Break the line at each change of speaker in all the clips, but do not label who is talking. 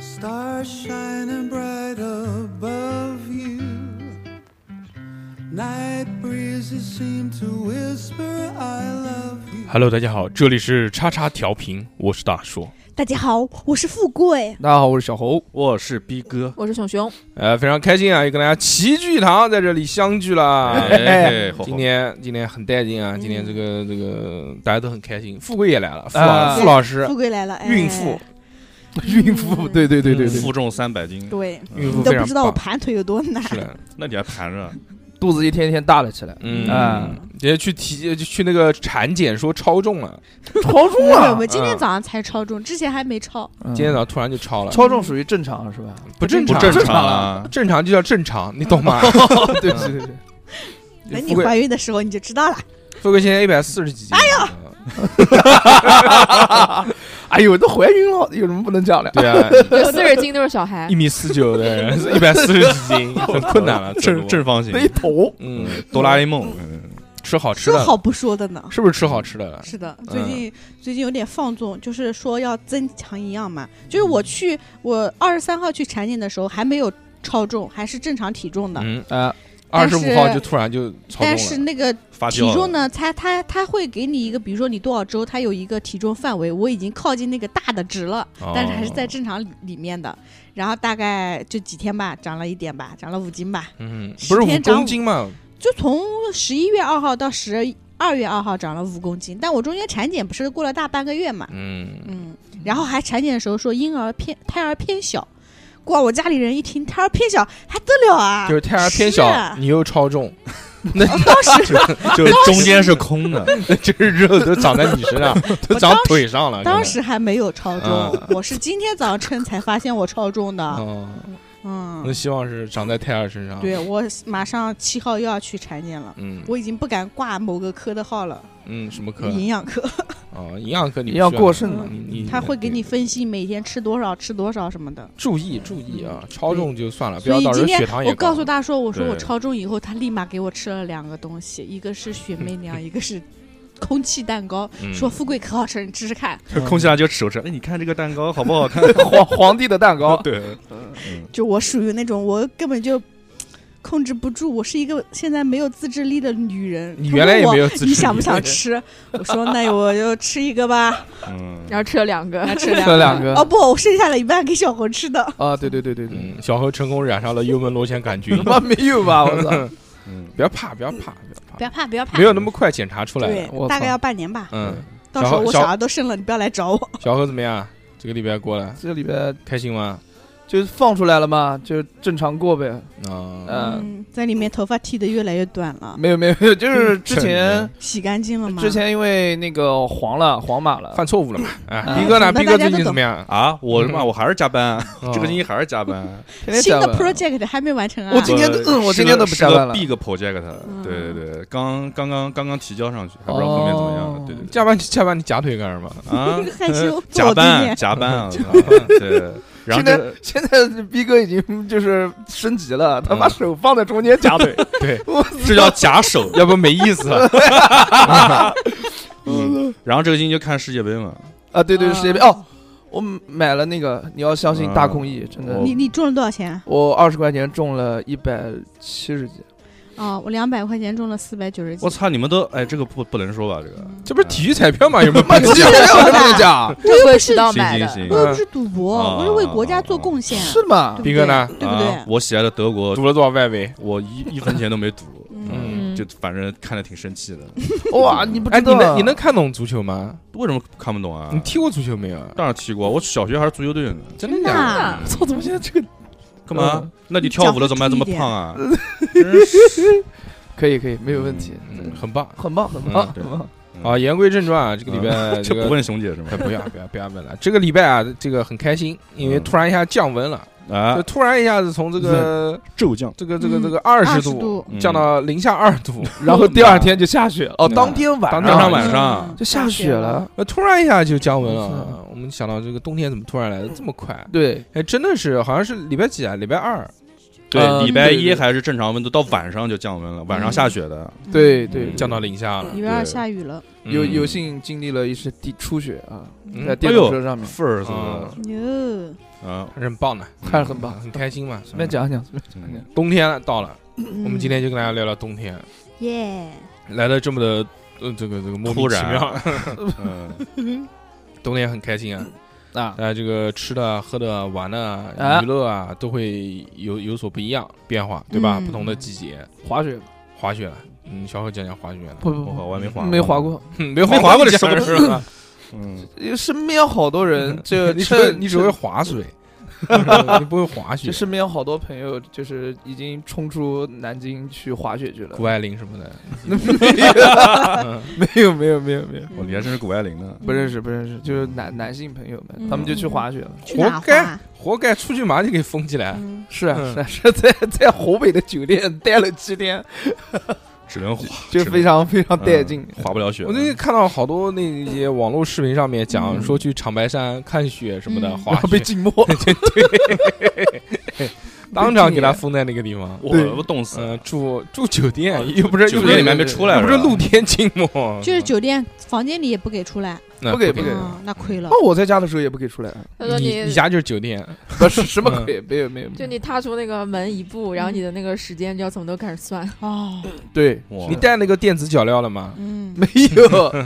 Stars shining bright above you. Night breezes seem to whisper, I love you.
Hello，大家好，这里是叉叉调频，我是大硕。
大家好，我是富贵。
大家好，我是小侯。
我是逼哥，
我是熊熊，
呃，非常开心啊，又跟大家齐聚一堂，在这里相聚啦。
哎，好
今
好
天今天很带劲啊，今天这个这个大家都很开心，富贵也来了，傅
啊
老傅老师
富贵来了，哎、
孕妇，
孕妇，对对对对对，
负重三百斤，
对，
孕妇
嗯
你
非
都不
常
知道我
棒，
盘腿有多难。
是的，
那你还盘着？
肚子一天一天大了起来。
嗯
啊，
直接去体就去那个产检说超重了，
超重
对，我
啊
们！今天早上才超重，之前还没超。
嗯
今天早上突然就超了，
超重属于正常啊是吧？
不正
不
常，
正
正常
啊！
正常就叫正常，你懂 吗？
哦对对对对，
等
嗯富
你
贵
怀孕的时候你就知道了。
富贵现在一百四十几斤，哎呀，
哎呦，都怀孕了，有什么不能讲的？
对啊，
有四十斤都是小孩
一，米四九的人，一百四十几 斤，很困难了。走路
正，正方形
那，一头
嗯，
嗯，哆啦 A 梦，嗯
吃好 吃
这
的，
好不说的呢。
是不是吃好吃的了？
是的，
嗯
最近、最近有点放纵，就是说要增强营养嘛。就是我去，我二十三号去产检的时候还没有超重，还是正常体重的。
嗯，
啊，
二
但
十
是
五号就突然就超
但
重
是
了。
那个
发
体
飙
重
了，
呢，它它它会给你一个，比如说你多少周，它有一个体重范围，我已经靠近那个大的值了，
哦
但是还是在正常里里面的。然后大概就几天吧，长了一点吧，长了五斤吧，
嗯，
十
不是五
天长
公斤嘛？
就从十一月二号到十二月二号长了五公斤，但我中间产检不是过了大半个月嘛，
嗯，
嗯，然后还产检的时候说婴儿偏胎儿偏小，哇，我家里人一听胎儿偏小还得了啊，
就是胎儿偏
是
小，
啊哦
你又超重，那
当 时
就中间是空的，
那 就是肉都长在你身 上，都长腿上了。
当时还没有超重，
啊
我是今天早上称才发现我超重
可
的。
能，哦，那
嗯，
希望是长在胎儿身上。，
啊对啊我马上七号又要去产检了，
嗯
我已经不敢挂某个科的号了，
嗯，什么科？
营养科，
哦，营养科你不需
要过剩了
你你
他会给你分析每天吃多少吃多少什么的。
注意注意啊，超重就算了，不
所
要
以
到时
今
候
天
血糖也
我
高。
告诉他说，我说我
对
超重以后，他立马给我吃了两个东西，一个 是雪媚娘，一个是空气蛋糕，
嗯
说富贵可好吃，你吃吃看。
空气上就手指，哎，你看这个蛋糕好不 好看？，
皇皇帝的蛋糕
嗯
对，
就我属于那种我根本就控制不住，我是一个现在没有自制力的女人。
你
他
原来
问
也
我
没有自制力
你想不想吃？我说那我就吃一个吧，
嗯，
然后吃了两个
然，后吃两
吃了两 个
哦不，我剩下了一半给小猴吃的。
啊，对对对对对，
嗯，小何成功染上了幽门螺旋杆菌
他。妈没有吧？我操！
嗯，
不要怕，不要怕，不要怕，
不要怕，不要怕。
没有那么快检查出来
对
的。
我，操
大概要半年吧。
嗯，
到时候我
小
小孩都生了，你不要来找我。
小何怎么样？这个礼拜过来
这个里边
开心吗？
就是放出来了嘛，就正常过呗。
啊，
嗯，
嗯，在里面头发剃得越来越短了，
没有没有，没有，就是之前
嗯
洗干净了吗？
之前因为那个黄了，黄马了，
犯错误了嘛？哎，
嗯
逼哥呢？
那
逼哥
大
最
家
近
都懂
怎么样？嗯
啊，我嘛，我还是加班，啊这个星
音
期还是加班。啊
天天
新
加
的
班
project 还没完成啊。
我今天都嗯我今天都不加班了
B 个 project，啊
嗯，
对对对，刚刚刚刚刚提交上去，还不知道后面怎么样
哦
了。对对对，
加班加班，你夹腿干什么？
啊
害羞
加
坐我对面
班加班啊，我操对，然后这
现在
个
现在逼哥已经就是升级了，他把
嗯
手放在中间夹腿，
对，
这叫假手。
要不没意思。
然后这个星期就看世界杯嘛，
啊，对对，
啊
世界杯哦，我买了那个，你要相信大空翼，真的
我，
你你中了多少钱啊？
我二十块钱中了一百七十几，
哦，我两百块钱中了四百九十几
我。操，你们都哎，这个不不能说吧，这个
这不是体育彩票吗？有没有？
妈鸡蛋有什么讲？
这
又
个
不
渠
是
道买
行行行
的，
我又不是赌博，
啊
我是为国家做贡献，
是啊吗？
对
逼哥呢？
对不对？
啊我喜爱的德国，
赌了多少外围？
我一一分钱都没赌，
嗯
嗯
就反正看着挺生气的。
哇，你不
哎，
知
你能
道，啊
你能看懂足球吗？
为什么看不懂啊
你？踢过足球没有啊？
当然踢过，我小学还是足球队呢。
真
真
的
的
假的？
啊，
我怎么现在这个
干嘛
嗯？
那你跳舞的怎么还这么胖啊？真是
可以可以没有问题，
嗯，很棒。
很棒很棒
嗯对
很棒，
啊，言归正传啊，这个礼拜
嗯这
个
不问熊姐是吗
哎，？不要不要不要问了。这个礼拜啊，这个很开心，因为
嗯
突然一下降温了，
啊
就，突然一下子从这个
骤降。
这个这个这个
嗯
二十
20
度
度
嗯
降到零下二度，
然后第二天就下雪哦，当天晚上
当天
晚上
嗯
就下雪了，，
那呃突然一下就降温
嗯
是
了。我们想到这个冬天怎么突然来的这么快？
对，
哎，真的是，好像是礼拜几啊？礼拜二，
呃
对，礼拜
对对
一还是正常温度，到晚上就降温
嗯
了，晚上下雪的。
对对
嗯
降到零下了。
礼拜二下雨了，
嗯
有有幸经历了一次地初雪啊，
嗯
在电
哎呦
动车上面，
份儿
嗯
哟，
啊，
还是很棒的，
还是很棒。
很开心嘛。
随便讲讲，随便讲
嗯
讲。
冬天到了，
我
我们今天就跟大家聊聊冬天，
嗯耶，
来的这么的，呃，这个这个莫名
突
其
然
妙，
嗯
冬天很开心啊，
啊，
大家这个吃的啊、喝的啊、玩的啊、
啊
娱乐啊，都会有有所不一样变化，对吧？
嗯
不同的季节，
滑雪
滑雪了，嗯，小何讲讲滑雪了，
不不
我靠，
不，
我还没滑，
没滑，过。
哼没滑过的什么
没
事啊？
嗯，
身边好多 人，
嗯
就
你只
趁
会你只会划水， 你不会滑雪
就，身边有好多朋友，就是已经冲出南京去滑雪去了。
谷爱凌什么的，嗯
没有没有没有 没有，
我
嗯
连认识谷爱凌呢，
不认识不认识，就是
嗯
男男性朋友们，他们就去滑雪了。
去哪
活该
滑？
活该出去马上就给封起来，
嗯，
是啊
嗯
是啊是啊，在在湖北的酒店待了七天，
只能 滑，
就非常非常
嗯
带劲。
滑不了雪。
我最近看到好多那些网络视频上面讲说去长白山看雪什么的，
嗯
滑
然后
雪
被静默，
当场给他封在那个 地方。
对
我我冻死
呃，
了，
住住酒店呃哎又不是
哦酒
又不
店
是
里面没出来，
又不是露天静默，
就是酒店房间里也不给出来，
那
不给不给哦
嗯，那亏了。
那我在家的时候也不给出来，啊
他说
你家就是酒店，
不是什么
嗯
鬼，没有没有，没有
就你踏出那个门一步，哦然后你的那个时间就要从头开始算。
哦，
对
哇
你带那个电子脚镣了吗？
嗯，
没 有，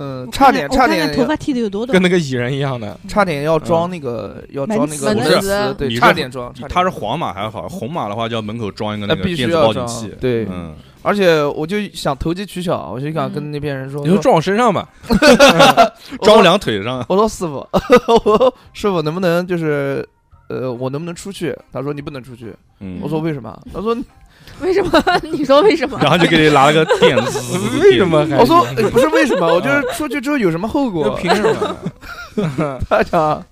嗯，差点
我
差
看看
点
头发剃的有多短
跟。那个蚁人一样的，
差点要装那个要
门
装那个
门
螺
子
对，
嗯你
差
这
点装，差点
他是黄马还好，红马的话就要门口装一个
那
个
必须
电子
要
报警
装
器，
对
嗯，
而且我就想投机取巧，我就想跟那边人说，
你就
说
撞我身上吧。，
我
装
说
我两腿上，
我说师傅， 我说师傅能不能就是，呃，我能不能出去？他说你不能出去。
嗯
我，说为什么？他说
为什么？你说为什么？
然后就给你拿了个电 子
为什么
哎
还？
我说、呃不是为什么，我就是出去之后有什么后
那
果？
凭什么？
他讲，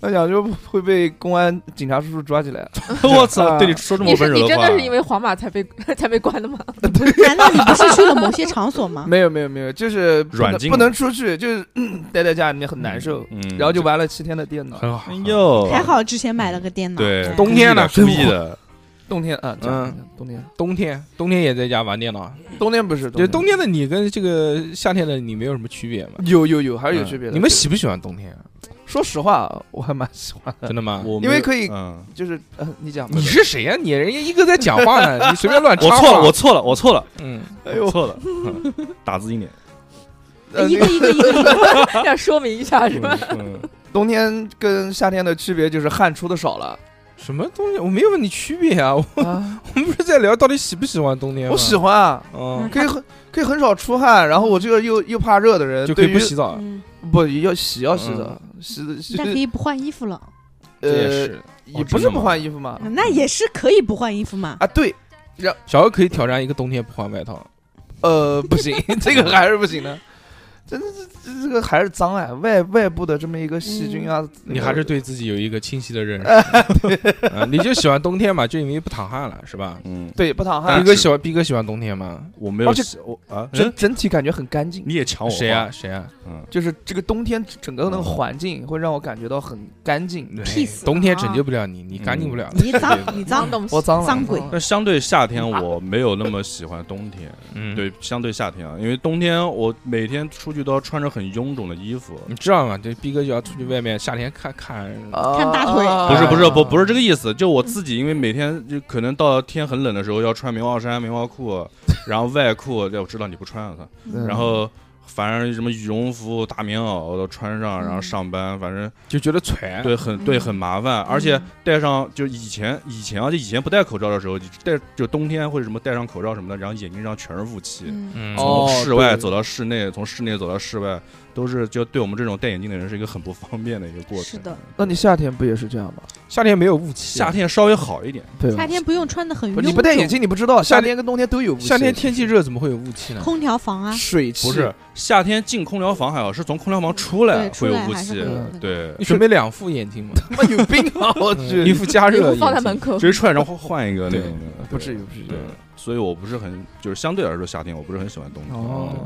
他讲就会被公安警察叔叔抓起来。
我操，对你说这么
你是
温柔
你
的
真
话
的，是因为黄马才被 才被关的吗？
难道你不是去了某些场所吗？
没有没有没有，就是不
软
能
禁
不
了
能出去，就是、嗯待在家里面很难受。
嗯，
然后就玩了七天的电脑，
很好，
哟，
还好之前买了个电
哦
脑。
对
哎，
冬天呢
故意的故意的，
冬天啊，这样冬天，
冬天冬天也在家玩电脑，
冬天不是，
就冬天的你跟这个夏天的你没有什么区别嘛？
有有有还是有区别的。
嗯你们喜不喜欢冬天？啊
说实话，我还蛮喜欢的，
真的吗？
我
因为可以
嗯，
就是呃，你讲吧
你是谁呀？你人家一个在讲话呢，你随便乱插
我
话。
错了，我错了，我错了，
嗯，
哎
我
呦，
错了， 嗯打字一脸，
呃
一个一个一个一 个，要说明一
哎
下是吧？
嗯，
冬天跟夏天的区别就是汗出的少了。
什么东西？我没有问你区别啊， 我
啊，
我们不是在聊到底喜不喜欢冬天吗？
我喜欢啊，
嗯，
可以很可以很少出汗，然后我这个又又怕热的人，
就可以
对
不
于
洗澡。
嗯，
不要洗要洗的，洗
那可
洗
以不换衣服了，
这也
呃
是，
也
哦
不
真
是
的
不
吗
换衣服嘛
那也是可以不换衣服嘛。
啊对，
小何可以挑战一个冬天不换外套，
呃不 行，这个还是不行的。这这这这个还是脏哎，外外部的这么一个细菌啊，
你还是对自己有一个清晰的认 识。啊你就喜欢冬天嘛，就因为不淌汗了，是吧？
嗯，
对不淌
逼
汗，
哥喜欢逼哥喜欢冬天吗？
我没有
而且
洗，我啊，
整
嗯
整体感觉很干净。
你也哦抢我
谁啊呀？？谁呀？
嗯，
就是这个冬天整个那个环境会让我感觉到很干
嗯
净。
对
Peace
冬天拯救不了你，你干净不了。
嗯
你脏，你脏，
东
啊我脏了
脏鬼
那相对夏天，我没有那么喜欢冬天。
嗯，
对，相对夏天啊，因为冬天我每天出去都要穿着很臃肿的衣服。
你知道吗？这逼哥就要出去外面夏天看看，
哦
看大腿
不是不是不不是这
个，
个意思，就我自己，因为每天就可能到天很冷的时候要穿棉袄衫、棉袄裤，然后外裤，这我知道你不穿啊，
嗯
然后反正什么羽绒服、大棉袄我都穿上，然后
嗯
上班，反正
就觉得喘。
对很对很麻烦，而且戴上就以前以前啊，就以前不戴口罩的时候，就戴就冬天或者什么戴上口罩什么的，然后眼睛上全是雾气，
嗯，
嗯，
哦
从室外
对
走到室内，从室内走到室外，都是就对我们这种戴眼镜的人是一个很不方便的一个过程。
是的，
那你夏天不也是这样吗？
夏天没有雾气，
夏天稍微好一点，
对吧
夏天不用穿的很
不
臃
是
肿，
你不戴眼镜你不知道，
夏
夏
天
天跟冬天都有雾气。
夏天天气热怎么会有雾气呢？
空调房啊，
水汽
不是夏天进空调房还好，是从空调房出来
对出
会有
来
雾
还是
气
会
有那，个
对，
你准备两副眼镜吗？
他妈有病啊！我
嗯一
去，
副加热眼
放在
镜
门口
直接出来然后换一个那
对
种的，
不至于不至于
对。，所以我不是很就是相对来说夏天我不是很喜欢冬天。
哦
对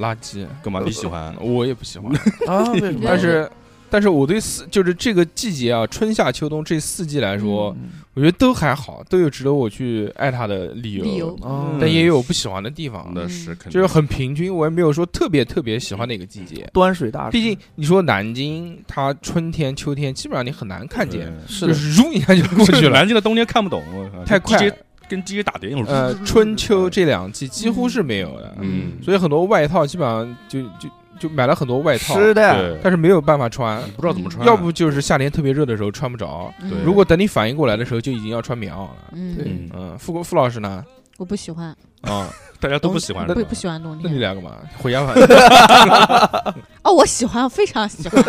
垃圾，
干嘛你喜欢？
我也不喜欢。
啊！为什
你
嗯
么？
觉得
但是，但是我对四就是这个季节啊，春夏秋冬这四季来说，
嗯
嗯
我觉得都还好，都有值得我去爱它的理由，
理由
哦
但也有不喜欢的地方
嗯
的，
那是肯定
就是很平均。我也没有说特别特别喜欢哪个季节，
端水
嗯
大师，
毕竟你说南京，它春天、秋天基本上你很难看见，
对
是
就
的，
是嗡一下就过去 了，
南京的冬天看不懂，我靠
太快。
DJ 跟 DJ 打电，
呃，春秋这两季几乎是没有的，
嗯，
所以很多外套基本上就就就买了很多外套，
是的，
对，
但是没有办法穿，
不知道怎么穿，
要不就是夏天特别热的时候穿不着，
对
如果等你反应过来的时候，就已经要穿棉袄了。
嗯，
嗯
嗯，傅傅老师呢？
我不喜欢，
啊，大家都不喜欢，
不不喜欢冬
那你
天。
俩 干嘛？回家吧。
哦，我喜欢，非常 喜欢。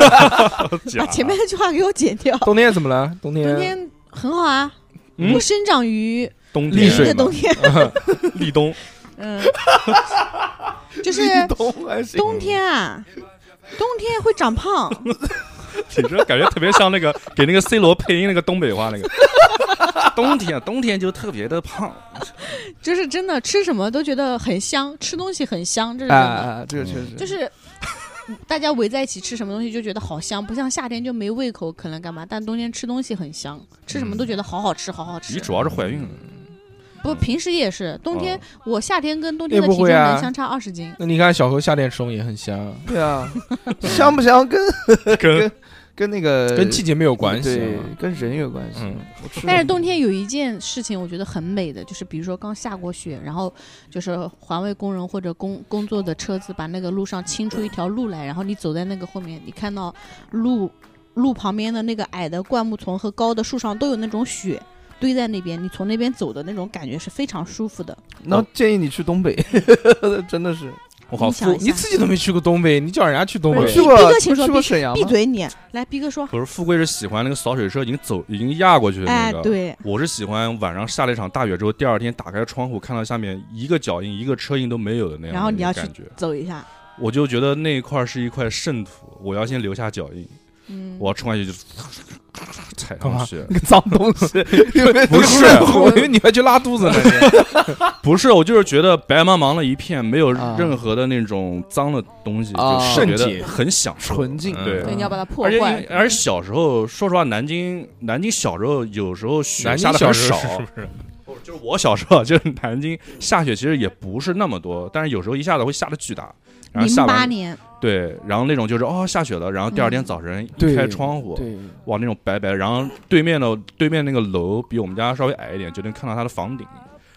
喜
把前面那句话给我剪掉。
冬天怎么了？冬天
冬天很好啊，
嗯
我生长于
冬
立
天
水
的
嘛
冬天，
立冬，
嗯， 就是
冬还行，
冬天啊，冬天会长胖，
你这感觉特别像那 个给那个 C 罗配音那个东北话那个。 冬天，冬天就特别的胖，
就是真的吃什么都觉得很香，吃东西很香，这是
哎
真的，
哎，哎这个确实
就是。大家围在一起吃什么东西就觉得好香，不像夏天就没胃口，可能干嘛？但冬天吃东西很香，吃什么
嗯
都觉得好好吃，好好吃
你。主要是怀孕了。
不，平时也是。冬天、
哦
我夏天跟冬天的
也不
体重
会啊
能相差二十斤。
那你看小何夏天吃东西也很香，
对啊，香不香跟
跟
跟那个
跟季节没有关系啊。
对，跟人有关系
嗯。
我吃
但是冬天有一件事情我觉得很美的，就是比如说刚下过雪，然后就是环卫工人或者工工作的车子把那个路上清出一条路来，然后你走在那个后面，你看到路路旁边的那个矮的灌木丛和高的树上都有那种雪。堆在那边，你从那边走的那种感觉是非常舒服的。
那建议你去东北， 真的是
我靠，
你想
父
一下
你自己都没去过东北，你叫人家去东
我
北
去
逼
过
哥请说
去过沈阳
闭
吗？
嘴你！来，逼哥说，
可是富贵是喜欢那个扫水车已经走已经压过去的那
哎
个，，
对，
我是喜欢晚上下了一场大雪之后，第二天打开窗户看到下面一个脚印一个车印都没有的那样的
然后你要去
感觉，
走一下。
我就觉得那一块是一块圣土，我要先留下脚印，
嗯，
我要冲上去就 踩上去。
那个脏东西，
不 是
我以为啊你要去拉肚子呢。
不是，我就是觉得白茫茫的一片，没有
啊
任何的那种脏的东西，
啊
就是觉
圣洁
得很享受。
纯净，
嗯
对
对，你要把它破
而且因
坏
为。而且小时候，说实话，南京南京小时候有时候雪
南
下的
京小
很
时
少
候，是不是？
不就是我小时候， 就是南京下雪其实也不是那么多，但是有时候一下子会下的巨大，然后
零
下
八
完
年，
对，然后那种就是哦下雪了，然后第二天
嗯
早晨一
对
开窗户，
对，
哇那种白白，然后对面的对面那个楼比我们家稍微矮一点，就能看到它的房顶，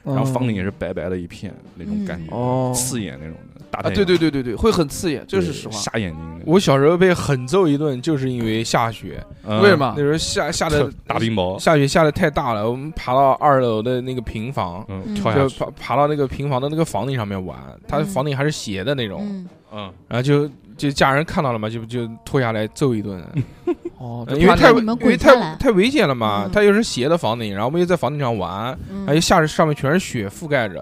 然后房顶也
是
是白白的一片那种感觉，
嗯哦，
刺眼那种的，大
啊，
太阳
对对对对对，会很刺眼，这
对
是实话。
瞎眼睛
我小时候被狠揍一顿，就是因为下雪。
嗯那，
为什
么
那
么？
时候下下的
啊大冰雹，
下雪下的太大了，我们爬到二楼的那个平房，
嗯，
嗯
跳下
就
去，
爬爬到那个平房的那个房顶上面玩。它
嗯
房顶还是斜的那种，
嗯，
嗯，
然后就就家人看到了嘛，就就拖下来揍一顿。
哦，
呃因为
怕
太
你
危
你们
因为
滚下
太
来
太危险了嘛，
嗯
它又是斜的房顶，然后我们又在房顶上玩，
嗯
还有下着上面全是雪覆盖着，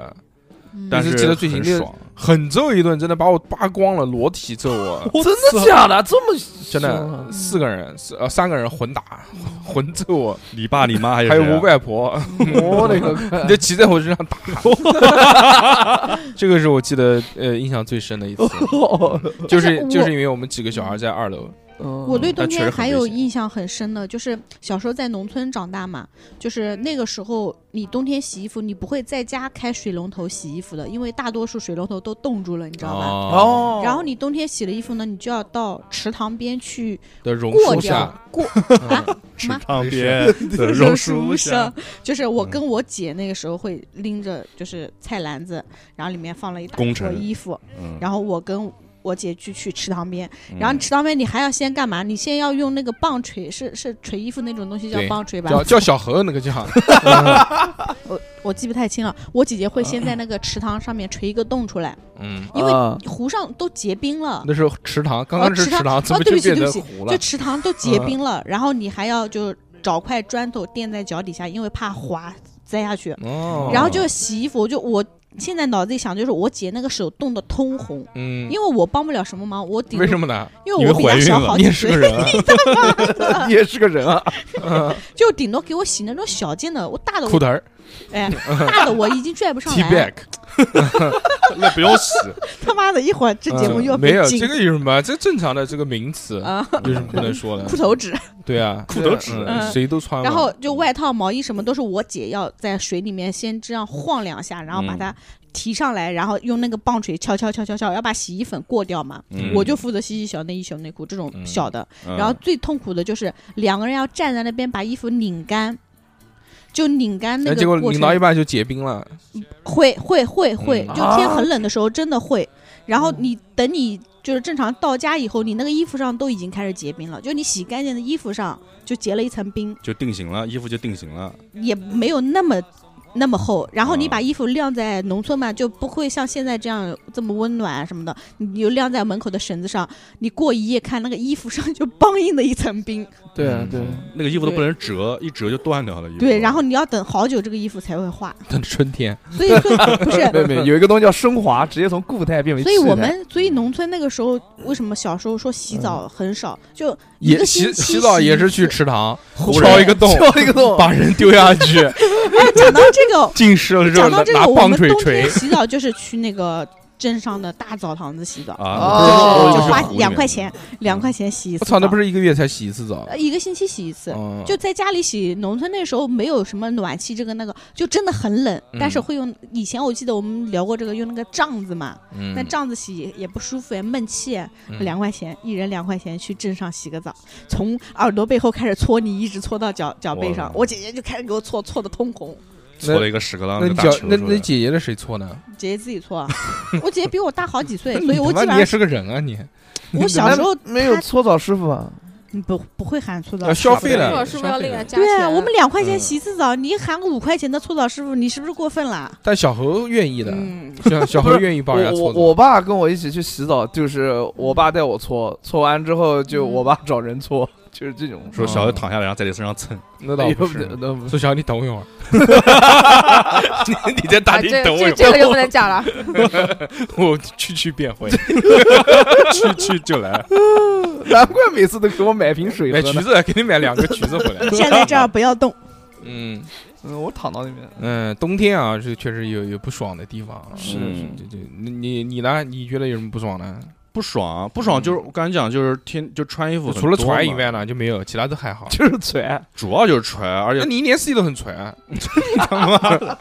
嗯
哎但
是记得最近
很
那个
爽，
狠揍一顿，真的把我扒光了，裸体揍 我，
真的假的？这么啊
真的四个人四呃三个人混打 混揍我，
你爸你妈还有
还有
谁啊
我外婆，
我 勒个
你
乖！
就骑在我身上打， 这个是我记得呃印象最深的一次，就是
但是
就
我
是因为我们几个小孩在二楼，
我
我
对冬
嗯但确实
天
很
还
危
有
险
印象很深的，就是小时候在农村长大嘛，就是那个时候你冬天洗衣服，你不会在家开水龙头洗衣服的，因为大多数水龙头都冻住了，你知道吧？
哦，
哦，
然后你冬天洗了衣服呢，你就要到池塘边去
的榕
过
树
掉
下，
过
嗯
啊
池
妈
塘边 的榕树下嗯
上，，就是我跟我姐那个时候会拎着就是菜篮子，然后里面放了一大
工
坨
程
衣服，
嗯，
然后我跟我姐去去池塘边，
嗯
然后池塘边你还要先干嘛？你先要用那个棒槌，是是锤衣服那种东西叫
对
棒槌吧？
叫叫小何那个叫，
我我记不太清了。我姐姐会先在那个池塘上面锤一个洞出来，
嗯，
因为
啊
湖上都结冰了。
那是池塘，刚刚是
池塘
塘，怎
哦
么
对
就
不起
变成
对不起
湖
就
了？
池塘都结冰了，然后你还要就找块砖头垫在脚底下，因为怕滑栽下去。
哦
然后就洗衣服，就我现在脑子里想就是我姐那个手冻得通红，
嗯
因，为我帮不了什么忙，我顶
为什
么？
么呢？
因为我比她 小好
你
几
也是
岁
个，人 啊，嗯
你也是个人啊，
就顶多给我洗那种小件的，我大的我
裤头儿
哎，大的我已经拽不上
T back
来了，
那不用洗，
他妈的，一会儿这节目又要
嗯没
被
有
禁
这个有什么？这正常的这个名词
啊，
有什么不能说的
裤？头指，
对啊，
裤头指
嗯
嗯
谁都穿嘛。哎
然后就外套、毛衣什么都是我姐要在水里面先这样晃两下，然后
嗯
把它提上来，然后用那个棒锤敲敲敲敲敲，要把洗衣粉过掉嘛。
嗯
我就负责洗洗小内衣、小内裤这种
嗯
小的。
嗯
然后最痛苦的就是两个人要站在那边把衣服拧干。就拧干那
哎，
个
结果
过
拧到一
程，
半就结冰了。
会会会会，
嗯
就天很冷的时候真的会。然后你等你就是正常到家以后，你那个衣服上都已经开始结冰了，就你洗干净的衣服上就结了一层冰。
就定型了，衣服就定型了。
也没有那么那么厚，然后你
嗯
把衣服晾在农村嘛，就不会像现在这样这么温暖啊什么的，你就晾在门口的绳子上，你过一夜看那个衣服上就 梆硬的一层冰，
对啊
嗯
对啊，
那个衣服都不能折，一折就断掉了。衣服
对，然后你要等好久这个衣服才会化，
等春天，
所以所以不
对
是。
对，有一个东西叫升华，直接从固态变为气
所
态。
以我 们，所以农村那个时候，为什么小时候说洗澡很少？就
嗯
一
也
个
洗
星期
洗澡也
一
是
次
去池塘
湖
敲
人
一个洞，
敲一个洞，
把人丢下 去，
哎，讲到这 个，
浸湿了之后
讲
拿
到这
拿
个，我
棒
们
槌
冬天
锤。
洗澡就是去那个镇上的大澡堂子洗澡，
啊，
哦
就
就是
花
湖里
两
面
块钱，两块钱洗一次
我
澡。
操，那不是一个月才洗一次澡
呃？一个星期洗一次。
嗯
就在家里洗，农村那时候没有什么暖气这个那个，就真的很冷。但是
嗯
会用以前我记得我们聊过这个，用那个帐子嘛，
嗯
那帐子洗也不舒服呀，闷气呀。
嗯
两块钱一人两块钱去镇上洗个澡，从耳朵背后开始搓泥，一直搓到脚脚背上
哇。
我姐姐就开始给我搓，搓的通红。
搓了一个屎壳郎
那
的
你
大
脚
球出
那
来，
那姐姐的谁错呢？
姐姐自己搓啊， 我姐姐比我大好几岁， 所以
你
我
他妈
基
你也
本上
是个人啊你！
我小时候
没有搓澡师傅啊，
嗯不不会喊搓澡
啊
师
消
傅
费了
这是不是要另外加
对啊，
钱
我们两块钱
嗯
洗一次澡，你喊个五块钱的搓澡师傅，你是不是过分了？
但小猴愿意的，
嗯，
小小
不
猴
是
愿意帮
我
人家搓
我
澡。
我爸跟我一起去洗澡，就是我爸带我搓，搓完之后就
嗯
我爸找人搓，就是这种。
说小孩躺下来，然后在你身上蹭，
啊
那倒不
哎
是
呦，那不
说小猴你等我一会儿，
你你在大
啊，
厅
这
等我一会
这这个就不能讲了。
儿，我去去便会，去去就来，
难怪每次都给我买瓶水
买
喝
橘
呢。
子给你买两个橘子 回来。
站在这儿不 要动。
嗯
嗯，我躺到那边，
嗯，冬天啊，这确实有有不爽的地方啊。
是
嗯这这你你你呢？你觉得有什么不爽呢？
不爽不爽，就是我刚才讲，就是天就穿衣服，
除了船以，外嗯呢，就没有，其他都还好。
就是啊锤。
主要就是穿，而
那
且
你一年四季都很纯啊！
他妈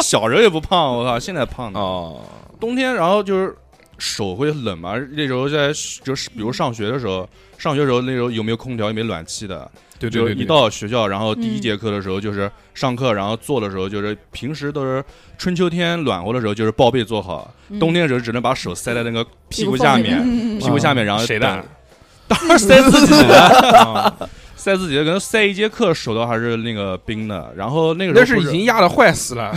小时候也不胖，我 靠，现在胖的，
哦，
冬天然后就是。手会冷嘛？那时候在就是比如上学的时候，上学的时候那时候有没有空调，有没有暖气的？
对对
就是
对，
一
对
到学校，然后第一
嗯
节课的时候就是上课，然后做的时候就是平时都是春秋天暖和的时候就是抱被做好，
嗯
冬天的时候只能把手塞在那个屁股下面，
嗯，嗯嗯
屁股下面，然后
谁的
等？当然塞自己的，
哦
啊塞自己的，可能塞一节课手都还是那个冰的。然后那个
那
时候
是
不
已经压的坏死了。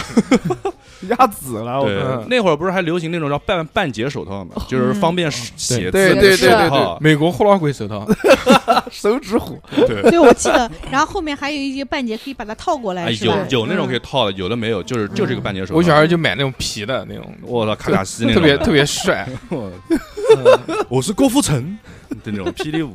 压紫了，我
对
嗯，
那会儿不是还流行那种叫半半截手套嘛，就是方便写字
对
的
对
手
对
对
套。
美国霍拉鬼手套，
手指虎，
对，
对，我记得。然后后面还有一些半截可以把它套过
哎
来，是
有
吧？嗯
有那种可以套的，有的没有，就是就这个半截手套。
我小时候就买那种皮的那种，
我操，卡卡西那
特
种
别
的
特别帅。
我我是郭富城 的那种霹雳舞，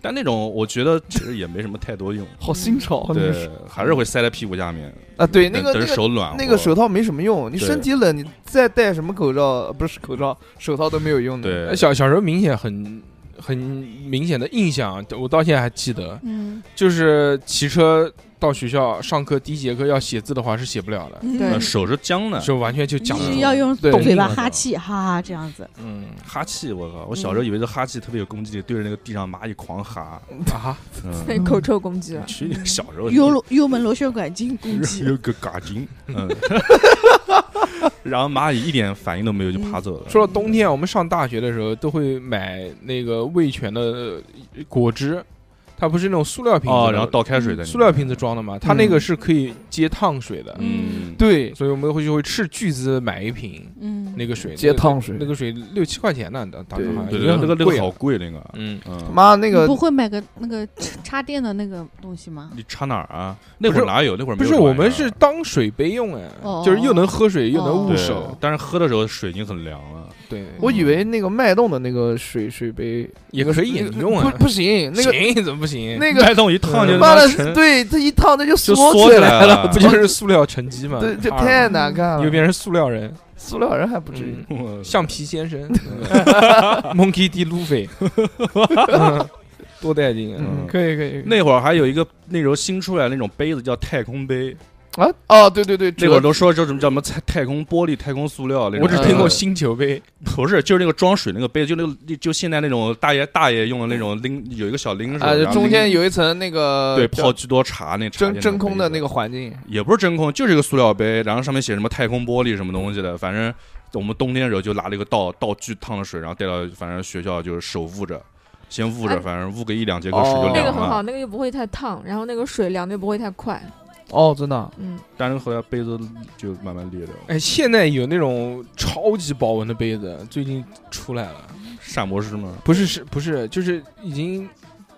但那种我觉得其实也没什么太多用，
好新潮。啊那个手
对，还是会塞在屁股下面，
啊，对，哦那
等
个
等
那个
手暖和。
那个手套没什么用，你
对
身体冷，你再戴什么口罩，呃不是口罩，手套都没有用 的。
对
呃，小小时候明显很很明显的印象，我到现在还记得，
嗯，
就是骑车到学校上课第一节课要写字的话是写不了的，
嗯
呃
对
手是僵的，
就完全就讲
就
不
是
出
要用
对
嘴巴
那种
哈气，哈哈这样子。
嗯
哈气，我靠！我小时候以为这哈气特别有攻击力，对着那个地上蚂蚁狂哈。
啊，
嗯，
那口臭攻击 了，
去你小时
哦
候
幽罗幽门螺旋 杆菌攻击，
有个嘎精，嗯， 然后蚂蚁一点反应都没有就爬走了。
嗯
嗯
说到冬天，我们上大学的时候都会买那个味全的呃果汁，它不是那种塑料瓶子的，
哦，然后倒开水在里面
塑料瓶子装的嘛，它那个是可以接烫水的。
嗯，嗯
对，
所以我们会就会斥巨资买一瓶
嗯，
那个水，
接烫水
那，个水六七块钱呢，当当时好像
对
已
对，
经
那个
很
那
贵
个
了
好贵那个，
嗯，
嗯，
妈那
你
个
不会买个那个插插电的那个东西吗？
你插哪儿啊？那
不
会
是
儿哪有？那会儿
不
没有啊
是，
这
我
玩意
们
儿
是当水杯用哎
哦，
就是又能喝水又能
哦
捂
对
手，
但是喝的时候水已经很凉了。
对，
我以为那个脉动的那个水水杯
也可以你用啊
不，不行，那个
行怎么不行？
那个
脉动一烫就
妈
他妈
的
沉，
对，这一烫那就
就
缩
起
来
来 了
啊不就是塑料沉积吗？
对，这
二
太难看
又
了，
变成塑料人，
塑料人还不至于。
嗯，
我
橡皮先 生，Monkey D. Luffy，嗯多带劲啊！
嗯，可以可以。可以
那会儿还有一个那时候新出来那种杯子叫太空杯，
啊哦，对对对，
那会儿
折
都说这种叫什么太太空玻璃、太空塑料那种。
我只听过
呃
星球杯，
不是，就是那个装水那个杯，就那个就现在那种大爷大爷用的那种拎，有一个小拎手，
啊，就
然后
中
拎
间有一层那个
对
叫
泡居多茶那茶
真
叶
真空的
杯
那
子
个环境，
也不是真空，就是一个塑料杯，然后上面写什么太空玻璃什么东西的，反正我们冬天的时候就拿了一个倒倒巨烫的水，然后带到反正学校就是手捂着，先捂着，
哎
反正捂个一两节课水
哦
就
那
凉
个
了。
很好，那个又不会太烫，然后那个水凉的又不会太快。
哦，真的，
嗯，
但是后来杯子就慢慢裂掉了。
哎，现在有那种超级保温的杯子，最近出来了，
膳魔师 吗？
不是是不是就是已经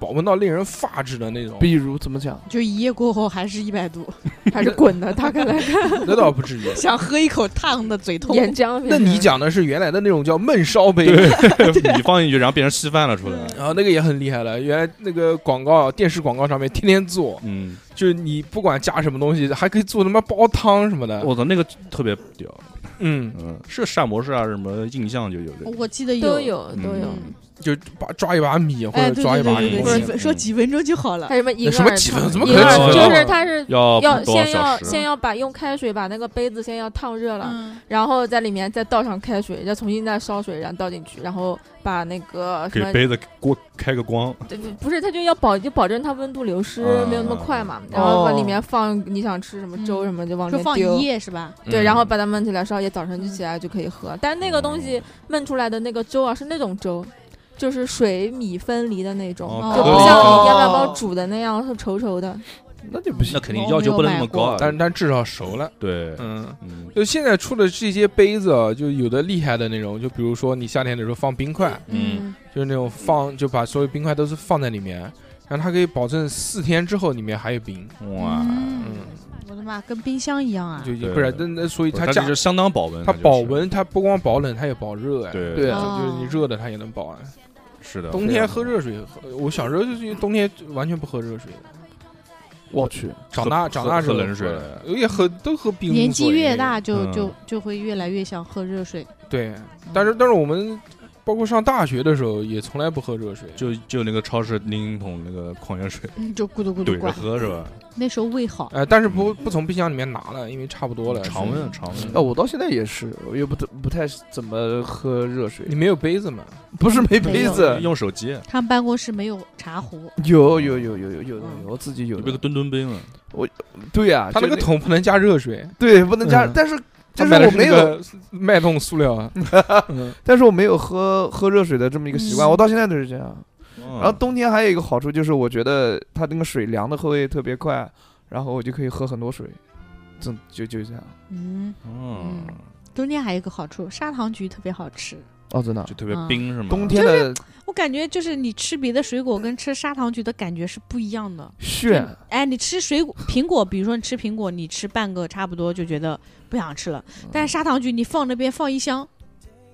保温到令人发指的那种，
比如怎么讲？
就一夜过后还是一百度，
还是滚的，大概来看
那倒不至于。
想喝一口烫的，嘴痛。
岩浆。
那你讲的是原来的那种叫焖烧杯，
米放进去，然后变成稀饭了出来。
然后那个也很厉害了。原来那个广告电视广告上面天天做，
嗯，
就是你不管加什么东西，还可以做他妈煲汤什么的。
嗯我操，那个特别屌。
嗯，
嗯，是膳魔师啊，什么印象就有这个。
我记得
都有都有，
嗯
就把抓一把米或
哎，
者
对
抓
对
一把东
对对
米
对，
或者，
西
说说几分钟就好了
还。有什么
那
银
什么
耳
几
烫
分怎么
银
可能
耳
有
就是它是
要
要
多少
先要
小时？啊
先要把用开水把那个杯子先要烫热了，
嗯，
然后在里面再倒上开水，再重新再烧水，然后倒进去，然后把那个什
给
么
杯子锅开个光，
对对不是，它就要保就保证它温度流失
啊
没有那么快嘛，然后往里
哦
面放你想吃什么粥什么就往里
说
面
嗯放
丢
一。夜是吧？
对，
嗯
然后把它焖起来，烧也早晨就起来就可以喝。但那个东西焖出来的那个粥啊，是那种粥，就是水米分离的那种，
哦
就
可
不
以
像
哦
你要不要包煮的那样是稠稠的。
那就不行
那。肯定要求不能那么高啊。
但但至少熟了。
对，
嗯，
嗯，
就现在出的这些杯子啊，就有的厉害的那种，就比如说你夏天的时候放冰块，
嗯
就是那种放就把所有冰块都是放在里面，然后它可以保证四天之后里面还有冰。
哇，
嗯，
我的妈，跟冰箱一样啊！
就就
对
不是那那所以它
它就
加
是相当保温，
它
就是
保，温，它不光保冷，它也保热哎。
对
对
就
哦
啊
就是你热的它也能保啊。
是的，
冬天喝热水，喝我小时候就是因为冬天完全不喝热水的，
我去，
长大
喝
长大
喝
之后
冷水
喝了也喝都喝冰。
年纪越大，，就
嗯
就就会越来越想喝热水。
对，但是但是我们包括上大学的时候也从来不喝热水，
就就那个超市拎一桶那个矿泉水
嗯就咕嘟咕嘟
怼着
灌。
喝是吧？
那时候胃好，
呃，但是不不从冰箱里面拿了，因为差不多了。
常温常
啊，
温，
我到现在也是，我也不怎不太怎么喝热水
你，没有杯子嘛？
啊
不是
没
没杯
有
子，
用手机，
他们办公室没有茶壶，
有有有有有有的
嗯
有，我自己有
你不是个
的。
墩墩杯吗？
对呀，
它那
就
个桶不能加热水，
对不能加
嗯，
但是
它
但
买
是
的
我
是
没
那
有，
个脉动塑料 啊。嗯
但是我没有喝喝热水的这么一个习惯，
嗯
我到现在都是这样。
然
然后冬天还有一个好处就是，我觉得它那个水凉的会特别快，然后我就可以喝很多水，这就就这样。
嗯，
嗯，
冬天还有一个好处，砂糖橘特别好吃。
哦，真的
就，特别
嗯
冰是吗？
冬天的
我感觉就是你吃别的水果跟吃砂糖橘的感觉是不一样的。
炫，
哎，你吃水果苹果，比如说你吃苹果，你吃半个差不多就觉得不想吃了，
嗯
但是砂糖橘你放那边放一箱，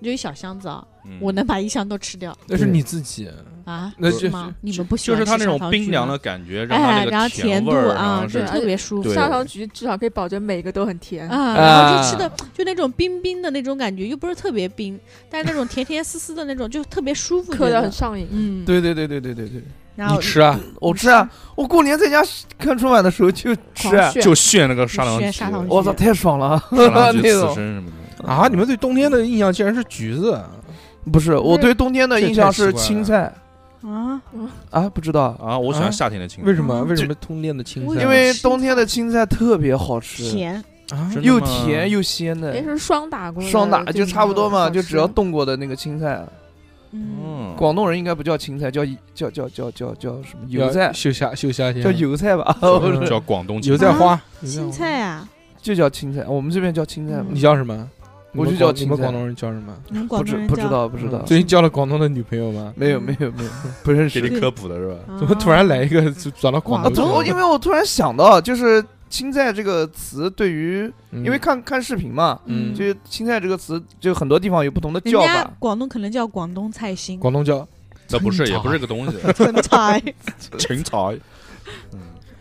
就一小箱子啊，
嗯
我能把一箱都吃掉
那是你自己，
啊？
那
是
就
吗？你们不喜
就
欢
是它那
吃砂
种
糖
冰
橘
凉
吗
的感觉，让它
哎，
那
然后
个
甜
味
度
儿
啊，
是
对，
而且
特别舒服
对
砂糖橘至少可以保证每一个都很甜。
啊，然后
啊
就吃的就那种冰冰的那种感觉，又不是特别冰，但是那种甜甜丝丝的那种，就特别舒服，
嗑
觉
的
得
很上瘾，
嗯，
对对对对对对对，
然
你
后
吃啊？
我吃啊，我过年在家看春晚的时候就吃啊
狂，炫
就炫那个砂糖
炫
橘，
砂糖橘
我操，太爽了啊，
砂糖橘
那
刺
种
身什么的
啊！你们对冬天的印象竟然是橘子啊，
不是我
不是
对冬天的
这
印
太
象
奇
是
怪
青
了
菜
啊，
啊，不知道，
啊！我喜
啊
欢夏天的青
为什么？
嗯
为什么冬天的青
为
菜？
什
因
么
为
青
冬天的青菜特别好吃，
甜，
啊，
真的
又
吗
甜又鲜
也
嫩，
是双打过的，
双打就差不多嘛，
好
就
吃
只要冻过的那个青菜，
嗯，
嗯，
广东人应该不叫青菜，叫叫叫叫叫叫什么油
要
菜，
秀虾秀虾先
叫
生
油菜吧，
嗯
叫广东
油
青
菜
啊
花，
青菜啊，
就叫青菜，我们这边叫青菜嘛。
你叫什么？
我
你们
就叫
广你
青
们
菜
广东人叫什么？
你们
不
广
知
东人
不知
叫
道不知道，
嗯最近交了广东的女朋友吗？
没有没有没有不认
给
识。
你科普的 是
啊
吧？
怎么突然来一个就转到广
啊，
东去
怎
了？
么？因为我突然想到，就是青菜这个词，对于
嗯
因为看看视频嘛，
嗯
就是青菜这个词，就很多地方有不同的
人
叫
家
法。
广东可能叫广东菜心，
广东叫
那不是，
成
也
草
不是个 东西，
春菜
陈草。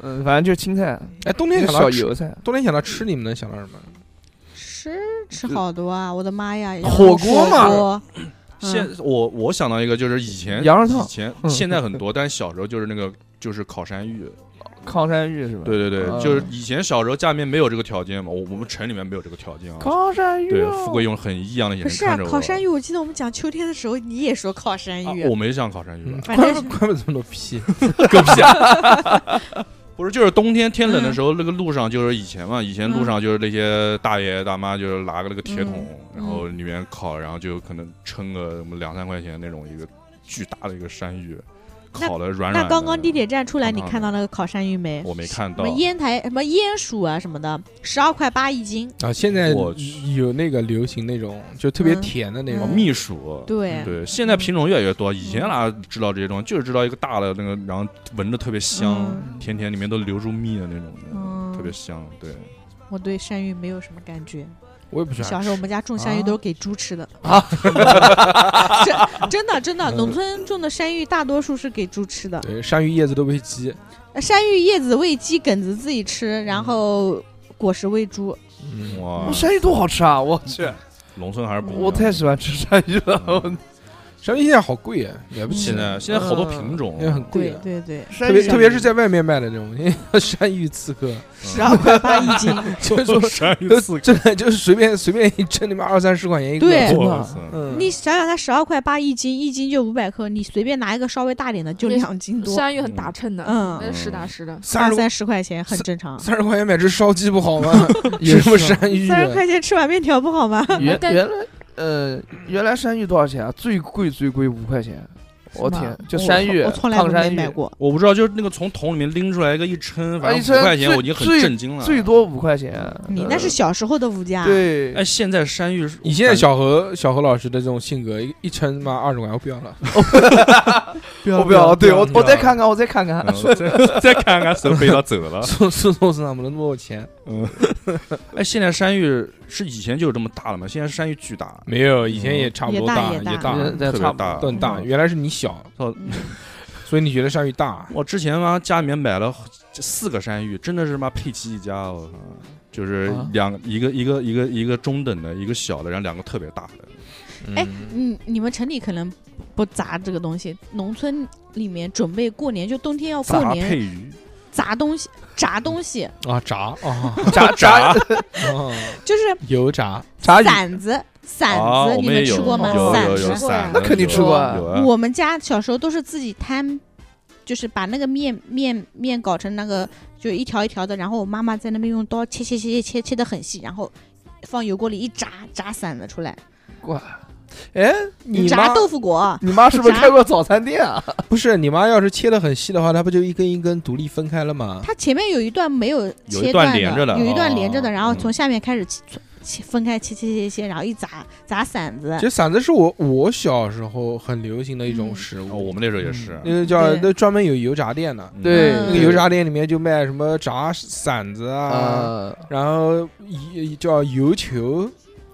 嗯，反正就是青菜，
哎，冬
就
天
是
想到
小
吃，
油菜。
冬天想到吃，你们能想到什么？
吃吃好多啊！我的妈呀，然
火
后
锅嘛
火锅
嗯
现我我想到一个，就是以前
羊肉
以
烫
前
嗯
现在很多，但是小时候就是那个就是烤山芋，
康山芋是吧？，
对对
嗯
对，就是以前小时候家里面没有这个条件嘛，我我们城里面没有这个条件啊。
康山芋
对
啊，
富贵用很异样的眼
不是
神
啊
看着，我。
烤山芋。我记得我们讲秋天的时候，你也说烤山
啊
芋，
我没想烤山芋吧，啊
反
怪
正
不怪嗯不得这么多屁，
狗屁啊！ 不是，就是冬天天冷
嗯
的时候，那个路上就是以前嘛，以前路上就是那些大爷大妈就是拿个那个铁桶，
嗯
然后里面烤，然后就可能称个什么两三块钱那种一个巨大的一个山芋，
那
烤的软软的。
那刚刚地铁站出来，你
胖胖的
看到那个烤山芋没？
我没看
什
到
么，烟台什么烟薯啊什么的，十二块八一斤。
啊！现在
我去
有那个流行那种就特别
嗯
甜的那
哦
种，
蜜薯。
对，
对，现在品种越来越多，以前哪知道这些东西，就是知道一个大的那个，然后闻着特别香，
嗯
甜甜里面都流出蜜的那种，
嗯
特别香。对，
我对山芋没有什么感觉。
我也不喜欢
小
吃。
时候我们家种山芋都是给猪吃的
啊，
真真的真的，
嗯
农村种的山芋大多数是给猪吃的。
对，山芋叶子都喂鸡，
呃山芋叶子喂鸡，梗子自己吃，
嗯
然后果实喂猪。
嗯，
哇
哇，山芋多好吃啊！我去，
农村还是不一样
我太喜欢吃山芋了。我
嗯
山芋现在好贵啊，买
嗯
不起
现
了，
在现在好多品种
因，为很贵
对
啊。
对嗯对，
山
特
芋
别特别是在外面卖的那种，因为山芋刺客，
十二块八一 斤。
就是说
山芋
就真的就是随便随便一称，你妈二三十块钱一个。
对
哇塞
嗯，
你想想，它十二块八一斤，一斤就五百克，你随便拿一个稍微大点的就两斤多，
山芋很打称的，
嗯
那实打实的。
三
二
十
三十块钱很正常。
三十块钱买只烧鸡不 好吗？吃什么山芋？
三十块钱吃碗面条不好吗？
原
但
原来呃，原来山芋多少钱啊？最贵最贵五块钱，我天，就山芋，
我从来
烫
没
山芋
买过。
我不知道，就是那个从桶里面拎出来一个一称，
啊
反
一
正
称
五块钱
最
我已经很震惊了。
最多五块钱。
嗯你
呃
那是小时候的物价。
对
哎，，现在山芋是，
你现在小何小何老师的这种性格，一一称妈二十块钱我不要了， 不
我不要，对我我再
看。。
看看，我再看看。
嗯 再再看看谁被他走了
宋宋宋市长不能多少钱？
哎，现在山芋是以前就有这么大了吗？现在山芋巨大，
没有，以前也差不多
嗯也
也
大也
大，
也
特别
差不
大，
都很大。
嗯
原来是你小，
嗯
所以你觉得鲨鱼大？啊
我之前嘛，家里面买了四个山芋，真的是妈佩奇一家，我靠，就是
嗯啊
两、一个一个一个一个中等的，一个小的，然后两个特别大的。
哎嗯，你们城里可能不砸这个东西，农村里面准备过年，就冬天要过
杂
年
配嗯鱼，
砸东西、炸东西，
啊炸 啊
炸炸
啊
就是
油炸，
炸鱼，
馓子，
哦
馓子
啊我
你
们也
吃
有
过吗？
有有
馓
有
子，
伞，
那肯定吃过啊
有啊。
我们家小时候都是自己摊，就是把那个面面面搞成那个就一条一条的，然后我妈妈在那边用刀切切切切切切的很细，然后放油锅里一炸，炸馓子出来，
哇！哎，你妈
炸豆腐果，
你妈是不是
炸嗯
开过早餐店啊？
不是你妈要是切的很细的话，它不就一根一根独立分开了吗？
它前面有一段没有
有
切
一段
的，
连着的
有一段
哦
连着的，然后
嗯
从下面开始切切分开切切切切，然后一砸砸馓子
其，实馓子是我我小时候很流行的一种
嗯
食
哦，
物，
我们那时候也是，
那个叫
对
那专门有油炸店的，
嗯
对，
嗯
那个油炸店里面就卖什么炸馓子啊，
啊，
然后一叫油球，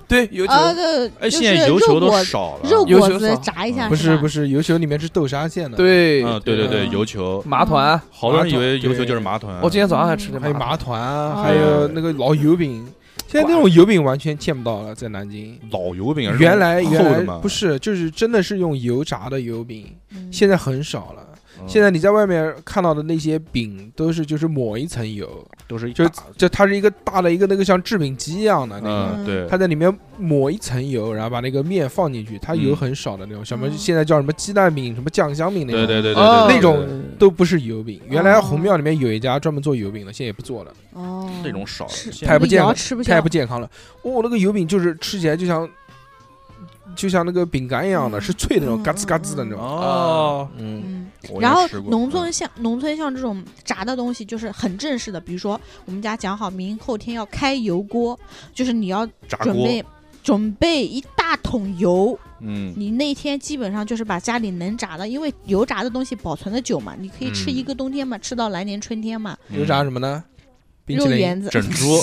对，油
呃，对
哎，
就
现在
是
油
肉
球都
果
少了，
肉
油
果
球
子
少
炸一下，
不是不
啊是
是油球里面是豆沙馅的，，
对
嗯，对对对，
嗯
油球，
麻团。
好多人以为
麻团
油球就是麻团，
我今天早上还吃的
还有
麻
麻团啊，
哦
哎
还有那个老 油饼。现在那种油饼完全见不到了，在南京。
老油饼是
原来
厚
原
的
来
嘛
不，是，就是真的是用油炸的油饼，
吧？
现在很少了。
嗯
现在你在外面看到的那些饼，都是就是抹一层油，
都是一
就
大
就它是一个大的一个那个像制饼机一样的那个，
嗯对，
它在里面抹一层油，然后把那个面放进去，它油
嗯
很少的那种，什么
嗯
现在叫什么鸡蛋饼、什么酱香饼那
对
种，
对对对对，
哦
对
那
对对
种都不是油饼。原来
哦
红庙里面有一家专门做油饼的，现在也不做了。
哦，
那种少了，
吃
现
太
在
不
那
健
窑
康
吃不
太
消
不健康了。我、那个油饼就是吃起来就像就像那个饼干一样的，
嗯
是脆的那种，
嗯
啊
嘎吱嘎吱的那种。
哦，
嗯，
嗯，
我也
然后
吃过
农
嗯
村像农村像这种炸的东西，就是很正式的，比如说我们家讲好明后天要开油锅，就是你要
炸
准
锅，
备准备一大桶油，
嗯，
你那天基本上就是把家里能炸的，因为油炸的东西保存的久嘛，你可以吃一
嗯
个冬天嘛，吃到来年春天嘛。
油炸什么呢？冰淇
嗯肉
淋。
圆子，
整猪，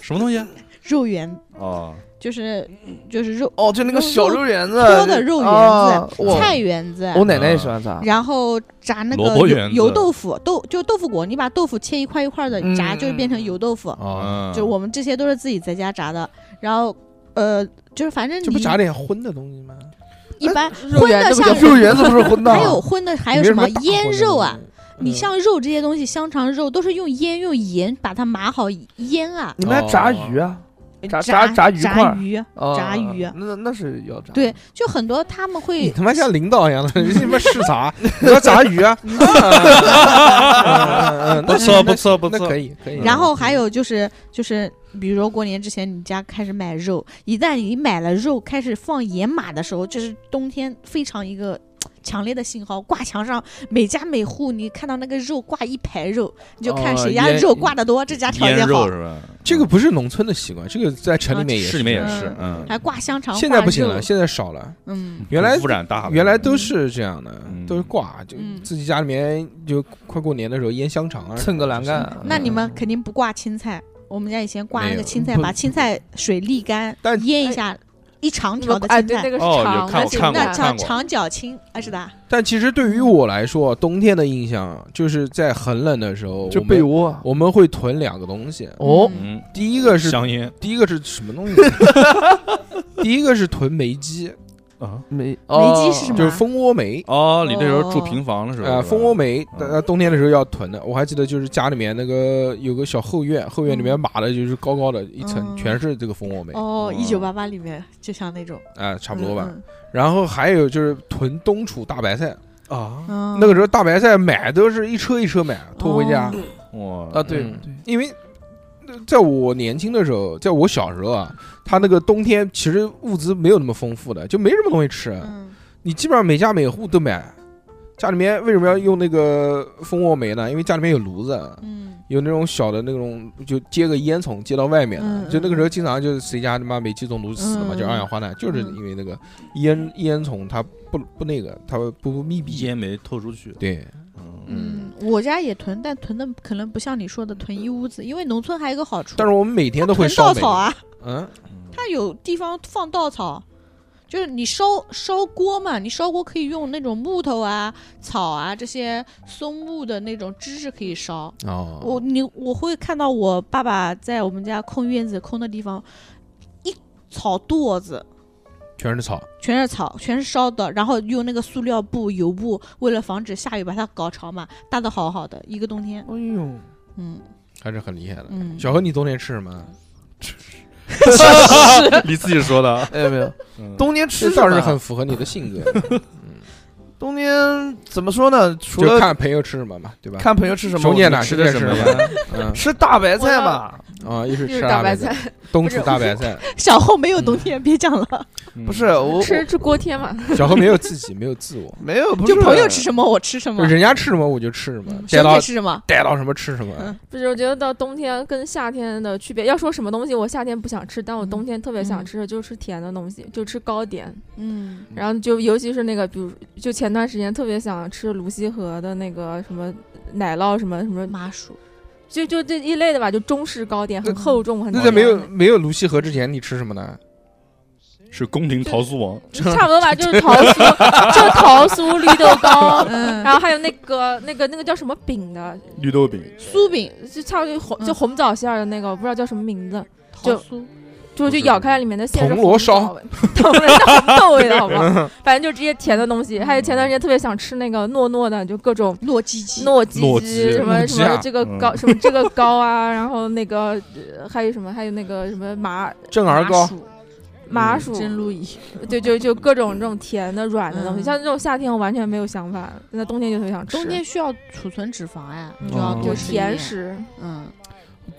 什么东西
肉圆
啊？
就是就是肉
哦，就那个小肉圆子，
搓的肉圆
啊
子、
呃我
菜圆子。
我奶奶也喜欢炸，
然后炸那
萝
个
卜
油
圆子
油豆腐，豆就豆腐果，你把豆腐切一块一块的炸，
嗯
就是变成油豆腐。
啊，
嗯，
就是我们这些都是自己在家炸的，然后呃，就是反正
这不
你
炸点荤的东西吗？
一般
肉
荤
圆
的
子不
像
就
肉圆子不是荤的啊，
还有荤的还有
里
什
面
么
大
腌
荤的
肉
东
啊
西？，
你
嗯
像肉这些东西，香肠肉都是用腌用盐把它码好腌啊，
你们还炸鱼啊？炸
炸
炸鱼块
炸
儿，
鱼，
啊
炸鱼
那那是要炸。
对，就很多他们
嗯你
会
他妈像领导一样的，你他妈视察， 你要炸鱼啊？嗯嗯嗯嗯
不错不错不
那
错嗯
可，以可以。
然后还有就是就是，比如说过年之前你家开始买肉，一旦你买了肉开始放盐码的时候，这是冬天非常一个强烈的信号。挂墙上每家每户你看到那个肉挂一排肉，你就看
哦
谁家
腌
肉挂的多，这家条
腌
件好
肉。是吧？
这个不是农村的习惯，这个在城里面也
啊市里面也是，嗯，
还挂香肠，
现在
挂
不行
肉
了，，现在少了。
嗯，
原来
污染大了，
原来都是这样的，
嗯
都是挂，就
嗯
自己家里面就快过年的时候腌香肠啊，
蹭个栏杆。
那你们肯定不挂青菜。我们家以前挂
没
那个
有
青菜，
不
把青菜水沥干
但，
腌一下，一嗯长条的
哎，
青
对，那
菜，
个是
哦有
长
看
的
过
青
看过
那
菜
看，
叫长角青，啊是的，
但其实对于我来说，冬天的印象就是在很冷的时候，
就
我
被
们
窝啊
我们会囤两个东西，
哦，
嗯
嗯，
第一个是
香烟
第一个是什么东西？ 第一个是囤煤鸡，
啊，
没
梅鸡是什么
就是蜂窝煤。
哦，你那时候住平房的
哦
时候，
哎
是
呃，
吧
蜂窝煤，
嗯
呃，冬天的时候要囤的。我还记得，就是家里面那个有个小后院，后院里面
嗯
码的就是高高的一层，
嗯
全是这个蜂窝煤，啊、
哦，
嗯
一九八八里面就像那种，
差不多吧。
嗯。
然后还有就是囤冬储大白菜，
啊，
嗯，
那个时候大白菜买都是一车一车买，
嗯
拖回家。
哦
哇
啊？对
嗯
对，
因为呃在我年轻的时候，在我小时候啊，他那个冬天其实物资没有那么丰富的，就没什么东西吃。
嗯
你基本上每家每户都买。家里面为什么要用那个蜂窝煤呢？因为家里面有炉子，
嗯
有那种小的那种，就接个烟囱接到外面的。
嗯嗯
就那个时候，经常就是谁家他妈煤气中毒死了嘛，
嗯
就二氧化碳，就是因为那个烟烟囱它不不那个，它不不密闭。
烟没透出去，
对，
嗯，我家也囤，但囤的可能不像你说的囤一屋子，因为农村还有一个好处，
但是我们每天都会
囤
烧
稻
煤。
草啊，
嗯，
它有地方放稻草。就是你烧烧锅嘛，你烧锅可以用那种木头啊、草啊这些松木的那种枝是可以烧。
哦，
我嗯你我会看到我爸爸在我们家空院子空的地方，一草垛子，
全是草。
全是草，全是烧的，然后用那个塑料布、油布，为了防止下雨把它搞潮嘛，搭的好好的，一个冬天。
哎呦，
嗯
还是很厉害的。
嗯，
小何，你冬天吃什么？
你自己说的，
哎没有，
嗯
冬天吃
这
什
倒
么
是很符合你的性格，
冬天怎么说呢？ 除
就
了
看朋友吃什么嘛，对吧？
看朋友吃什么，
熊姐
我
呢？
就
吃
熊
的什
姐吃
么
什么？嗯
吃大白菜吧？
啊，一是
就
吃
是大
大
白
白
菜
菜，，冬
不是
储大白菜。
小后没有冬天，别讲了。
嗯
不是我
吃吃锅贴嘛，
小何没有自己，没有自 我，
没有，不是啊
就朋友吃什么我吃什
就
么，
人家吃什么我就吃什么，
嗯
逮
熊
到
姐吃什么。
逮到什么吃什么
嗯。
不是，我觉得到冬天跟夏天的区别，要说什么东西，我夏天不想吃，但我冬天特别想吃的就是甜的东西，就吃糕点。
嗯
然后就尤其是那个，比如就前段时间特别想吃泸溪河的那个什么奶酪什么什么，
麻薯，
就就这一类的吧，就中式糕点，很
那
厚重，很
那在没有
甜的
没有泸溪河之前，你吃什么呢？
是宫廷桃酥王，
差不多吧，就是桃酥，就是桃酥绿豆糕。
嗯，
然后还有那个那个那个叫什么饼的，
绿豆饼，
酥饼、
就差不多红
嗯
就红枣馅儿的那个，我不知道叫什么名
嗯
字，
桃
就
酥，
就就咬开来里面的馅是
铜锣烧嗯
红枣味， 铜锣烧红豆味的好不好？反正就这些甜的东西。还有前段时间特别想吃那个糯糯的，就各种
糯叽叽，
糯叽
糯
叽
叽
什
糯
么
叽
什么
啊
这个
嗯
糕什么这个糕啊，然后那个呃还有什么还有那个什么麻
正儿
麻
高，
薯
麻
嗯
薯，
真路易，
对就就各种这种甜的软的东西。
嗯
像这种夏天我完全没有想法，那冬天就特别想吃。
冬天需要储存脂肪哎，
嗯
就要
哦
多
就
吃一
甜
点，
食，
嗯，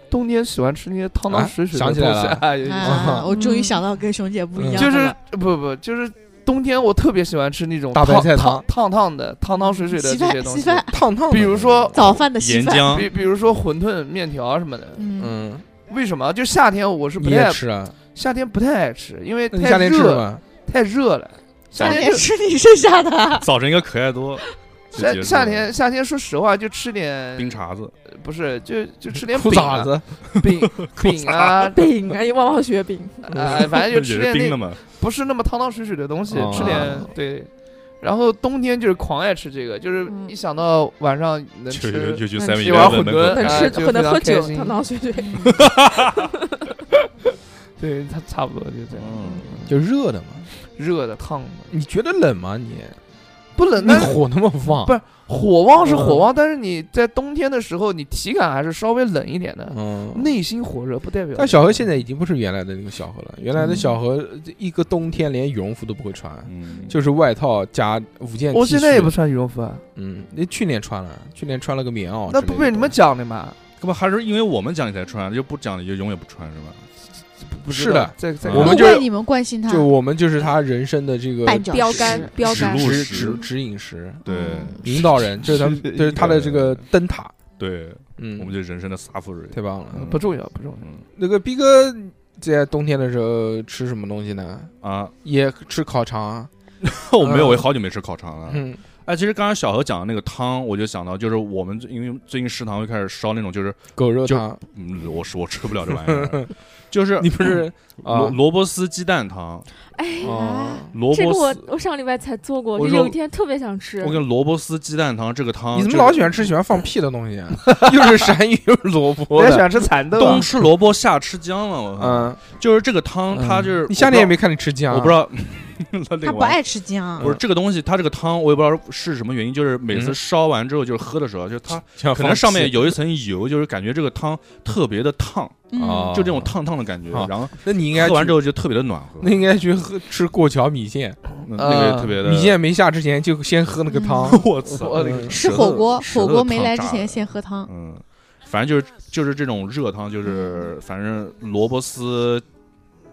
冬天喜欢吃那些汤汤水水的
啊想起来了
东西哎有意思
啊，我终于
嗯
想到跟熊姐不一
嗯
样的
就是
了
不不就是冬天我特别喜欢吃那种
大白
烫
菜
烫烫烫的、汤汤水水的
稀
这些
饭
东
稀
西，
饭
烫烫的
比如说
早饭的稀
岩
饭，
啊
浆
比比如说馄饨、面条什么的。
嗯，
嗯，
为什么？就夏天我是不
你
太
也吃啊？
夏天不太爱吃，因为
那你
太
夏天吃什
热了，
么？
太热了。夏
夏
天
天
就
吃你剩下的，
早晨一个可爱多，就结束
夏
了
夏天夏天，说实话就吃点
冰碴子，
不是就就吃 点
裤
饼啊
衩子，
饼饼啊，
饼啊，旺旺 雪饼，
呃，反正就
也
吃
是冰
点
的
那
嘛。
不是那么汤汤水水的东西，
哦
吃点对。然后冬天就是狂爱吃这个，就是
嗯
一想到晚上能
就
吃
就就去
能
seven
吃碗
eleven
馄饨
门
能
口
哎
呃
吃
就
可
非
能
常
喝
开
酒，
心
汤汤 水水。
对，它差不多就这样。
嗯
就热的嘛。
热的、烫的，
哦你觉得冷吗？你
不冷，
你
但是
火那么旺，
不是火旺
嗯
是火旺，但是你在冬天的时候，你体感还是稍微冷一点的，
嗯。
内心火热不代表。
但小何现在已经不是原来的那个小何了，原来的小何一个冬天连羽绒服都不会穿，
嗯，
就是外套加五件 T 恤。
我现在也不穿羽绒服，啊，
嗯，那去年穿了，去年穿了个棉袄之类的东
那
西。
不被你们讲的吗？
不还是因为我们讲你才穿，就不讲你就永远不穿是吧？
不知
是的
道，在在
我们
不
就
怪你们惯性他
就我们就是他人生的这个
嗯绊脚
标
石
杆，标
指
杆
路
指
石
指指引石，
对
嗯
引导人，这 是他们，
是
这是他的这个灯塔，
对，
嗯，
我们就人生的撒夫人。
太棒了。
呃不重要，不重要。
嗯
那个逼哥在冬天的时候吃什么东西呢？
啊，
也吃烤肠， 啊
我没有，
嗯
我好久没吃烤肠了。
嗯，
哎，其实刚刚小何讲的那个汤，我就想到，就是我们最因为最近食堂会开始烧那种，就是
狗肉
就
汤，
嗯，我是我吃不了这玩意儿， 就是
你不是
萝
啊？
嗯萝啊卜丝鸡蛋汤，
哎，
哦，
萝
这个
卜
我
丝，
我上礼拜才做过，
我
就
说
有一天特别想吃
我。跟萝卜丝鸡蛋汤这个汤，
你怎么
这个
老喜欢吃喜欢放屁的东西啊？ 又是鳝鱼，又是萝卜
我也喜
的，
欢吃蚕豆啊
冬，吃萝卜夏吃姜嘛？我靠，
嗯，
就是这个汤，它嗯就是
你夏天也没
我
看你吃啊姜，
不知道，我不知道
他
他
不爱吃姜，
不是这个东西，它这个汤我也不知道是什么原因，就是每次
嗯
烧完之后，就是喝的时候，就是它
想
可
放
能上面
屁
有一层油，就是感觉这个汤特别的烫，
嗯，
哦
就这种烫烫的感觉
好，
然后
那你应该
喝完
去
之后就特别的暖和
那，应该去喝吃过桥米线，嗯
那那个
呃
特别的
米 线没下之前就先喝那个汤。
我操！
我
嗯
吃
舌
火
头
锅，
舌
火
头
锅没
烫
来
炸
之前
了
先喝汤，
嗯，反正就是就是这种热汤，
嗯
就是反正萝卜丝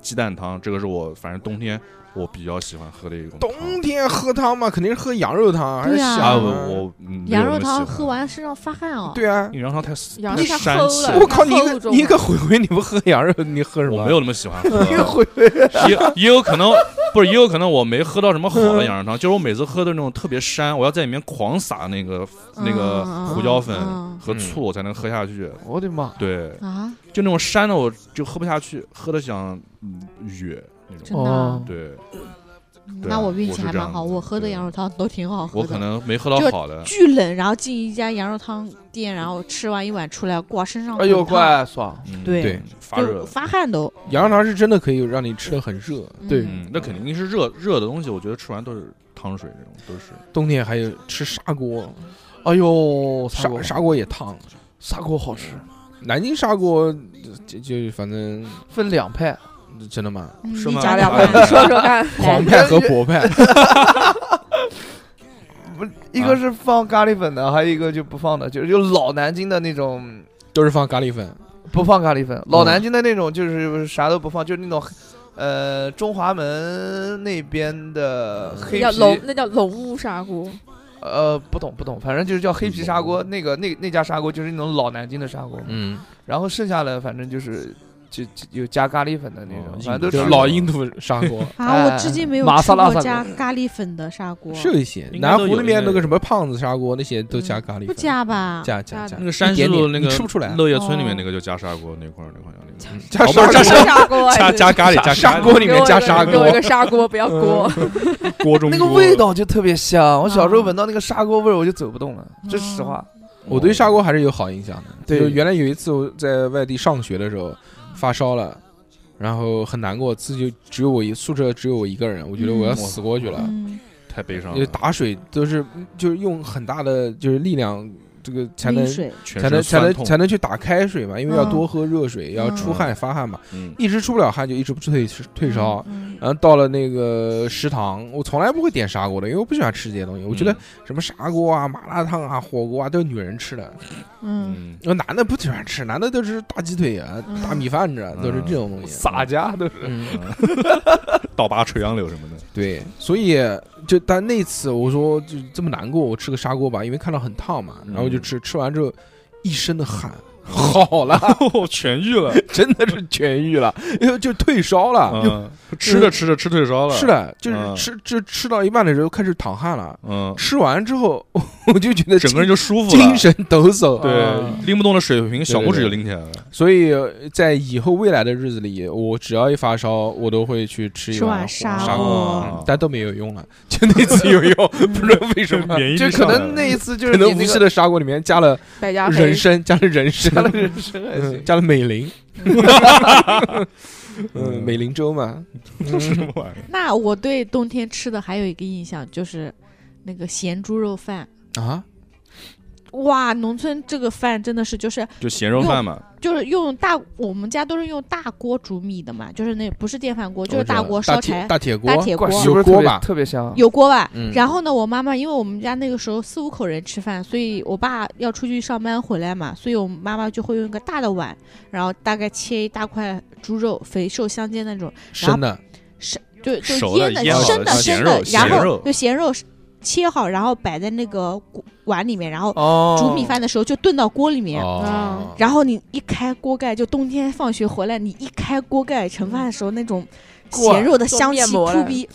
鸡蛋汤，这个是我反正冬天我比较喜欢喝的一种汤。
冬天喝汤嘛，肯定是喝羊肉汤，还是
对啊
啊，
虾
我
吗？
我嗯没有
羊
那
肉
么喜
汤
欢
喝，完身上发汗哦。
对啊，
因为羊肉汤太死
羊
太
肉汤
膻
齁
气
了
我靠，你一
齁
个
住
你一个
了
回回你不喝羊肉，你喝什么？
我没有那么喜欢喝
一个，回
也也有可能不是，也有可能我没喝到什么好的羊肉汤，就是我每次喝的那种特别膻，我要在里面狂撒那个那个
嗯
胡椒粉
嗯
和醋，我才能喝下去。
我的妈！
对，
啊，
就那种山的，我就喝不下去，喝的想嗯哕那种。
真的啊
哦？
对，对啊
嗯那我运
我
气
是
还
这
蛮
样
好，
子
我喝的
对
羊肉汤都挺好喝的。
我可能没喝到
就
好的。
巨冷，然后进一家羊肉汤店，然后吃完一碗出来，哇，身上
哎呦，
很烫，
怪爽！
嗯
对
对
发
就
热。
发汗都。
羊肉汤是真的可以让你吃的很热。对，
嗯，那肯定是热热的东西，我觉得吃完都是汤水，这种都是。
冬天还有吃砂锅，
哎呦，砂
砂
锅
砂锅也烫。嗯
砂锅好吃，
南京砂锅就就反正
分两派，
真的吗？
嗯
是
你
吗啊哎
讲
两
两
碗，
碗
你， 说说看。
黄派和薄 派，
不是一
啊
个是放咖喱粉的，还有一个就不放的，就是就老南京的那种
都是放咖喱粉。
不放咖喱粉，
嗯
老南京的那种就是啥都不放，就是那种。呃，中华门那边
嗯
的黑
那叫龙
皮，，
那叫龙屋 砂锅，
呃，不懂不懂，反正就是叫黑皮砂锅。那个那那家砂锅就是那种老南京的砂锅，
嗯，
然后剩下的反正就是就就有加咖喱粉的那
哦
种，
印
反正
度
都
嗯就是
砂
老
锅
印度砂锅。
哎
啊，我至今没有
玛
吃
莎拉
过
砂
加咖喱粉的砂锅，
是有一些，
应该
南
都
湖
有
那边
应该
那个
有
什么胖子砂锅那些都加咖喱
嗯不
粉，
加吧？
加加加
那，个山
一
西
点
路
点
那
你
个
吃不出来
乐业村里面
哦
那个就加砂锅那块儿那块儿那块儿
加
哦
砂
不是加砂
锅
砂锅哎
加
对
加咖喱加
砂
咖喱
锅里
给
面
我
加
一个
砂
给我一
锅，嗯
个砂锅，不要锅。
锅中
那个
锅哦
味，道就特别香。我小时候闻到那个砂锅味儿，我就走不动了，
嗯
这是实话。
我
哦
对砂锅还是有好印象的。
对
就原来有一次我在外地上学的时候发烧了，然后很难过，自己就只有我一宿舍只有我一个人，我觉得我要
嗯
死过去了。
嗯，
太悲伤
就
了。
打水都是就是用很大的就是力量这个才能
冰水，
全
才
身
能才
酸
能
痛
才，能去打开水嘛，因为要
嗯
多喝热水，要出
嗯
汗发汗嘛，
嗯，
一直出不了汗就一直退退烧，
嗯
然后到了那个食堂，我从来不会点砂锅的，因为我不喜欢吃这些东西。我觉
嗯
得什么砂锅啊、麻辣烫啊、火锅啊，都是女人吃的，
嗯，
嗯，
因为呃男的不喜欢吃，男的都是大鸡腿啊、
嗯
大米饭这，都是
嗯
这种东西。
洒家都是
嗯，
倒拔垂杨柳什么的，
对，所以就但那次我说就这么难过，我吃个砂锅吧，因为看到很烫嘛，然
嗯
后就吃，吃完之后一身的汗。好了，
哦，痊愈 了，
真的是痊愈了，因为就退烧了。
嗯，吃着吃着吃退烧了，
是，的，就是
嗯
吃，就吃到一半的时候开始淌汗了。
嗯，
吃完之后， 我我就觉得
整个人就舒服了，
精神抖擞。
对，拎不动的水瓶，小拇指
对对对
就拎起来了。
所以呃在以后未来的日子里，我只要一发烧，我都会去吃一
吃碗
碗
砂
砂
锅
嗯但都没有用了， 就那次有 用，不知道为什么，
免疫力
就可
上来
能
了
那一次就
可
是
能
你
无
那
锡
个
的砂锅里面加了
百家
人
肥，
参，加了人
加
参，
了人参还
嗯
行，
加了美林，嗯，美林粥嘛，
嗯
什么玩意儿？
那我对冬天吃的还有一个印象就是那个咸猪肉饭。
啊，
哇，农村这个饭真的是就是
就咸肉饭嘛，
就是用大，我们家都是用大锅煮米的嘛，就是那不是电饭锅，就是
我知道
大锅烧
铁
柴、
哦大铁锅
大，铁锅
哇，是
有
不是
锅
特别
吧
特别香，
有锅吧。
嗯
然后呢，我妈妈因为我们家那个时候四五口人吃饭，所以我爸要出去上班回来嘛，所以我妈妈就会用一个大的碗，然后大概切一大块猪肉，肥瘦相间那种，
生的，
就就
熟
腌
的腌好
生
的
的
咸
生的
肉，
然
咸
后
肉
就咸肉切好，然后摆在那个锅碗里面，然后
哦，
煮米饭的时候就炖到锅里嗯面。
哦，
然后你一开锅盖，就冬天放学回来，你一开锅盖盛饭的时候那种
锅
咸肉的
做
香
面
气
膜
扑
了
鼻，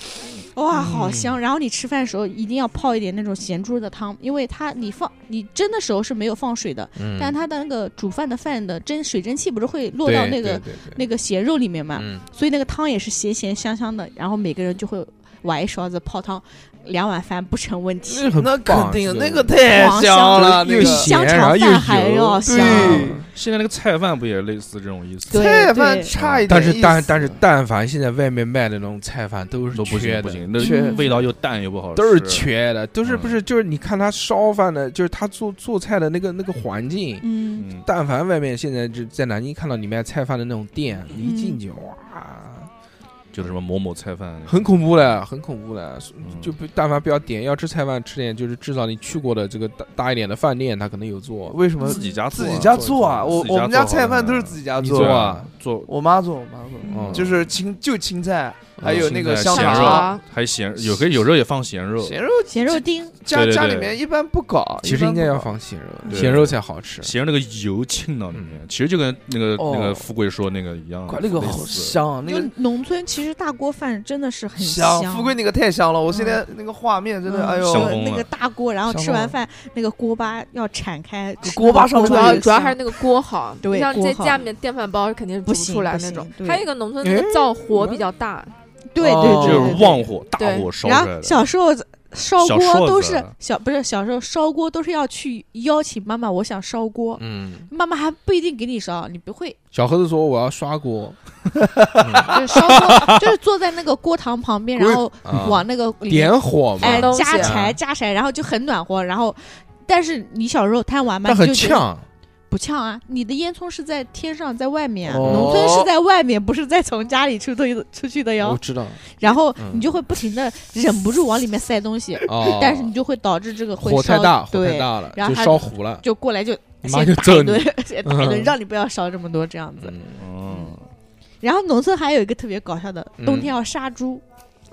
哇，好香！然后你吃饭的时候一定要泡一点那种咸猪肉的汤，因为它你放你蒸的时候是没有放水的，
嗯
但它的那个煮饭的饭的蒸水蒸气不是会落到那个，那个咸肉里面嘛，
嗯，
所以那个汤也是咸咸香香的，然后每个人就会挖一勺子泡汤，两碗饭不成问题。
那很
那肯
棒
定，
这
那个太
黄
香
香
了，那
又
个嗯
咸
香肠
然后
饭还
又油
要，香
对。
现在那个菜饭不也类似这种意思？
对
菜
对
饭差一点
但
意思，啊嗯
是但但是但凡现在外面卖的那种菜饭都是
都不
缺
行不行，
的，
缺
那味道又淡又不好吃，
都是缺的，都是
嗯
不是就是你看他烧饭的，就是他做做菜的那个那个环境。
嗯，
嗯，
但凡外面现在就在南京看到你卖菜饭的那种店，
嗯
你一进去哇，
就是什么某某菜饭，啊
很恐怖的，很恐怖的。
嗯
就不但凡不要点，要吃菜饭吃点，就是至少你去过的这个大大一点的饭店，他可能有做。
为什么
自己家
自
做
己
啊
家做啊？我
自己
我
家
们家
做好
菜饭都是
的
自己家
你
做
做
的，
啊？
做
我妈做，我妈做，
嗯
就是青就青菜，还有那个
现在
香
咸
肠、
肉，还咸，有可以有时候也放咸肉，
咸肉，
咸肉丁，
家
对对
家里
对
面一般不搞，
其
一
实
般
应该
不
要
搞
放咸肉，
对
咸肉才好吃。
咸肉那个油沁到里面，其实就跟那个
嗯哦
那个富贵说那个一样，
快，那个
类
好
似，
香啊，那
因
个
为农村其实大锅饭真的是很
香，富贵那个太香了，我现在那个画面真的，
嗯
香啊
哎呦，
疯
那
了
个大锅，然后
香
吃完
疯
饭那个锅巴要铲开，吃
锅巴上面
主
主
都
要
要
有
主要还是那个锅好，
对
你像
锅
在
好
家里面电饭煲肯定是
不
煮
行
出
不
来那种
行。对哎
还有一个农村那个灶火比较大，
对
哦
对
就
对对
是
对。
旺火大
对
火烧出
然
来
后
的，
小时候烧
小
锅
涮
都
子啊
是小不是小时候烧锅都是要去邀请妈妈，我想烧锅，
嗯，
妈妈还不一定给你烧，你不 会，
小何子说我要刷锅，
就是烧锅就是坐在那个锅膛旁边，然后
啊
往那个里面
点火嘛，
哎
东西
加柴
啊
嗯
加柴，然后就很暖和，然后。但是你小时候贪玩嘛，
但
你
很
就觉得
呛。
不呛啊！你的烟囱是在天上，在外面啊、
哦
农村是在外面，不是在从家里出的出去的
我
哟。
知道
然后
嗯
你就会不停的忍不住往里面塞东西，
哦，
但是你就会导致这个会
火太
烧
大，火太
对，
大了，
然后
就
他
烧糊了。
就过来就
你妈
先
就
打
揍
一顿， 先打一顿，
嗯
让你不要烧这么多这样子。
嗯
嗯，
然后农村还有一个特别搞笑的，
嗯
冬天要杀猪，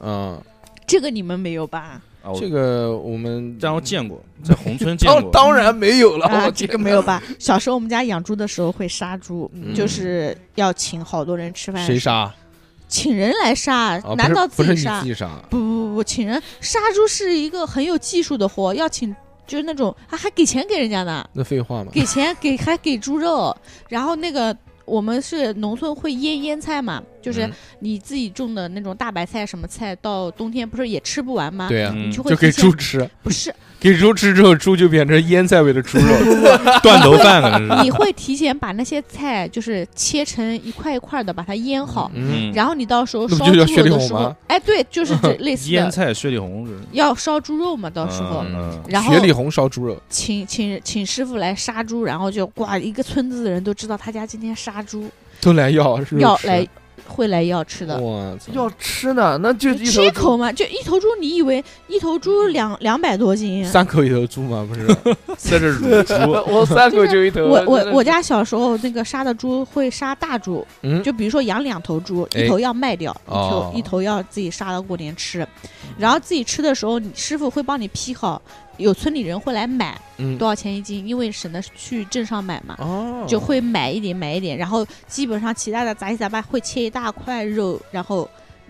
嗯，
这个你们没有吧？
啊，我
这个哦我们
然后见过，在红村 见
当
过，
当然没有了，
啊，
我
这
天
个没有吧？小时候我们家养猪的时候会杀猪，
嗯
就是要请好多人吃饭，
谁杀？
请人来杀
啊，，
难
不
道
是不
自
是
己
你
杀
自？己杀？
不不不不，请人杀猪是一个很有技术的活，要请就是那种还还给钱给人家呢，
那废话嘛。
给钱给还给猪肉，然后那个我们是农村会腌腌菜嘛，就是
嗯
你自己种的那种大白菜什么菜，到冬天不是也吃不完吗？
对啊，
嗯
就会
就给
提前
猪吃，
不是
给你肉吃之后，猪就变成腌菜味的猪肉，
断头饭 了，这
你
是。
会提前把那些菜就是切成一块一块的，把它腌好，
嗯，
然后你到时候
那不就
烧猪
叫
肉
雪里
的
红
时候
吗，
哎，对，就是 这类似
腌
的，
菜雪里红是，
要烧猪肉嘛，到时候。
嗯
然后
雪里红烧猪肉，
请请请师傅来杀猪，然后就哇，一个村子的人都知道他家今天杀猪，
都来要是哦
要来会来要吃的。
我操，
要吃呢，那就一
吃
头
一
猪
口嘛，就一头猪，你以为一头猪两两百多斤？
嗯三口一头猪嘛，不是？
嗯在这乳猪，
我三口就一头。
我
真的
我
是
我家小时候那个杀的猪会杀大猪，
嗯，
就比如说养两头猪，
哎
一头要卖掉，一
哦嗯
头一头要自己杀了过年吃，然后自己吃的时候，你师傅会帮你批好，有村里人会来买
嗯
多少钱一斤，因为省得去镇上买嘛，
哦，
就会买一点买一点，然后基本上其他的杂七杂八会切一大块肉，然后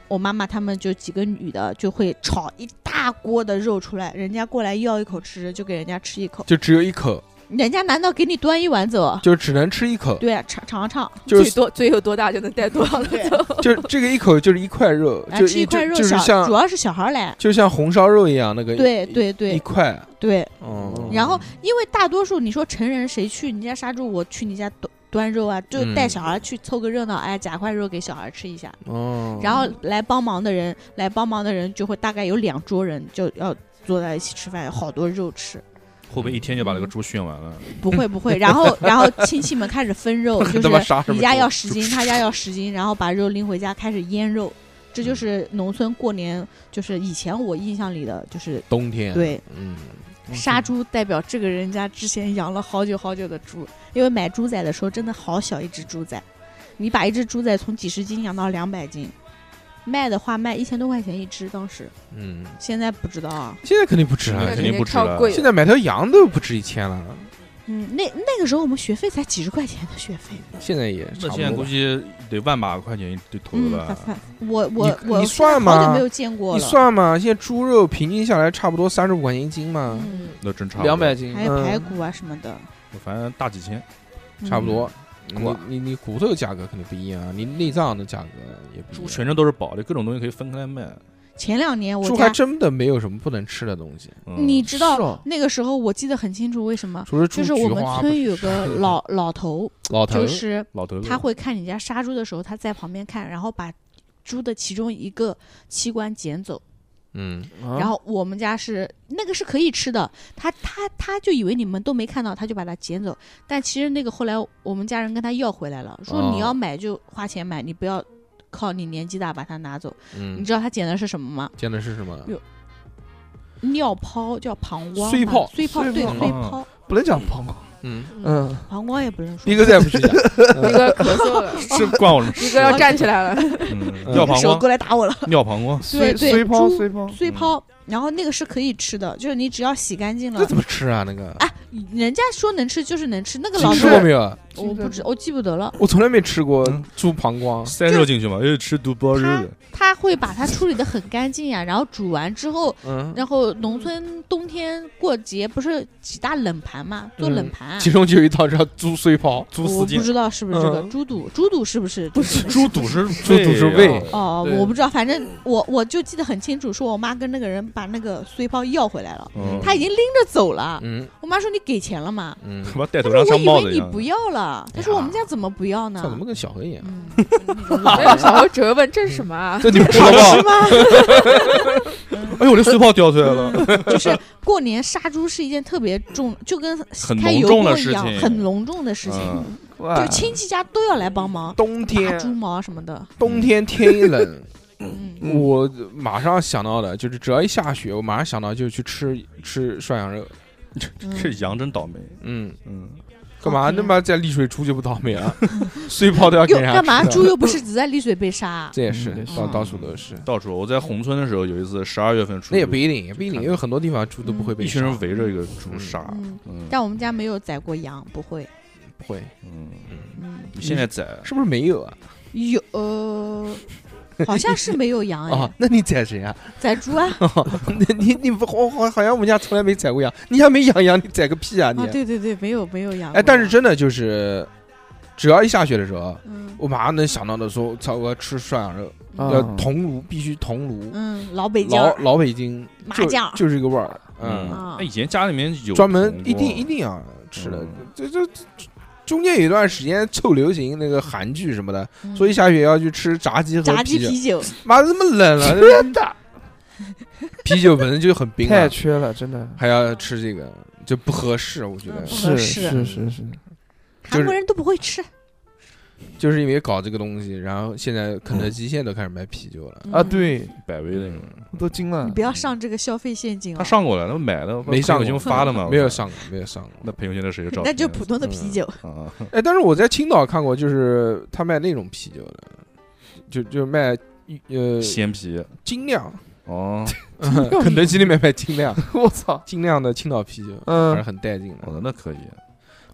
我妈妈他们就几个女的就会炒一大锅的肉出来，人家过来要一口吃就给人家吃一口，
就只有一口，
人家难道给你端一碗走啊？
就只能吃一口，
对啊，尝尝尝，
就
嘴
是
多嘴有多大就能带多少的走。
就这个一口就是一块肉，
来
就
哎啊吃一块肉
就
小，
就是
主
像
要是小孩儿来。
就像红烧肉一样那个，
对对
一
对嗯
块，
对，
哦，
然后因为大多数你说成人谁去你家杀猪，我去你家端端肉啊，就带
嗯
小孩去凑个热闹，哎，夹块肉给小孩吃一下。
哦，
然后来帮忙的人，来帮忙的人就会大概有两桌人就要坐在一起吃饭，好多肉 吃。
会不会一天就把那个猪炫完了？
不会不会，然后然后亲戚们开始分 肉， 就
他妈
是
杀什么
你家
猪
要十斤，他家要十斤，然后把肉拎回家开始腌肉。这就是农村过年，就是以前我印象里的，就是
冬天，
对，
嗯，
杀猪代表这个人家之前养了好久好久的猪，因为买猪仔的时候真的好小一只猪仔，你把一只猪仔从几十斤养到两百斤，卖的话卖一千多块钱一只，当时
嗯，
现在不知道啊，
现在肯定不吃
那
了
肯，定不吃了
超贵
现在买条羊都不止一千了，
嗯，那那个时候我们学费才几十块钱的学费，
现在也
那
差不
现在
多
估。计得万把块钱一堆头
嗯，
了
反
吧？
反我我
你
我
你
现在
算吗
好久没有见过
你
了，
算嘛，现在猪肉平均下来差不多三十五块钱一斤嘛，
嗯，
那真差不多
两百，斤，
还有
嗯
排骨啊什么的，
反正大几千。
嗯
差不多。
骨
你你你骨头价格肯定不一样啊，你内脏的价格也不一
猪
样。
全身都是宝，的，各种东西可以分开卖。
前两年我
猪还
家，
真的没有什么不能吃的东西，
嗯
你知道
是哦
那个时候我记得很清楚，为什么？
除了猪
啊就是我
菊
们
花不
村
是
有个老老头，
老头
就
儿，
是
老头子
他会看你家杀猪的时候，他在旁边看，然后把猪的其中一个器官捡走。
嗯，
啊
然后我们家是那个是可以吃的，他他他就以为你们都没看到，他就把它捡走。但其实那个后来我们家人跟他要回来了，说
哦
你要买就花钱买，你不要靠你年纪大把它拿走。你
嗯，
知道他捡的是什么吗？
见的是什么？
有尿泡叫膀胱吧，
碎泡
碎泡
碎
对
泡
碎
嗯
泡，
不能讲膀胱，
嗯，
嗯，
膀胱也不能说
逼。哥再不去 讲，
一个咳嗽 了，
是关我什么
一
事
个
啊？
要站起来了，
嗯
嗯
尿
你
膀
手
胱，
过来打我了，
尿膀胱，
对
随
对
随抛
猪
随 抛，
碎泡。然后那个是可以吃的，就是你只要洗干净
这
了
怎，么吃啊？那个，
啊人家说能吃就是能吃。那个
你
老
吃
头
过没有啊？
我不知我记不得了，
我从来没吃过
嗯
猪膀胱，
塞肉进去嘛，又吃肚包肉的，
他会把它处理的很干净呀、然后煮完之后，
嗯，
然后农村冬天过节不是几大冷盘嘛，做冷盘啊、
其中就有一道叫猪碎泡，
嗯猪
我
四
不
斤，
知道是不是这个
嗯
猪肚，猪肚是不是不 是
猪肚是
猪肚是胃
啊
哦，
对
我不知道，反正我我就记得很清楚，说我妈跟那个人把那个碎泡要回来了，
嗯
他已经拎着走了。
嗯
我妈说你给钱了吗？
嗯，
他妈戴
她
头
说
上
我
像
以
帽
为
子一
你
样 哎
不。要了。她说我们家怎么不要呢
操，？怎么跟小黑一样？
嗯，
小时候只会问这是什么啊？
这你们知道
是
吗？
哎呦，我的碎泡掉出来了！
就是过年杀猪是一件特别重，就跟
很
开
隆
油
重的
锅
事
一样
情，
很隆重的事情。
嗯
哇
就亲戚家都要来帮忙，
冬
拔
天，
猪毛什么的。
冬天天一冷，
嗯，
嗯
我马上想到的就是只要一下雪，我马上想到就去吃吃涮羊肉。
嗯
这羊真倒霉，
嗯，
嗯，
干嘛
好
他
甜
妈在丽水猪就不倒霉 啊？碎泡 都要给
嗯又
人家
干嘛？
吃的
猪又不是只在丽水被杀，
这也是
嗯
到
嗯
到处都是。
到处我在红村的时候有一次，十二月份出去，
那也不一定，也不一
看
定，
到
因为很多地方猪都不会被
一群
杀
人围着一个猪杀，
嗯，
嗯
但我们家没有宰过羊，不会。
不会，
嗯，
嗯，
你现在宰
是不是没有啊？
有呃，好像是没 有羊
啊
哎，，
那你宰谁啊？
宰猪啊。
那你你不好好好像我们家从来没宰过羊，你还没养羊，你宰个屁啊你
啊，！对对对，没有没有羊过。
哎，但是真的就是，只要一下雪的时候，
嗯
我马上能想到的说，操，我要吃涮羊肉，
啊
嗯
要铜炉，必须铜炉，
嗯，老北京
老老北京
麻
就
酱
就这个味儿，嗯，
啊
那哎以前家里面有
专门
铜锅
一定一定要吃的
嗯。
这这这中间有一段时间臭流行那个韩剧什么的，
嗯
所以下雪要去吃炸鸡和
炸鸡
啤酒。
啤酒，
妈这么冷了，真的，啤酒本身就很冰
太
了，
缺了，真的
还要吃这个就不合适，我觉得
嗯不合
是
适
是
就
是是，
是
韩国人都不会吃。
就是因为搞这个东西，然后现在肯德基现在都开始卖啤酒了，
啊，对，
百威那种，
嗯
我都惊了
嗯你不，要上这个消费陷阱啊
他
了，
上过了，他买的
没上过嗯
就发的嘛，
没有上过，没有上过。
那朋友圈的谁的照
那
片？
就普通的啤酒，
啊，
嗯
哎，但是我在青岛看过，就是他卖那种啤酒的，就就卖呃
鲜啤
精酿，
哦，
肯德基里面卖精酿，
我操，
精酿的青岛啤酒还是
嗯，
很带劲的。
我的那可以，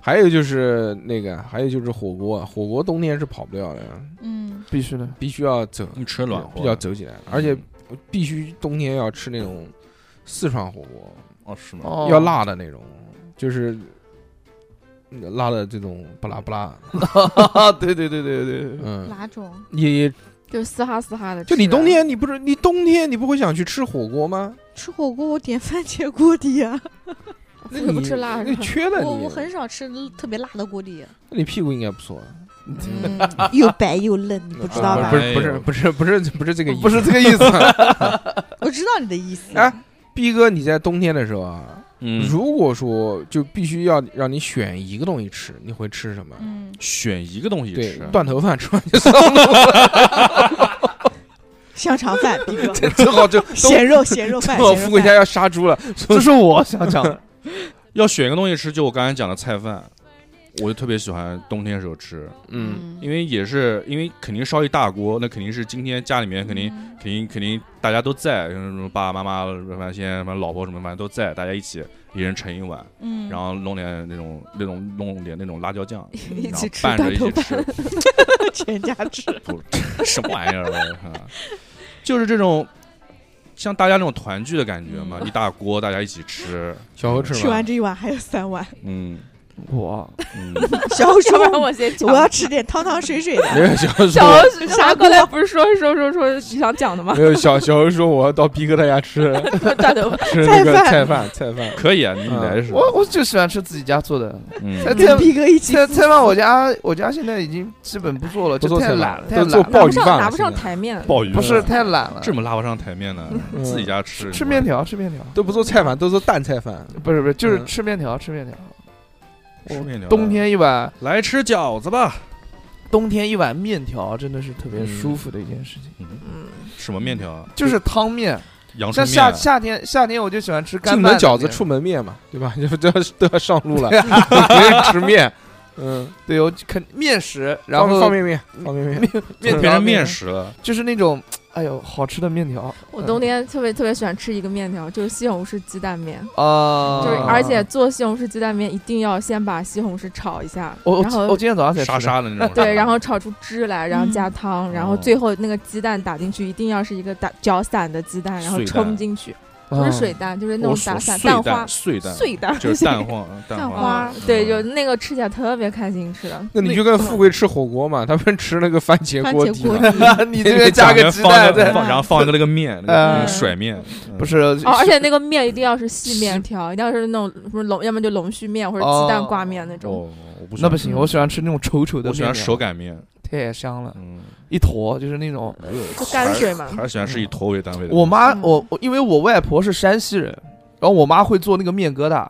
还有就是那个，还有就是火锅啊，火锅冬天是跑不掉的，
嗯，
必须的，
必须要走，
你吃暖和啊
比较走起来，而且
嗯
必须冬天要吃那种四川火锅，
哦是吗？
哦，
要，辣的那种，就是嗯辣的这种不辣不辣，
对对对对对 对，
嗯，
哪种？
也也
就是嘶哈嘶哈的吃。
啊
就你冬天你不是你冬天你不会想去吃火锅吗？
吃火锅我点番茄锅底啊，
那
我
你
不吃辣
那
是吧
缺了你，
我我很少吃特别辣的锅底，
那你屁股应该不错，
嗯，又白又嫩，你不知道吧
啊不？是不
哎
是不是不是不是这个意思，
不是这个意思，
我知道你的意思。
哎 逼哥，你在冬天的时候啊，
嗯，
如果说就必须要让你选一个东西吃，你会吃什么？
嗯，
选一个东西
对
吃，，啊
断头饭吃完就
香肠饭，比哥，
正好就 都
咸肉咸肉饭，
我
咸
富
肉
贵
饭
家要杀猪了，
这是我 想讲的，
要选一个东西吃，就我刚才讲的菜饭，我就特别喜欢冬天时候吃，
嗯，
因为也是因为肯定烧一大锅，那肯定是今天家里面肯定肯定肯定大家都在，什么爸爸妈妈、反正现在什么老婆什么反正都在，大家一起一人盛一碗，
嗯，
然后弄点那种那种弄点那种辣椒酱，
一
然后
起吃
拌着
断
一
头
起
饭，
吃，
全家吃，
什么玩意儿啊？就是这种像大家那种团聚的感觉
嗯
嘛，一大锅大家一起吃，
小何吃
吃完
吗？
这一碗还有三碗。
嗯
我
嗯，
小欧
要
说
不然我先 讲
我要吃点汤汤水水的。
没有小何
小
说，
欧啥过来不是说说说说想讲的吗？
没有小小何说我要到逼哥他家吃
大头饭
吃那个菜
菜
饭菜饭，
可以啊，你来是吧？
我我就喜欢吃自己家做的，
嗯
菜
跟
菜
逼哥一起
菜菜饭我家我家现在已经基本不做了，
不
就
做
太
菜
懒
饭
了，太
都做嗯
懒了，
鲍
拿不
鱼
上
饭
拿不
了，
上
现在
台面，
鲍鱼
不是太懒了，
这么拉不上台面呢，
嗯
自己家吃
吃面条吃面条，
都不做菜饭，都做蛋菜饭。
不是不是就是
嗯
吃面条吃面条，
吃面条，
冬天一碗
来吃饺子吧。
冬天一碗面条真的是特别
嗯
舒服的一件事情，
什么面条啊？
就是汤面。
阳
像
春面
夏
啊。
夏天夏天我就喜欢吃干
进门
拌的
饺子
面
出门面嘛，对吧？ 都要都要上路了，所以吃面。嗯，
对我肯面食，然
方
后
方便面，方便面，
就
面
变
条
成嗯面食了，
就是那种哎呦好吃的面条
我冬天特别特别喜欢吃一个面条，就是西红柿鸡蛋面。
啊，
就是而且做西红柿鸡蛋面一定要先把西红柿炒一下，
我
然
我
后
我今天早上才吃
沙
的
沙的那种。
对，然后炒出汁来，然后加
嗯
汤，然
哦
后最后那个鸡蛋打进去，一定要是一个打搅散的鸡蛋，然后
碎蛋
冲进
啊
去，
啊
不是水，蛋，就是那种
我说
打散
碎
蛋花
蛋，碎蛋，
碎蛋，
就是蛋黄，
蛋
花
花，，对，
嗯
就那个吃起来特别开心，吃的。
那你就跟富贵吃火锅嘛，他们吃那个番茄
番
锅
茄
底
锅
嘛，
底，
啊 你这边加个鸡 蛋
在，
对，
放然后放一个那个面，那个
嗯
甩面，
不
是
是，
哦，而且那个面一定要是细面条，一定要是那种什么龙，要么就龙须面或者鸡蛋挂面那种。
哦，我不喜欢
那不行，我喜欢吃那种稠稠的，
我喜欢啊手，擀面，
太香了，
嗯，
一坨就是那种。
就泔水嘛，
还是喜欢是以坨为单位的。
我妈
嗯
我我因为我外婆是山西人，然后我妈会做那个面疙瘩，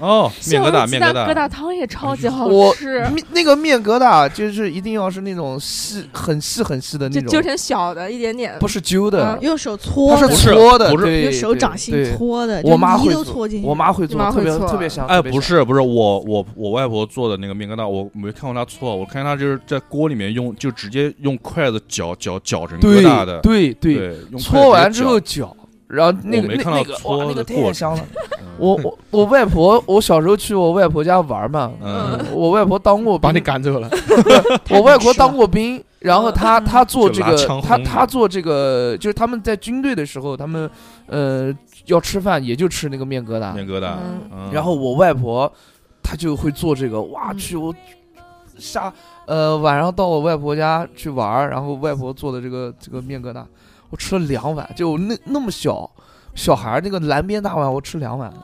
哦，
西
面
红
疙瘩，哎
柿鸡
面
蛋
疙
疙
瘩，
瘩汤也超级好
我
吃，
面那个面疙瘩就是一定要是那种细很细很细的那
就
种，
揪成小的一点点。
不是揪的
嗯，
用手
它
搓
是
的，
搓的，
不是
对
用手掌
对
心搓的，
我妈
就泥
会
都
做
搓进去。
我妈会
你
做，
妈
特
会
别
做
特别香。
哎，
特别
不
香，
是不是，我我我外婆做的那个面疙瘩，我没看过她搓，我看她就是在锅里面用，就直接用筷子搅搅搅成疙瘩的，
对对，
对，用筷子
搓完
直
之
接
后
搅，
搅，然后那
我
个
没
那
看到
那个
搓
哇，那
的
个
过
太
程
香了。
嗯
我我我外婆，我小时候去我外婆家玩嘛，
嗯，
我外婆当过
把你
兵
赶走了。
我外婆当过兵，然后 她她做
就
这
拿枪
个，她
轰
她做这个，就是他们在军队的时候，他们呃要吃饭也就吃那个面啊疙瘩
面，疙瘩，
嗯
嗯
然后我外婆她就会做这个，哇
嗯
去我下呃晚上到我外婆家去玩儿，然后外婆做的这个这个面疙瘩，我吃了两碗，就那那么小。小孩儿那个蓝边大碗，我吃两碗，
嗯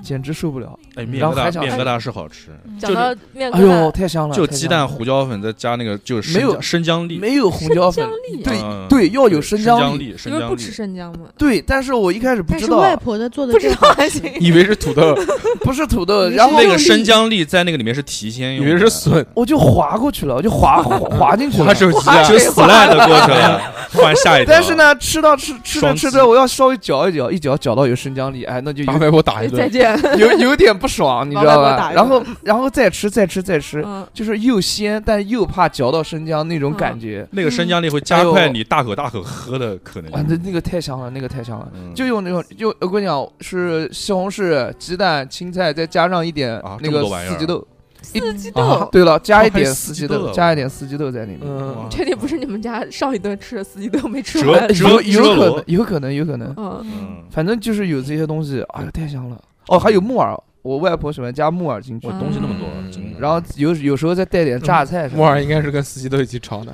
简直受不了。
哎，
嗯
面
然
疙
后还
瘩
想
面疙瘩是好吃，
讲到面
哎
疙
呦，
瘩，
太香了！
就
太
鸡
香
蛋
了
胡椒粉再加那个就是
没
生
有
姜生姜粒，
没有红椒粉
生，姜粒
对
嗯
对要有生姜
姜
粒
粒，
因
生
为
姜
不吃
粒。
生姜嘛，
对，但是我一开始不
但
知
是外
道，
婆的做的
不知
最
道
好
还
吃
行。
以为是土豆，
不是土豆，
你
然后
那个生姜粒在那个里面是提鲜
以
用的，
为是笋，
我就划过去了，我就划 划划进去了
滑。手机
就
啊，
死烂的过去了，换下一条。
但是，呢，吃到吃吃着
双
吃
击
着，我要稍微嚼一嚼，一嚼嚼到有生姜粒，哎，那就有
把外婆打一
再
顿。
见。
有有点不爽，你知道
往外
吧？
拨打一
然
顿
后然后再吃再吃再吃，
嗯，
就是又鲜但又怕嚼到生姜那种感觉，
那个生姜粒会加快你大口大口喝的可能
哇，
性。
那那个太香了，那个太香了。
嗯
就用那种，就我跟你讲，是西红柿、鸡蛋、青菜，再加上一点
啊
那
这么
个
多玩意儿
四季豆。
四季
啊
豆，
对了，加一
还
点
四
四
季
季
豆
豆，
啊
加一点四季豆在里面。
嗯，
确定不是你们家上一顿吃的四季豆没吃
折
完？
折折
有有可能
罗，
有可能，有可能，
嗯，
嗯，
反正就是有这些东西，哎呀，太香了。哦，还有木耳，我外婆喜欢加木耳进去
我，东西那么多，真的
然后有有时候再带点榨菜什么的，
木耳应该是跟四季豆一起炒的，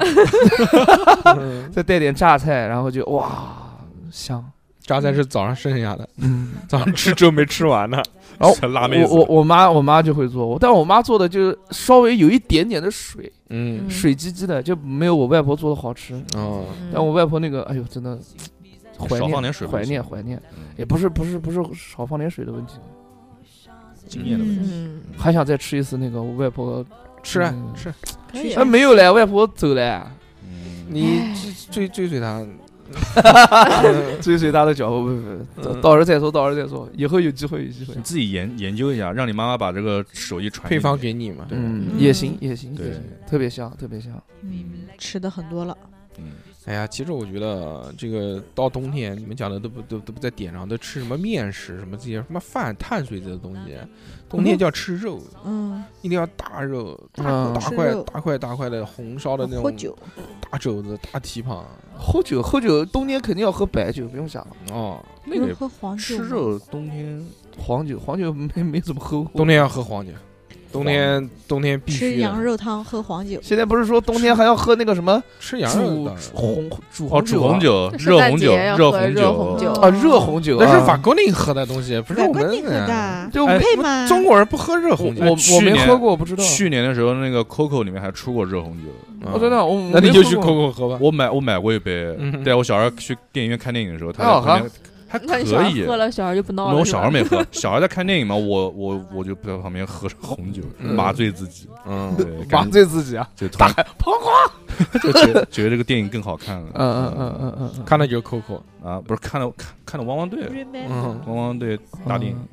嗯
再带点榨菜，然后就哇香。
哦
榨菜是早上剩下的，
嗯，
早上吃粥没吃完呢。
然后
拉妹
我
子，
我我妈我妈就会做，我但我妈做的就是稍微有一点点的水，
嗯，
水唧唧的，就没有我外婆做的好吃。
嗯
哦，
但我
嗯
外婆那个，哎呦，真的怀
少
念
放点水吧
怀念怀念，
嗯
也不是不是不是少放点水的问题，
经验的问题。
嗯，
还想再吃一次那个我外婆。
吃啊
嗯
吃，
可以
啊，没有嘞，外婆走了，
嗯
你追追追他，
追随她的脚步，不
嗯
不不，到到时候再说，到时候再说，以后有机会有机会
你。自己研研究一下，让你妈妈把这个手艺传
配方
给
给你嘛。
嗯，
嗯
也行也行，
对
也行特别香特别香。
嗯，吃的很多了。
你。嗯
哎呀，其实我觉得这个到冬天，你们讲的都不都都不在点上，都吃什么面食什么这些什么饭碳水这些东西，冬天就要吃肉，
嗯，
一定要大肉，大
嗯，
大
吃
块
肉哦
大块大块的红烧的那
喝
种
酒，
大肘子、大蹄膀
喝酒喝酒，冬天肯定要喝白酒，不用想了，
哦，
那
不
个
是
也
喝黄酒
吃
吗，
肉冬天
黄酒黄酒没没怎么喝过。
冬天要喝黄酒，冬天冬天必须
吃
的
羊肉汤，喝黄酒。
现在不是说冬天还要喝那个什么
吃羊肉
煮
当然
红煮
哦，
红
煮
啊
红酒、
圣
热
诞
红
节
酒、
要
热
喝
红
热红酒
啊，热红酒啊
那是法国人喝的东西，不是
法
我
国
们
人喝的，啊
对我
哎
配吗？
中国人不喝热
我
红酒，
我
去
我没
年
喝过，我不知道。
去年的时候，那个 COCO 里面还出过热红酒，
嗯
我真的，我
啊那你就去
口。
口口喝吧。
我买我买过一杯
嗯哼，
带我小孩去电影院看电影的时候，他
哦
在旁边还
那你小
可
孩
以。
喝了，小孩就不闹
那
了。
我
是
小
吧
孩没 喝，小孩在看电影嘛，我我我就在旁边喝着红酒，
嗯
麻醉自己，
嗯
对，
麻
感觉
醉自己啊！
就突然
彷徨。
就觉得觉得这个电影更好看了。
嗯嗯嗯嗯嗯嗯，
看的就是 Coco。
啊，不是看了看看了汪汪队，
嗯，
汪汪队大电
嗯
影，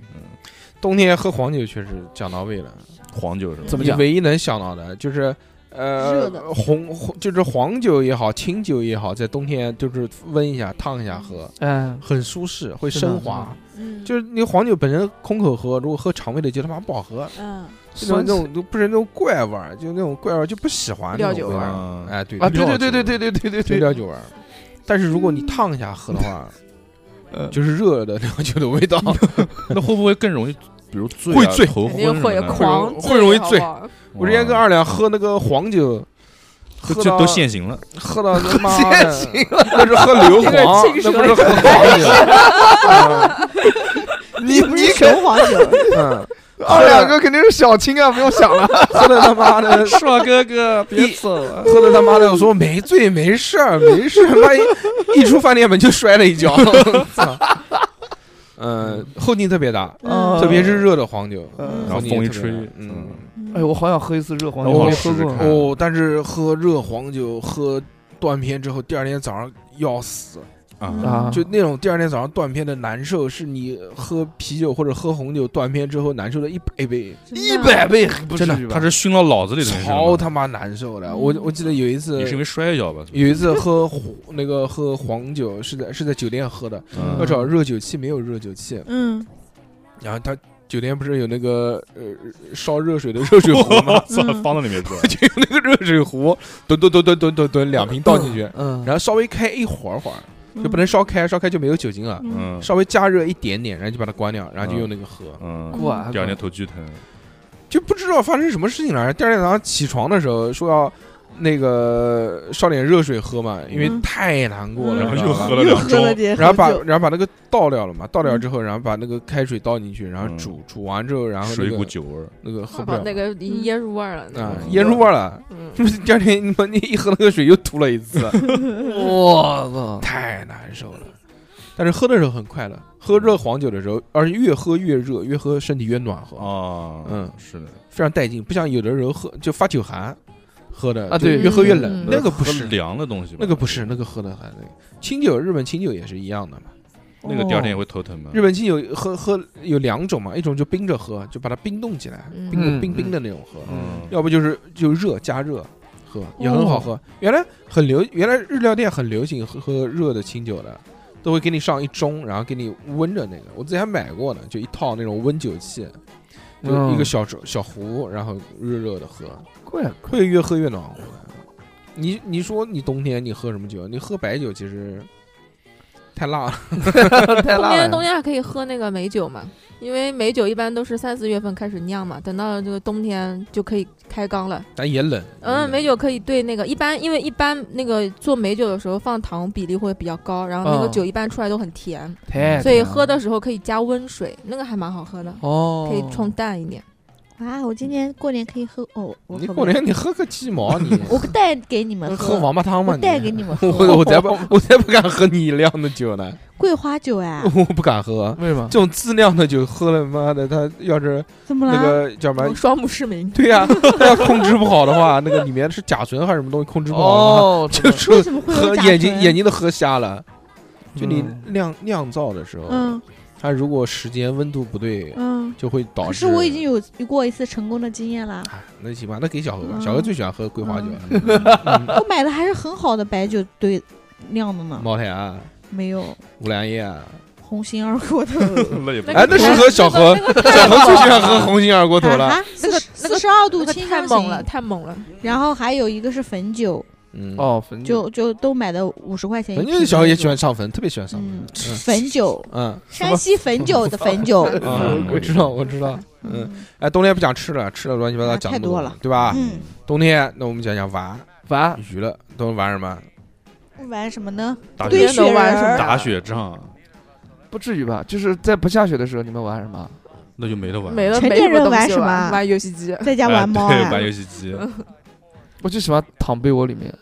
冬天喝黄酒确实讲到位了。
黄酒是吧？
怎么
你
讲
唯一能想到的就是。
热
呃
的，
红红就是黄酒也好，清酒也好，在冬天就是温一下、烫一下喝，
嗯，
很舒适，会
是的
升华。
嗯，
就是那个黄酒本身空口喝，如果喝肠胃的就他妈不好喝，
嗯，
那种
酸
那种都不是那种怪味儿，就那种怪味儿就不喜欢那
料
种
酒
味
味
儿
儿
啊
哎，对
啊！对对对对对对对对
就
对，
料酒味儿。但是如果你烫一下喝的话，
呃
就是热的料酒的味道，
那会不会更容易，比如醉啊
会醉
头
肯
昏
定
什么
会
的？
狂
会容易
好不
醉
好
我之前跟
哇
二两喝那个黄酒，喝
就
到
都现行了。
喝到他妈
现
的，
行
那是喝硫磺，那不
这
是
个
喝黄啊 酒。
你
不是
你
熟黄酒，
嗯，
可二两个肯定是小青啊，不用想了。
喝的他妈的，
硕哥哥，别走啊！
喝的他妈的，我说没醉没事儿没事儿，万一一出饭店门就摔了一 跤。操嗯，后劲特别大，特别是热的黄酒，
嗯
然后
后劲
风一
特别
吹
大，嗯。
哎，我好想喝一次热黄酒，
我
我没
试
喝
试
过
看。
哦，但是喝热黄酒喝断片之后，第二天早上要死，
啊，
啊，
就那种第二天早上断片的难受，是你喝啤酒或者喝红酒断片之后难受的一百倍，
一百倍不至
真的
于吧？
他是熏到脑子里的，
超他妈难受的。我我记得有一
嗯
次
也是因为摔一跤吧？
有一次喝红那个喝黄酒是在是在酒店喝的，
嗯
要找热酒器没有热酒器，
嗯，
然后他酒店不是有那个呃烧热水的热水壶 吗？
操，放到里面去了。
就有那个热水壶，吨吨吨吨吨吨吨两瓶倒进去，
嗯，
然后稍微开一会儿会儿，就不能烧开，烧开就没有酒精了。
嗯
稍微加热一点点，然后就把它关掉，然后就
嗯
用那个喝，
嗯，
管
第二天头巨疼，
就不知道发生什么事情了。第二天早上起床的时候说要那个烧点热水喝嘛，因为
嗯
太难过了，
嗯然后
知道
又
吧
喝了两
喝了
盅，
点
然后把
红酒
然后把那个倒掉了嘛，倒掉之后，然后把那个开水倒进去，然后
嗯
煮煮完之后，然后
水
那
一股
个
酒味儿，
那个喝不
把
了
那个已经腌入味儿了。
啊
嗯，
腌入味儿了。
嗯，
第二天你妈你一喝那个水又吐了一次，
我操！
太难受了。但是喝的时候很快乐，喝热黄酒的时候，而且越喝越热，越喝身体越暖和，
啊，
嗯
是的，
非常带劲。不像有的时候喝就发酒寒，喝的
啊
就
对
越喝越
嗯
冷，那个不
喝
是
凉的东西吧，
那个不是，那个喝的很那个清酒，日本清酒也是一样的嘛。
那个第二天也会头疼吗？
日本清酒喝喝有两种嘛，一种就冰着喝，就把它冰冻起来，
嗯
冰的
嗯
冰冰的那种喝；
嗯，
要不就是就热加热喝，也很好喝。原来很流，原来日料店很流行喝喝热的清酒的，都会给你上一盅，然后给你温着那个。我之前还买过呢，就一套那种温酒器，就
嗯
一个小小壶，然后热热的喝，
怪
会越喝越暖和的。你你说你冬天你喝什么酒？你喝白酒其实太辣了，
太
冬
辣
天冬
了。
天还可以喝那个美酒嘛，因为美酒一般都是三四月份开始酿嘛，等到这个冬天就可以开缸了。
但也冷。
嗯，美
酒
酒可以兑那个一般，因为一般那个做美酒的时候放糖比例会比较高，然后那个
嗯
酒一般出来都很甜，
太
所以喝的时候可以加温水，那个还蛮好喝的，
哦，
可以冲淡一点。
哇，我今年过年可以喝哦，我喝
你
不
过
了
年你喝个鸡毛你？
我带给你们
喝王八汤吗？
我
你
带给你们喝
我我才不我才不敢喝你酿的酒呢，
桂花酒哎，
我不敢喝
为什么？
这种自酿的酒，喝了妈的，他要是
怎么
那
了？啊
个叫什么？
双目失明，
对呀、他要控制不好 的话，那个里面是甲醇还是什么东西控制不好的话，
哦，
就
为
是
什么会有
喝
甲
眼睛
醇
眼睛都喝瞎了。就你
嗯
酿酿造的时候，
嗯
它如果时间温度不对，
嗯，
就会导致。
可是我已经有过一次成功的经验了，
哎，那行吧，那给小何吧，
嗯
小何最喜欢喝桂花酒啊了，
我买的还是很好的白酒兑酿的 呢，
茅台、啊、
没有
五粮液啊。
红心二锅头。
那也不
哎，那适合小何，小何最喜欢喝红心二锅头
啊
了。
哈，啊那个
那
四
个
十二
那
度
个
清
太
香
猛了，
型，
太猛了。
然后还有一个是汾酒，
嗯，
哦，汾酒
就就都买的五十块钱一
反
瓶的那种。
正小何也喜欢上坟，特别喜欢上
嗯
坟。，
汾酒，
嗯，
山西汾酒的汾酒，
嗯，我知道，我知道。嗯，哎，冬天不讲吃了，吃了乱七八糟
啊
讲
太
那么
多了
对吧？
嗯，
冬天，那我们讲讲玩
玩
娱乐，都玩什么？
嗯玩什么呢？
打
堆
雪
雪人
玩什么
儿，
打雪仗，
不至于吧？就是在不下雪的时候，你们玩什么？
那就没得玩，
没了，
成
没
年
什么啊
人
东
玩
西
什么
玩玩游戏机，
在家
哎
玩猫
对
啊
玩。游戏机，
我就喜欢躺被窝里面。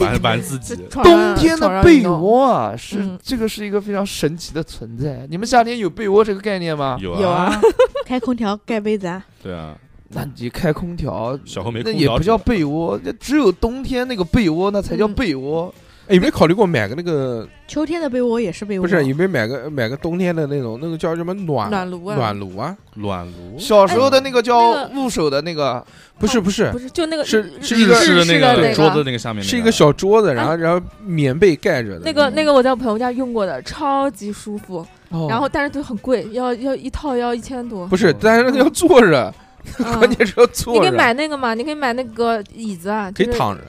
玩玩自 己，
床
冬
上
天
床
的
上
被
啊运动
窝啊，是
嗯
这个是一个非常神奇的存在。你们夏天有被窝这个概念吗？
有
有
啊，
啊，
开空调盖被子啊，
对啊，
那你开空调，
小何没
那
空
也
调
不
住
叫被窝，那只有冬天那个被窝，那才
嗯
叫被
哦
窝。
哎，有没有考虑过买个那个？
秋天的被窝也是被窝，啊
不是，有没有买个买个冬天的那种？那个叫什么暖
暖炉啊
暖炉啊？
暖炉，
小时候的那个
那
叫
个
入手的那个，
不是，不是
不，是就那个
是
日
是
日
一个
式
的那
的
个
那
桌子那个下面
是一个小桌子，然后然后棉被盖着的
啊那个那
个。
个我在我朋友家用过的，超级舒服，哦
哦
然
然
后但是就很贵，要要一套要一千多。
不是，但是那个要坐着，
嗯
关键是要
你
坐
可以
着，
买那个嘛，你可以买那个椅子啊，
啊可
就
以
是
躺着。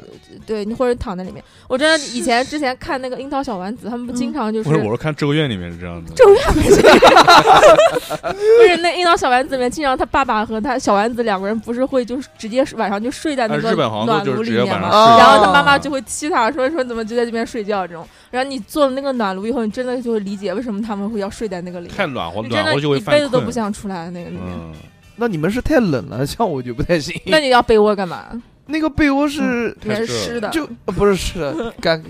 对你或者躺在里面。我真的以前之前看那个樱桃小丸子，他们不经常就是
不是，我是看《咒怨》里面是这样的。
咒怨不是 不是那樱桃小丸子里面，经常他爸爸和他小丸子两个人不是会就是直接晚上就睡在那
哎
个
日本好像
暖
都
炉
就是
里
直接晚
面
上
嘛
睡。
哦
然后他妈妈就会踢他，说说怎么就在这边睡觉这种。然后你做了那个暖炉以后，你真的就会理解为什么他们会要睡在那个里面
太。暖和，
你真
暖
的
和就会
一
犯
辈子都
困
不。想出来的那个里面。
嗯，
那你们是太冷了，像我就不太行。
那你要被窝干嘛？
那个被窝是
里面
太
是
热了
湿嗯的，
就呃不是是 干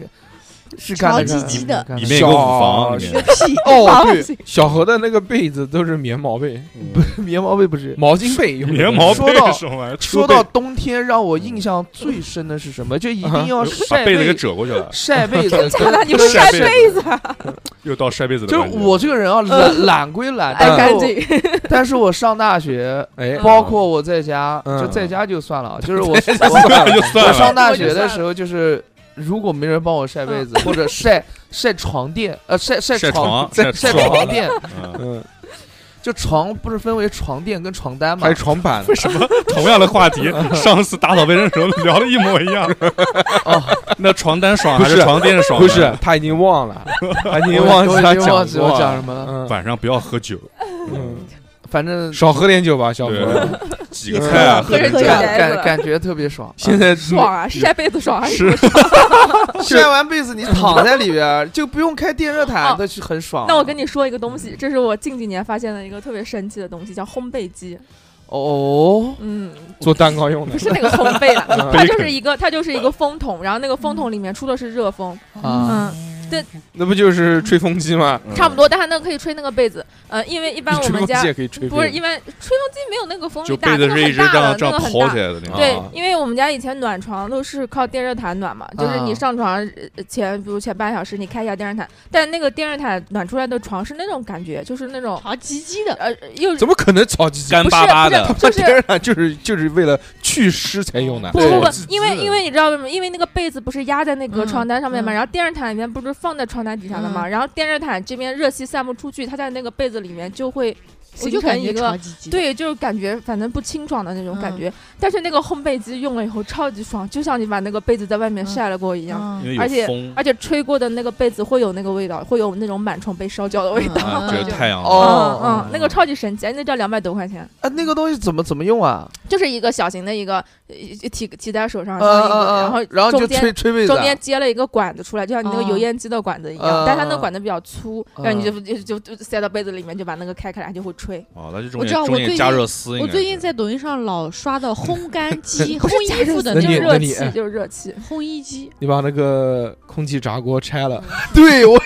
是干的
潮
干
唧唧的
干
里面有个
小
舞房，里面
屁，
哦对，
小何的那个被子都是棉毛被、
不是 棉毛被不
嗯
是。
毛巾被，
棉毛
说
被
到
什么玩意儿？
说
秋被
到冬天，让我印象最深的是什么？就一定要
啊把
晒
被子给折过去了，
晒被子，
假的，你
又
会
晒
晒
被
被子啊？
又到晒被子的
就是
环节了。
我这个人啊，懒懒归
嗯
懒，
爱
但
嗯哎干
是我
净，嗯
但是我上大学，
哎，
包括我在家，
嗯
就在家就算了，啊
嗯
就 是我
哎
就
我
算
我
了， 嗯
上大学的时候，就是如果没人帮我晒被子，或者晒晒床垫，呃，晒晒
晒
床
床晒
晒
床
床垫，
嗯
嗯，
就床不是分为床垫跟床单嘛
还有？床板，
为什么同样的话 题，上次打扫卫生的时候聊的一模一样？
哦，
那床单爽
不
还是
是
床垫爽？
不是，，他已经 忘了，他已
你
经忘记
我
他
啊
已经忘记
过
我讲
了
什么了。
嗯
晚上不要喝酒。
嗯，
反正
少喝点酒吧，小
对
何。
几个菜啊，
喝
点
着
酒
酒
感感感觉特别 爽。啊
现在
爽
嗯
啊，晒被子爽啊，
是
晒完被子你躺在里边儿，就不用开电热 毯，它是很爽。
哦
啊
那我跟你说一个东西，这是我近几年发现的一个特别神奇的东西，叫烘焙机。
哦，
嗯，
做蛋糕用的
不，是那个烘焙的，
嗯
它就是一个它就是一个风筒，然后那个风筒里面出的是热风，
啊，
嗯，
那不就是吹风机吗？
嗯
差不多，但它那个可以吹那个被子，呃，因为一般我
吹
们
风
家
机也可以吹
不是
风
因为吹风机没有那个风力
就
大，
被子
那个
是一
很
直
大
这样
的，
这
那
样
个很
抛
大
起。来的那种。
对
啊，
因为我们家以前暖床都是靠电热毯暖嘛，就是你
啊
上床呃前，比如前半小时你开一下电热毯，但那个电热毯暖出来的床是那种感觉，就是那 种
潮唧唧的，
呃又
怎么可能炒鸡鸡？
干
不是
巴巴
不
的，
是就 是
当然就是就是为了祛湿才用的。
不
对
不不
自，
因为
自
因为你知道为什么？因为那个被子不是压在那个
嗯
床单上面嘛，
嗯
然后电热毯里面不是放在床单底下的嘛，然后电热毯这边热气散不出去，它在那个被子里面就会
我
形
就
成
感
一
觉潮
个。
唧唧。，
对，就是感觉反正不清爽的那种感
嗯
觉，但是那个烘焙机用了以后超级爽，就像你把那个被子在外
嗯
面晒了过一样，
因为
而
有
且
风
而且吹过的那个被子会有那个味道，会有那种螨虫被烧焦
嗯
的味 道。
啊，这个太阳
嗯
哦
嗯，那个超级神奇，那叫两百多块钱，
啊，那个东西怎么怎么用啊？
就是一个小型的一个呃提提在手上，
呃
像一啊个
呃
然后
呃，然后就
中间
吹吹被子啊，
中间接了一个管子出来，就像你那个
哦
油烟机的管子一样，
啊
嗯
但它那管子比较粗，
嗯
然后你就就就就塞到被子里面，就把那个开开来，它就会吹。
哦，那就中
我知
间
道
中
我
间
最
加
近
热丝应该
我
是。
最近在抖音上老刷的烘干机、
不
烘
是加
衣服
热
的
丝
那
就是
那
种
热
你哎
气，就是热气。
烘衣机，
你把那个空气炸锅拆了，
对我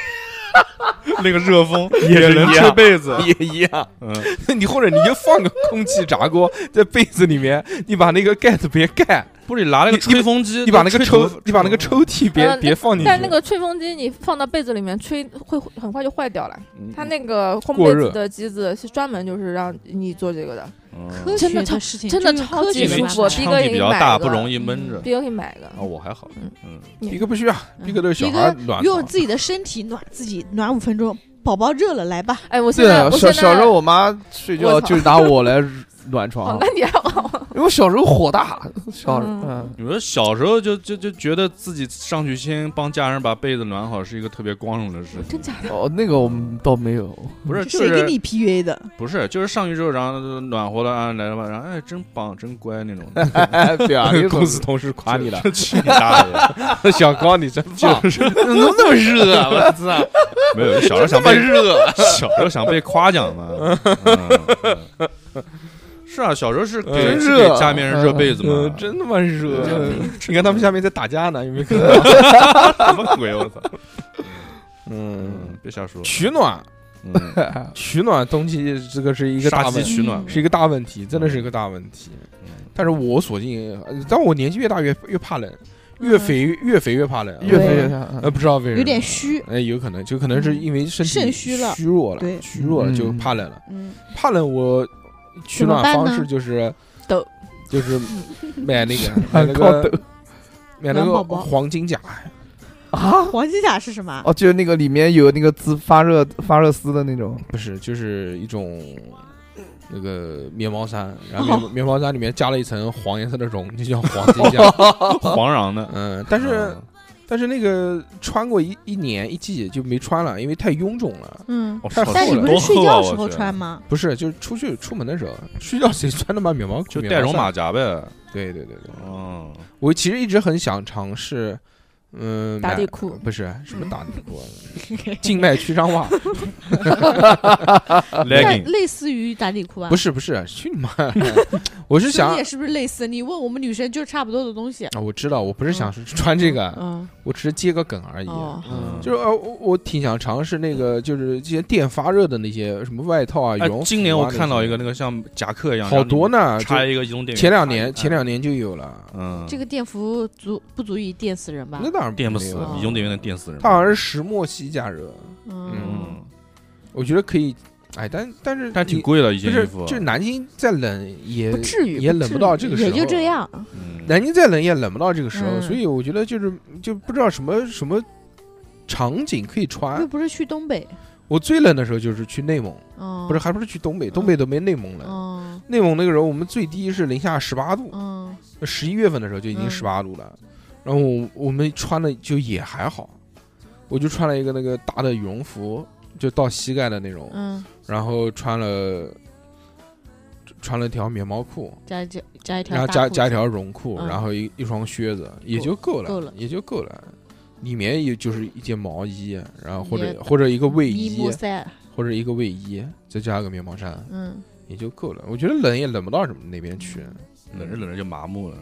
那个热 风
也
也
能
能
吹
吹被子，
也一样。
嗯，
你或者你就放个空气炸锅在被子里面，你把那个盖子别盖，
不是你拿那个吹风机，
你把那个
吹
抽
头
你把呃那个抽屉别
嗯
别放进去。
但那个吹风机你放到被子里面吹，会会很快就坏掉了。
嗯
它那个烘
过
被
热
子的机子是专门就是让你做这个的，
嗯
科
真的
学
超
的事情，
真的超级
因为
舒服我逼
腔
哥
体
也
比较
买
大，
了嗯
不容易闷着。
比如可以买一个。
哦
啊，我还好，嗯，
一个不需要，一个都是小
一
孩
个
暖
用
床。
自己的身体暖自己，暖五分钟，宝宝热了来吧。
哎，我现
对
在
啊，
我
小
现在
小时候我妈睡觉
我操
就拿我来暖床
哦，，那你还
啊
好，
因为我小时候火大，小时候
嗯
嗯
你说小时候就就就觉得自己上去先帮家人把被子暖好是一个特别光荣的事情，
真假
嗯
的？
哦，那个我们倒没有，
不是就
谁给
是
你 PUA 的？
不是就是上去之后，然后暖和了啊来了吧，然后哎真棒真乖那种，
哎，对啊，你
公司同事夸你了，
去你大爷！
小高 你真棒，
怎么那么热啊？我操，
没有小时候想被热， 小时候想被夸奖嘛。嗯嗯是啊，小时候是给
真
是给
热
家里面人热被子嘛
嗯，，真他 妈热
嗯！
你看他们下面在打架呢，有没有看到？
什么鬼？我操！
嗯
嗯，，别瞎说。
取暖，
嗯，
取暖东西这个是一个大
杀鸡
问
取暖嗯
是一个大问题，真的是一个大问题。
嗯
但是我所幸，呃但我年纪越大越越怕冷，越肥越肥越怕冷，啊
越飞
对
越大。
呃不知道为什么，
嗯有点虚，嗯
哎有可能就可能是因为身体
肾虚了
虚弱了，
对
虚弱了
嗯
就怕冷了，
嗯，
怕冷我取暖
怎么办
方
呢
式就是
抖，
就是买那 个买
嗯
那
靠
个
抖
买那
暖
个
宝宝
黄金甲，哎
啊！
黄金甲是什么？
哦，就是那个里面有那个自发热发热丝的那种，
不是就是一种。那个棉毛衫，然 后棉棉毛衫里面加了一层黄颜色的绒，就叫黄金 甲。
黄瓤的，
嗯，但是但是那个穿过一一年一季就没穿了，因为太臃肿了。
嗯，
我
太
操，
但
厚
你
了
不
多
是睡
厚啊
觉
我
时候
去
穿吗？
不是，就是出去出门的时候，睡觉谁穿他妈棉毛裤？
就
棉
带
毛
绒
衫
马。甲呗。
对对对对，
嗯，
我其实一直很想尝试，嗯，
打
买
地裤
不是什么打地裤啊，静脉曲张袜
那
legging
类似于打底裤吧？
不
是，
是不是，去你妈！ 我是想
也是不是类似？你问我们女生就是差不多的东西。
啊，我知道，我不是想穿这个，
嗯，
我只是接个梗而已。啊
哦，
嗯
就是呃，我我挺想尝试那个，就是这些电发热的那些什么外套啊、羽
哎
绒服啊那些。
今年我看到一个那个像夹克一样，
好多
呢，
呢，啊就
插一个移动电源。
前两年前
两
两年就有了，
嗯，
这个电服足不足以电死人吧
那？当然
电不
没
死
有了
哦，
移动电源能电死人。
它好像是石墨烯加热，
嗯，
嗯，
我觉得可以，哎，但但是
但挺
你
贵的一
就
件
是
衣服，啊
就是南京再冷也
不至于，
也冷不到
至
这
于
个时候，啊
也就这。样。
嗯
南京再冷也冷不到这个时候，
嗯
所以我觉得就是就不知道什么什么场景可以穿
又。不是去东北，
我最冷的时候就是去内蒙，
嗯，
不是还不是去东北，东北都没内蒙冷。
嗯
内蒙那个时候我们最低是零下十八度，
嗯，
十一月份的时候就已经
嗯
十八度了，然后我我们穿的就也还好，我就穿了一个那
嗯
个大的羽绒服，就到膝盖的那种，
嗯，
然后穿了穿了条棉毛裤，
加一加加一条
然后
大
加
裤
加一
子
条绒裤，
嗯
然后一一双靴子也就够了，
够了
也就够了。里面也就是一件毛衣，然后或
也嗯
者或者一个卫
一
衣，
摸塞，
或者一个卫衣，再加个棉毛衫，
嗯，
也就够了。我觉得冷也冷不到什么那边去，嗯
冷着冷着就麻木了。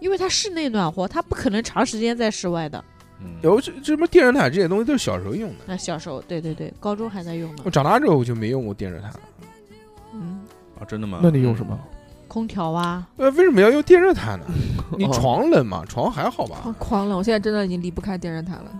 因为它室内暖和，它不可能长时间在室外的。
嗯，
有这这什么电热毯这些东西都是小时候用的，
那小时候，对对对，高中还在用呢
我，长大之后我就没用过电热毯了。
嗯，
啊，真的吗？
那你用什么？
空调啊，
呃，为什么要用电热毯 呢？你
哦
床冷嘛，床还好
啊
吧？
狂冷！我现在真的已经离不开电热毯了，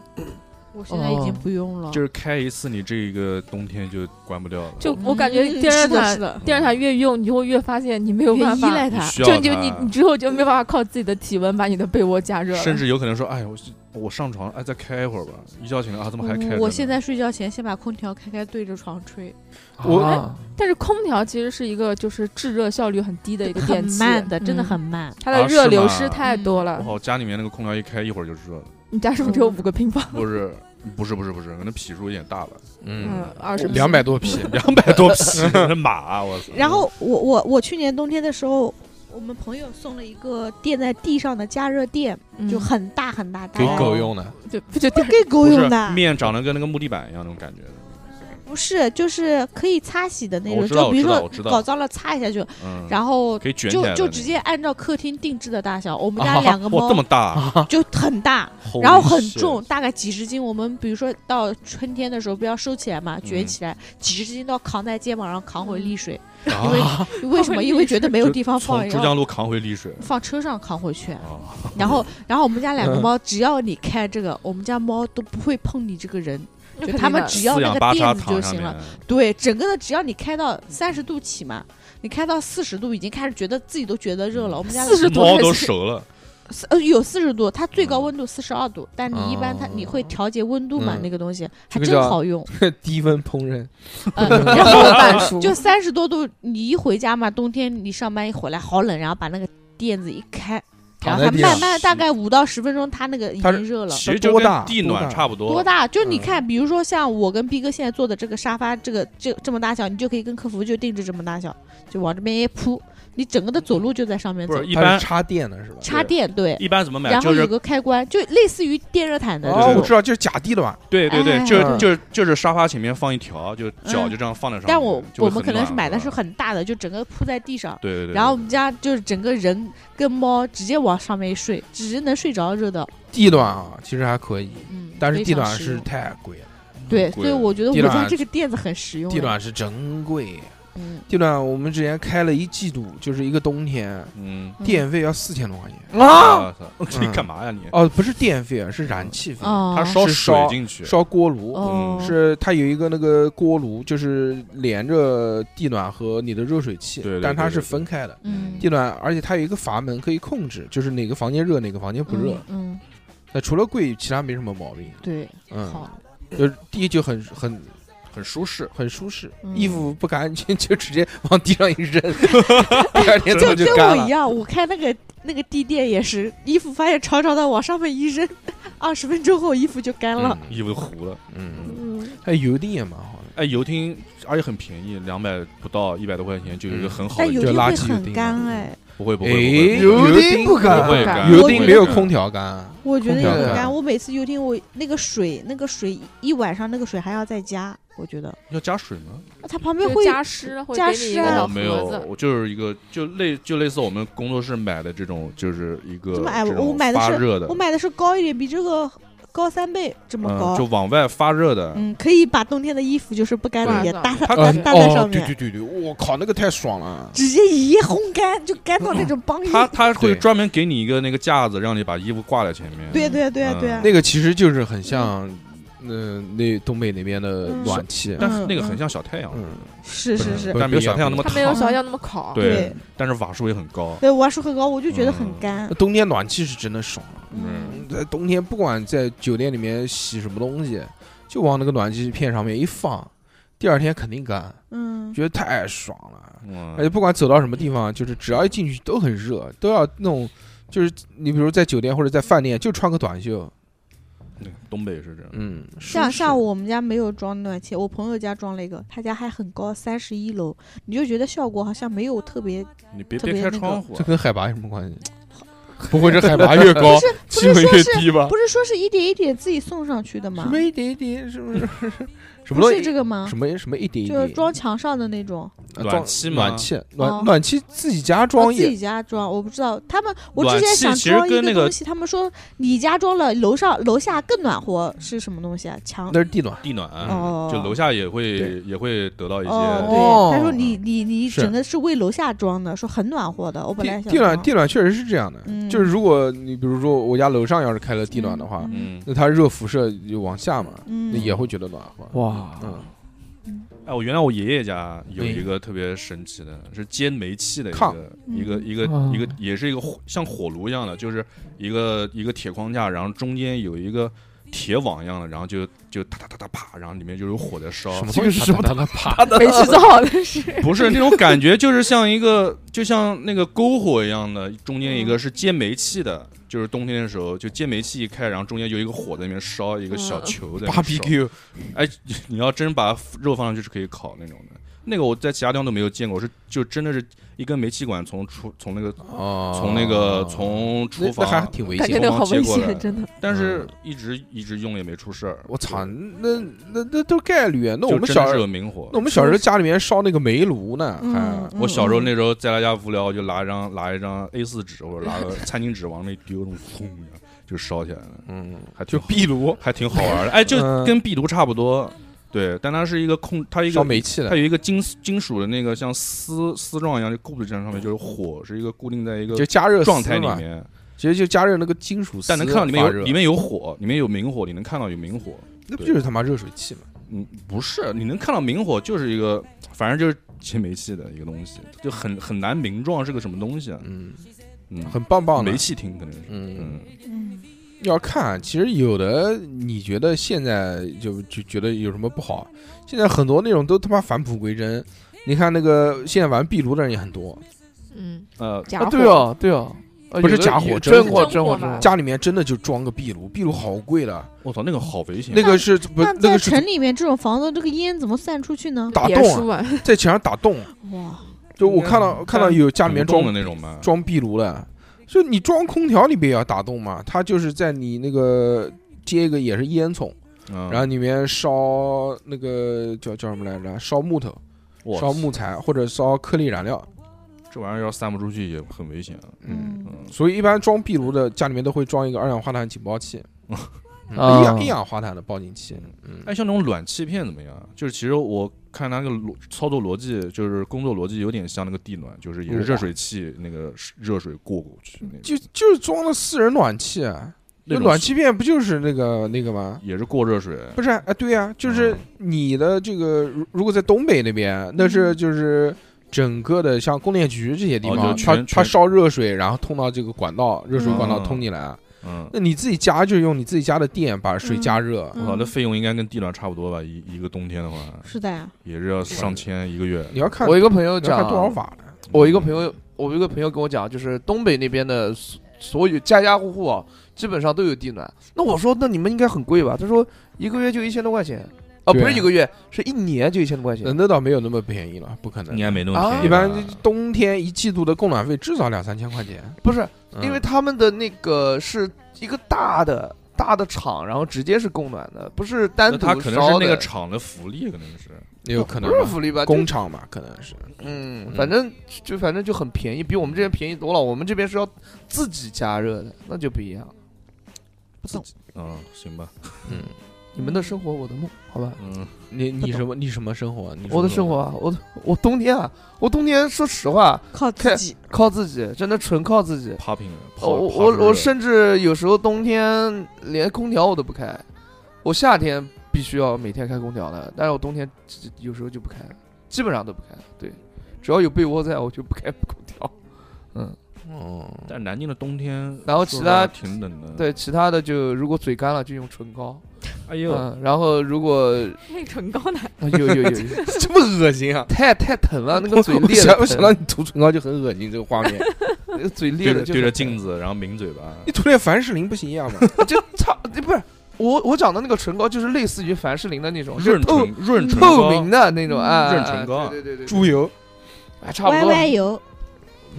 我现在已经不用了，
就是开一次，你这个冬天就关不掉了。
就我感觉
嗯
电热
是的
毯
是的
电热毯越用，你就会越发现你没有
越
办
依
法，
赖
你
它，
需要
就就你
它
你之后就没办法靠自己的体温把你的被窝加热了，
甚至有可能说，哎，我我上床，哎，再开一会儿吧。一觉醒来啊，怎么还开着呢？
嗯我现在睡觉前先把空调开开，对着床吹，
我
啊
但是空调其实是一个就是制热效率很低的一个电
很
器，
慢的，真的
嗯
很嗯慢。
它的
啊
热
是
流
吗
失太多
我
了。
好，家里面那个空调一开，一会儿就热了。
你家是不是只有五个平方？
不 是，不是，不是，不是，可能匹数有点大了，
嗯
嗯，，
二十
两百多匹，
两百多匹， 那马，啊我操！
然后我我我去年冬天的时候，我们朋友送了一个垫在地上的加热垫，就很大很大，大
给
概
狗用的。
嗯就不就电
给狗
不是
用的，
面长得跟那个木地板一样那种感觉的，
不是就是可以擦洗的那
我
种，
知道
就比如
我知
说
道
搞脏了擦一下就，
嗯，
然后
可以卷起来
就
的
就
那
直
种
接按照客厅定制的大小， 我们
啊
家两个
哇，
猫
这么大，
就很大，
Holy
然后很
shit
重，大概几十斤。我们比如说到春天的时候，不要收起来嘛，卷
嗯
起来，几十斤都要扛在肩膀上扛
嗯
回丽水。
啊
为什么？因为觉得没有地方放，
从珠
然后
江路扛回丽水
放车上扛回去。
啊，
然后然后我们家两个
嗯
猫，只要你开这个，我们家猫都不会碰你这个人，就它们只要
四
那
仰
个
八叉
垫子就
躺上
行了。
面，
对，整个的只要你开到三十度起嘛。你开到四十度，已经开始觉得自己都觉得热
嗯
了。我们家
40度
猫
还
都
是
熟了，
四呃有四十度，它最
嗯
高温度四十二度，但你一般它
哦
你会调节温度嘛？
嗯
那个东西
这
还
个
真
叫
好用。
低温烹饪，
嗯，然后
半熟，
就三十多度，你一回家嘛，冬天你上班一回来好冷，然后把那个垫子一开，
躺
然后
在
它
地
慢
上，
慢大概五到十分钟，它那个已
它是
经热了。
其实就
多
跟
大
地
多
暖
大
差不多，
多大？就是你
嗯
看，比如说像我跟逼哥现在坐的这个沙发，这个这这么大小，你就可以跟客服就定制这么大小，就往这边一铺，你整个的走路就在上面
不
走
是。一
它是
般
插电的是吧？
插电对，
一般怎么买
然后
就
有
是
个开关，就类似于电热毯的
对
哦，
这
我
种
知。道，就是假地暖，
对对对，
哎
就是
嗯
就是就是沙发前面放一条，就脚
嗯
就这样放在上面，
但我
就会
我们
很
可能
暖
是买的
和
是很大的，就整个铺在地上。
对对对，
然后我
对
们家就是整个人跟猫直接往上面一睡，只能睡着，热的。
地暖啊，其实还可以，
嗯，
但是
非
地
常
暖
实
是
用
太贵了，
对，
贵
所以我觉得
地
我家
暖
这个垫子很实用。
地，暖是真贵。啊
嗯，
地暖我们之前开了一季度，就是一个冬天，
嗯
嗯
电费要四千多块钱。
啊，我操你干嘛呀你？
哦，不是电费啊，是燃气费，
哦，
它烧
是
水
烧
进去，
烧锅炉。
哦，
是它有一个那个锅炉，就是连着地暖和你的热水器，
对对
但它
对对
是
对
分开的。
嗯
地暖，而且它有一个阀门可以控制，就是哪个房间热，哪个房间不热。
嗯，嗯
那除了贵，其他没什么毛病。
对，
嗯，
好，
就是第一就很很
很舒适。
很舒适，
嗯
衣服不干净就直接往地上一扔，第二天早
跟
干
我一
了。
样，我看那个那个地垫也是，衣服发现潮潮的往上面一扔，二十分钟后衣服就干了。
衣服都糊了，
嗯，
嗯，
它油电也蛮好的，
哎，游艇而且很便宜，两百不到一百多块钱就有一个很好
但
的
油
地
就
汀
方，
垃
会
圾油汀
很干
嘛
哎，
不会不会
嗯哎，
不会，
油
丁不
不
干
会
不
干
干，
油
我
汀
觉
没有
得
空调干，啊
我觉得
空
也
调
很
干
干。我每次游汀，我那个水那个水一晚上那个水还要再加，我觉得
要加水吗？
它旁边
就
会
加湿会
加
给你一
湿
个
啊
小
没
盒
有，
子，
我就是一个就类就类似我们工作室买的这种，就是一个
这么矮哎
这种
我买的
发
是
热的
我，买的是高一点，比这个高三倍这么
嗯，
高
就。往外发热的，
嗯，可以把冬天的衣服就是不干的
挂
也
上
搭
嗯
搭
它
搭
呃
搭在
哦
上，
对
面
对，对对，我靠，那个太爽了。
直接一夜烘干，就干到那种帮一。
哦它它会
对
专门给你一个那个架子，让你把衣服挂在前面。
对对对
嗯
对啊
那个其实就是很像，嗯，那东北那边的
嗯
暖气，
但是那个很像小太阳，
嗯，
是是是
不，
但没有小太阳那么
它
烫
没。有小样那么烤。
对
对
但是瓦数也很高。
对，瓦数很高，我就觉得很
嗯
干
那。冬天暖气是真的爽。啊
嗯，
在冬天，不管在酒店里面洗什么东西，就往那个暖气片上面一放，第二天肯定干，
嗯，
觉得太爽了。而且
嗯，
不管走到什么地方，就是只要一进去都很热，都要那种，就是你比如在酒店或者在饭店，就穿个短袖，
对东北是这样，
嗯，
像
是
像我们家没有装暖气，我朋友家装了一个，他家还很高，三十一楼，你就觉得效果好像没有特别，
你别
特
别
别那
开
个
窗户
这
啊，
跟海拔有什么关系？ 不会这海拔越高，气温越低吧？
不是说是一点一点自己送上去的吗
什？么一点一点，是不是？ 什么
不
东
是
西
这？个吗？
什么什么一点一
就是
点？
装墙上的那种，
啊
暖
装
气嘛
暖气，
哦
暖暖气自己家
我
装
哦自己
也
家装，我不知道他们。我
暖
之前
气
想
其实
装一
跟那个
东西，他们说你家装了，楼上楼下更暖和，是什么东西啊？墙
那是地暖。
地暖
哦
就楼下也会
对
也会得到一
哦，
些，
哦
对，他说你你你
是
整个是为楼下装的，说很暖和的。我本来
地
想
地暖
装
地暖确实是这样的，
嗯
就是如果你比如说我家楼上要是开了地暖的话，
嗯，
那它热辐射就往下嘛，
嗯
那也会觉得暖和。
哇
嗯，
哎，我原来我爷爷家有
嗯
一个特别神奇的，是接煤气的一
炕
个一个一个
哦
一个，也是一个火像火炉一样的，就是一个一个铁框架，然后中间有一个铁网一样的，然后就就哒哒哒哒啪，然后里面就有火在烧。
么
这个是什么
它啪的？
没 制造的是
不是那种感觉，就是像一个就像那个篝火一样的，中间一个是接煤气的，就是冬天的时候就接煤气一开，然后中间有一个火在那边烧，一个小
嗯
球在那边烧。
BBQ
哎，你要真把肉放上去是可以烤那种的。那个我在其他地方都没有见过，是就真的是一根煤气管从厨从那个
哦，
从那个从厨
那那还
房，
挺嗯危
感
险
觉
的。
都好危
结果
险，真的。
但是一直一直用也没出事儿。
我操，那那那都概率。啊那我
就
们
真
小
的
时
是
候，
有明火
那。我们小时候家里面烧那个煤炉呢，
嗯
还
我小时候那时候在他家无聊，就拿一张拿一张 A 4纸或者拿个餐巾纸往那一丢，那种轰一下就烧起来了，
嗯，
还挺
就壁炉
还挺好玩的。哎，就
嗯
跟壁炉差不多，对，但它是一个控，它一
烧
个
煤气
它
的，
有一个金丝金属的那个像丝丝状一样，就固定在上面，就是火是一个固定在一个
就加热丝
状态里
嘛，
面，
其实就加热那个金属丝
但
发热，
能看到里面有里面有火，里面有明火，你能看到有明火。
那不就是他妈热水器嘛？
嗯，不是，你能看到明火就是一个，反正就是接煤气的一个东西，就很很难名状是个什么东西啊。
嗯，
嗯，
很棒棒的
煤。气厅可能是。
嗯
嗯，，
嗯
要看，啊其实有的你觉得现在就就觉得有什么不好，现在很多那种都他妈返璞归真。你看那个现在玩壁炉的人也很多，
嗯，
呃，
假
啊，
货。
对哦，对哦，啊
不是
有的
假货
有
真
真货，
货
真货，
嘛
啊
真货。
家里面真的就装个壁炉，壁炉好贵的，
我操，那个好危险。啊
那个是不
那
那
在
个是
城里面，这种房子这个烟怎么散出去呢？
打
别
洞
墅啊，
在墙上打洞，
哇，
就我看到
嗯
看到有家里面
装
装
的那种嘛，
装壁炉的，就你装空调你不也要打洞嘛？它就是在你那个接一个也是烟囱，
嗯
然后里面烧那个叫叫什么来着？烧木头、
哇
烧木材或者烧颗粒燃料。
这玩意儿要散不出去也很危险啊。
嗯，
嗯，
嗯，
所以一般装壁炉的家里面都会装一个二氧化碳警报器，嗯
啊
一氧一氧化碳的报警器。嗯，
哎，像那种暖气片怎么样？啊就是其实我看它那个逻操作逻辑，就是工作逻辑有点像那个地暖，就是也是热水器那个热水过过去那种，
就就是装了四人暖气啊，
那
那
种
暖气片不就是那个那个吗？
也是过热水。
不是啊，哎对呀、就是你的这个，如如果在东北那边，那是
嗯
就是整个的像供电局这些地
哦
方，
就
它
全
它
全
烧热水，然后通到这个管道，热水管道
嗯
通进来。啊
嗯，
那你自己家就用你自己家的电把
嗯
水加热，
我操，那费用应该跟地暖差不多吧？一一个冬天的话，
是的呀，
也是要上千一个月。
你要看
我一个朋友
你要
讲
看多少瓦了。
我一个朋友，我一个朋友跟我讲，就是东北那边的所所有家家户户啊，基本上都有地暖。那我说，那你们应该很贵吧？他说一个月就一千多块钱，啊，
对
不是一个月，是一年就一千多块
那
嗯
钱。
那倒没有那么便宜了，不可能
应。该没那么
啊
便宜吧。
一般冬天一季度的供暖费至少两三千块钱，
不是，
嗯
因为他们的那个是一个大的大的厂，然后直接是供暖的，不是单
那
独
它可能是
烧
那个
的
厂的福利，可能是。
也有可能
不是
吧
福利吧？
工
就
厂嘛，可能是。
嗯，反正就反正就很便宜，比我们这边便宜多了。我们这边是要自己加热的，那就不一样。不懂，
嗯，行吧。
嗯，
你们的生活，我的梦，好吧？
嗯，
你你什么你什么生活？你
我的生活啊，我的我冬天啊，我冬天说实话，
靠
太
自己。
靠自己，真的纯靠自己。
popping，泡
我我我甚至有时候冬天连空调我都不开，我夏天必须要每天开空调的，但是我冬天有时候就不开，基本上都不开。对，只要有被窝在，我就不开空调。
哦，
但南京的冬天，
然后
说
其
实话
他
挺冷的。，
对，其他的就如果嘴干了就用唇膏，
哎呦，
嗯，然后如果
那唇膏呢？
啊有有有有，
这么恶心啊！
太太 疼了，那个嘴
我
裂
想
的
我想到
疼，
你涂唇膏就很恶心，这个画 面。
那个嘴裂
对
的
着对着
子。
镜子，然后抿嘴巴。
你涂点凡士林不行一样吗？
就差，不是我我讲的那个唇膏就是类似于凡士林的那种，就是
润
透
唇润唇
透
膏，
明的那种啊，
润唇膏啊
对对 对对，
猪油、
哎差不
嗯歪
多，
歪油，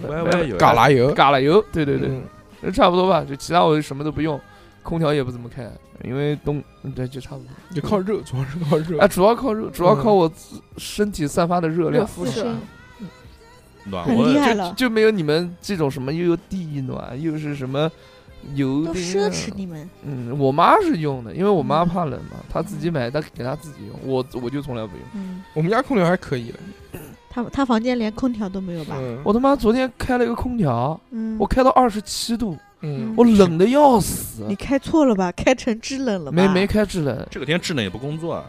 歪歪有
嘎啦油，
嘎啦油，对对对，
嗯，
就差不多吧，就其他我就什么都不用，空调也不怎么开，因为冬，嗯对，就差不多。
就靠热，主要是靠热
啊，。主要靠热，主
嗯
要靠我自身体散发的热量，
辐
自
射
身
暖
很
和
厉
的，
害了，
就没有你们这种什么又有地暖又是什么油
都
丁
奢
啊
侈你嗯们。
嗯，我妈是用的，因为我妈怕冷嘛，她自己买，她给她自己用，我我就从来不用。
嗯，
我们家空调还可以的，
他他房间连空调都没有吧？
嗯，
我他妈昨天开了一个空调，
嗯
我，开到二十七度，
嗯，
我冷的要死，
你开错了吧？开成制冷了吧？
嗯没
啊
没开制冷。
这个天制冷也不工作啊，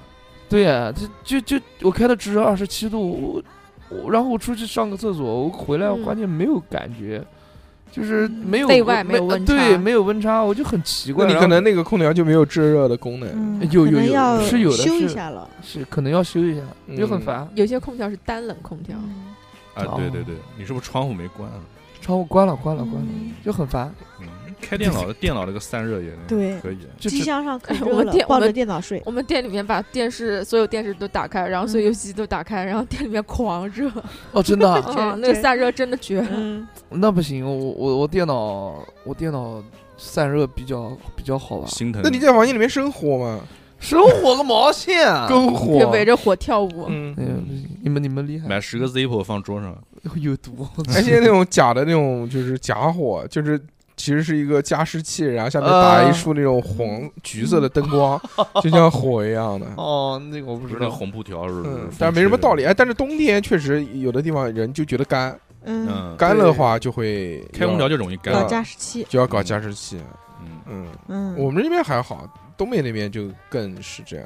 对呀、就就就我开的只是二十七度，我我然后我出去上个厕所，我回来我
嗯
关键没有感觉，就是没有
内外
没呃
没有温差
对，没有温差，我就很奇怪。
那你
然
可
后
能那个空调就没有制热的功能，
嗯，
有
可
有
能
有
要
是有的
修一
是
下了。
是可能要修一下，就很
嗯
烦。
有些空调是单冷空调，
嗯
啊，对对对，你是不是窗户没关啊？
窗户关了，关了，关了，
嗯
就很烦。
嗯，开电脑的电脑那个散热也
对
可以，
就
机
这
箱上
哎
可
我
热
们
了
电，我
抱着
们
电脑睡。
我们店里面把电视所有电视都打开，然后所
嗯
有游戏机都打开，然后店里面狂热，
哦，真的啊、
啊，
这
那个散热真的 绝了。
嗯，
那不行，我我我电脑我电脑散热比较比较好吧？啊
心疼。
那你在房间里面生火吗？
生火个毛线啊！
篝
可以
火，
围着火跳舞，
嗯，
哎呀，不行你们你们厉害，
买十哎个 Zippo 放桌上，
有毒！
而且那种假的那种就是假火，就是其实是一个加湿器，然后下面
啊
打一束那种红橘色的灯 光，就像火一样的。
哦，那个我不
不
知
是
道。
那红布条，
嗯
嗯，
但是没什么道理。哎，但是冬天确实有的地方人就觉得干，
嗯，
嗯，
干了话就会
开空调就容易
搞
干，
加湿器，
就要搞加湿器。
嗯，
嗯，
嗯，
我们这边还好，东北那边就更是这样。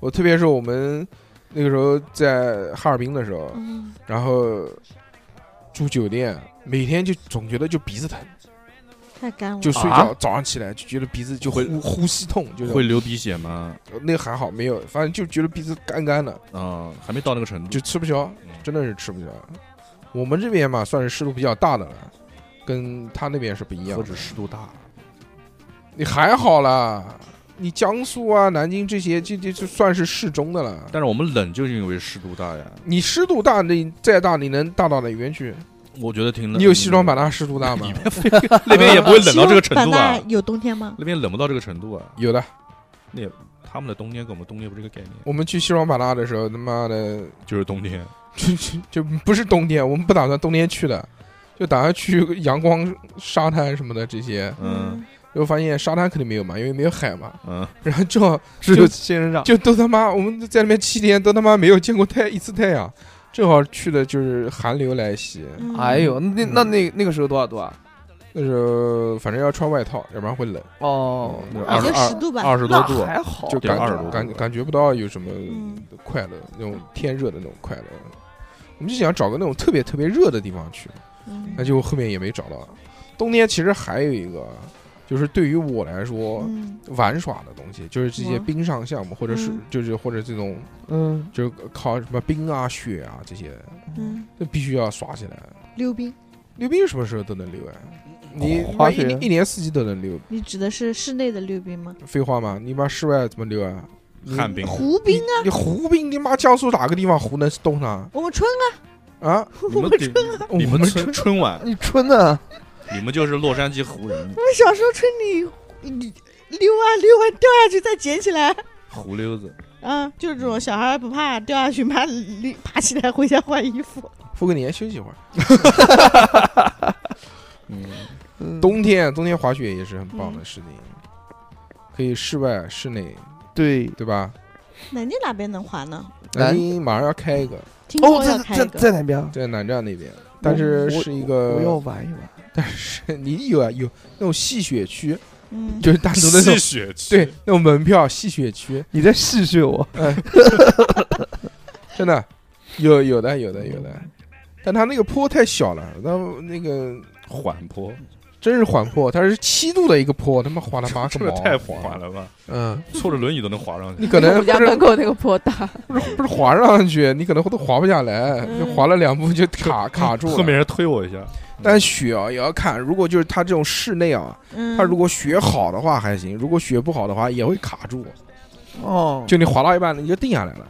我特别是我们那个时候在哈尔滨的时候，
嗯
然后住酒店，每天就总觉得就鼻子疼，
太干了，
就睡
啊
觉，早上起来就觉得鼻子就
会
呼呼吸痛，就是
会流鼻血吗？
那还好没有，反正就觉得鼻子干干的，
啊，还没到那个程度
就，吃不消，
嗯
真的是吃不消。我们这边嘛，算是湿度比较大的了，跟他那边是不一样
何
的。
止湿度大，啊
你还好啦，你江苏啊、南京这些，这这就算是适中的了。
但是我们冷就是因为湿度大呀，
你湿度大，你再大，你能大到哪边去？
我觉得挺冷。
你有西双版纳湿度大吗
里？面那边也不会冷到这个程
西
度
双
啊
版，纳有冬天吗？
那边冷不到这个程度啊。
有的，
他们的冬天跟我们冬天不是一个概念，
我们去西双版纳的时候，他妈的
就是冬天，
就就就不是冬天，我们不打算冬天去的，就打算去阳光、沙滩什么的这些。
嗯
就发现沙滩肯定没有嘛，因为没有海嘛。
嗯，
然后就
只有仙人 掌。
就都他妈，我们在那边七天都他妈没有见过太一次太阳，正好去的就是寒流来袭。
嗯
哎，呦，那那
嗯
那那个时候多少度啊？
那时候反正要穿外套，要不然会冷，
哦，
就是
也
二
就
十
十度吧。
二十多度，
还好，
就
对
感
哦二十多度
感感觉不到有什么
嗯
快乐，那种天热的那种快乐。我们就想找个那种特别特别热的地方去，
嗯
那就后面也没找到。冬天其实还有一个，就是对于我来说。
嗯
玩耍的东西，就是这些
嗯
冰上项目，或者是、
嗯
就是或者这种
嗯，
就是靠什么冰啊、雪啊这些，
嗯，
那必须要耍起来。
溜冰，
溜冰什么时候都能溜哎，你
滑
一
雪
一年四季都能溜，
你指的是室内的溜冰吗？
废话嘛，你妈室外怎么溜啊？你
旱冰，
湖冰，
你你湖冰，你妈江苏哪个地方湖能冻上
我们春
啊？
你们得你们春春晚，
嗯你春呢？
你们就是洛杉矶湖人，
我们小时候春里你溜啊溜完掉下去再捡起来，
湖溜 子，
嗯，就是这种小孩不怕掉下去，妈溜 爬起来回家换衣服。
付个年休息会儿。嗯，
嗯
冬天冬天滑雪也是很棒的事情，可以室外室内，
对。
对吧？
南京哪边能滑呢？
南京马上要开一个，
听
哦，
说要开
在在
一
在
个，
哪边啊？
在南站那边，但是
我
是一
我要
个，
玩一玩。
但是你有啊有那种戏雪区，
嗯，
就是单独的那种
吸血区，
对，那种门票戏雪区，
你在戏谑我？
真的有有的有的有的，但它那个坡太小了，那那个
缓坡，
真是缓坡，它是七度的一个坡，他妈滑他妈
这
个
个
毛，
太缓。了吧，
嗯，
坐着轮椅都能滑上去
你。可能
我
不
家
是
门口那个坡大，
不是不是
嗯
滑上去，你可能都滑不下来，就滑了两步就卡卡住了。
后面人推我一下，
但雪啊也要看，如果就是它这种室内啊，
嗯，
它如果雪好的话还行，如果雪不好的话也会卡住，
哦，
就你滑到一半你就定下来了，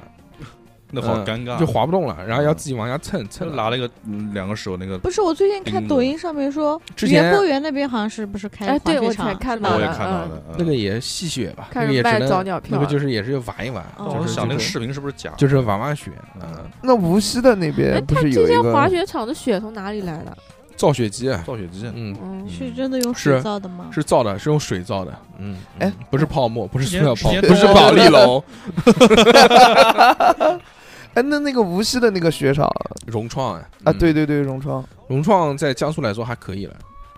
那好
嗯
尴尬，
就滑不动了，然后
啊
要自己往下蹭蹭。
拿了一个嗯两个手那个，
不是，我最近看
嗯
抖音上面说，
之前
园博园那边好像是不是开
哎，对
滑雪
我
场
才看到
我
的，
也看到
嗯
了，嗯
那个也戏雪吧，
开
那
始
个也只
卖早
能
鸟票
那
了，
个就是也是玩一玩，
哦
就
我
是
想那个
就是
视频是不是假的？
就是玩玩雪，嗯
嗯，
那无锡的那边
哎，
不
他
是
这
有一
些滑
个？
雪场的雪从哪里来的？
造雪机，啊，
造雪机，
嗯，
嗯，
是真的用
是
水造的吗？
是造的，是用水造的，嗯，
哎
嗯，不是泡沫，不是
之
塑
前
料
之前
泡沫，不是
都
保 丽龙，
哎，那那个无锡的那个雪场
融创啊，
啊，
嗯
对，对对，融创
融创在江苏来说还可以了，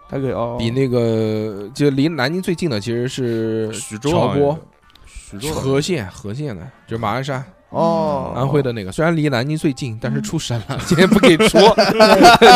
还可以哦，
比那个就离南京最近的其实是
徐州
乔
好像
波
有，徐州好像有
和县和县的，就是马鞍山
哦
安徽的那个，虽然离南京最近，但
嗯
是出省了，今天不给 说，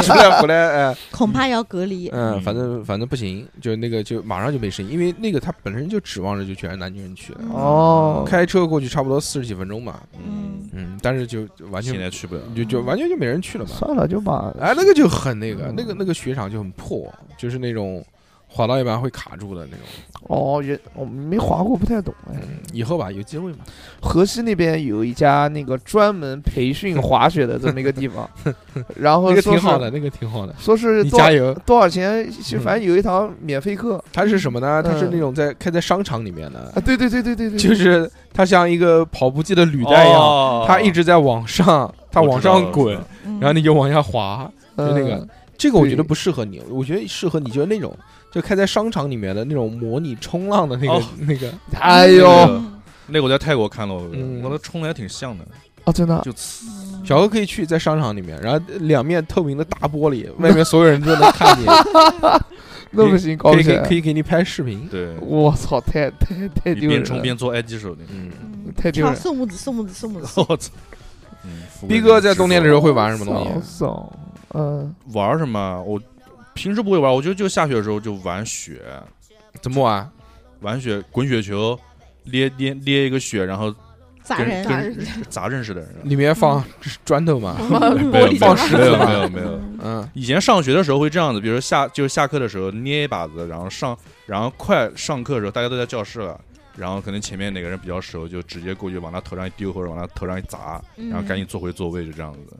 出来回来，哎，
恐怕要隔离。
嗯，
嗯
反正反正不行，就那个就马上就没声音，因为那个他本身就指望着就全是南京人去
嗯
的，
哦，
开车过去差不多四十几分钟吧，
嗯，
嗯，但是就就完全
现在去不了，
就就完全就没人去了嘛，
算了，就把
哎，那个就很那个，
嗯
那个那个雪场就很破，就是那种滑到一半会卡住的那种。
哦，人我没滑过，不太懂哎。
嗯，以后吧，有机会嘛。
河西那边有一家那个专门 培训滑雪的这么一个地方，然后
那个
说
挺好
是
的，那个挺好的。
说是
你
多
加油！嗯
多少钱，就反正有一堂免费课
它是什么呢？它是
嗯
那种在开在商场里面
啊，
的，
对对对对对对，
嗯就是它像一个跑步机的履带一样，
哦
它一直在往上，它
我
往
知道
上
了
滚
我知，道了
嗯
然后你就往下滑，就
嗯
那个。这个我觉得
对
不适合你，我觉得适合你就是那种就开在商场里面的那种模拟冲浪的那个
哦
那个，
那
哎呦，
个那个我在泰国看到过，
嗯
我的冲的还挺像的，
哦，真的，
就呲
嗯
小何可以去在商场里面，然后两面透明的大玻璃，外面所有人都能看 见，
那不行，搞
可
不
以
起
可以可
来。
以给你拍视频。
对，
我操，太太太
你
丢人
边冲
了，
边做埃及手那种。
嗯，
太丢
跳
人了。
宋木子，宋木子，宋木子。
我操！嗯，富贵
逼哥
真
在
是
冬天的时候会玩什么东西？
骚骚，嗯，
玩儿什么？啊我平时不会玩儿，我就就下雪的时候就玩雪，
怎么玩？
玩雪滚雪球，捏捏捏一个雪，然后
砸
跟
人，
跟砸认识的人。啊
里面放砖头
啊
嘛？
没有
玻璃
放
的
石
没
子
有
嘛
没有没有。
嗯，
以前上学的时候会这样子，比如说下就是下课的时候捏一把子，然后上然后快上课的时候大家都在教室了，然后可能前面哪个人比较熟，就直接过去往他头上一丢或者往他头上一砸，
嗯
然后赶紧坐回座位，就这样子。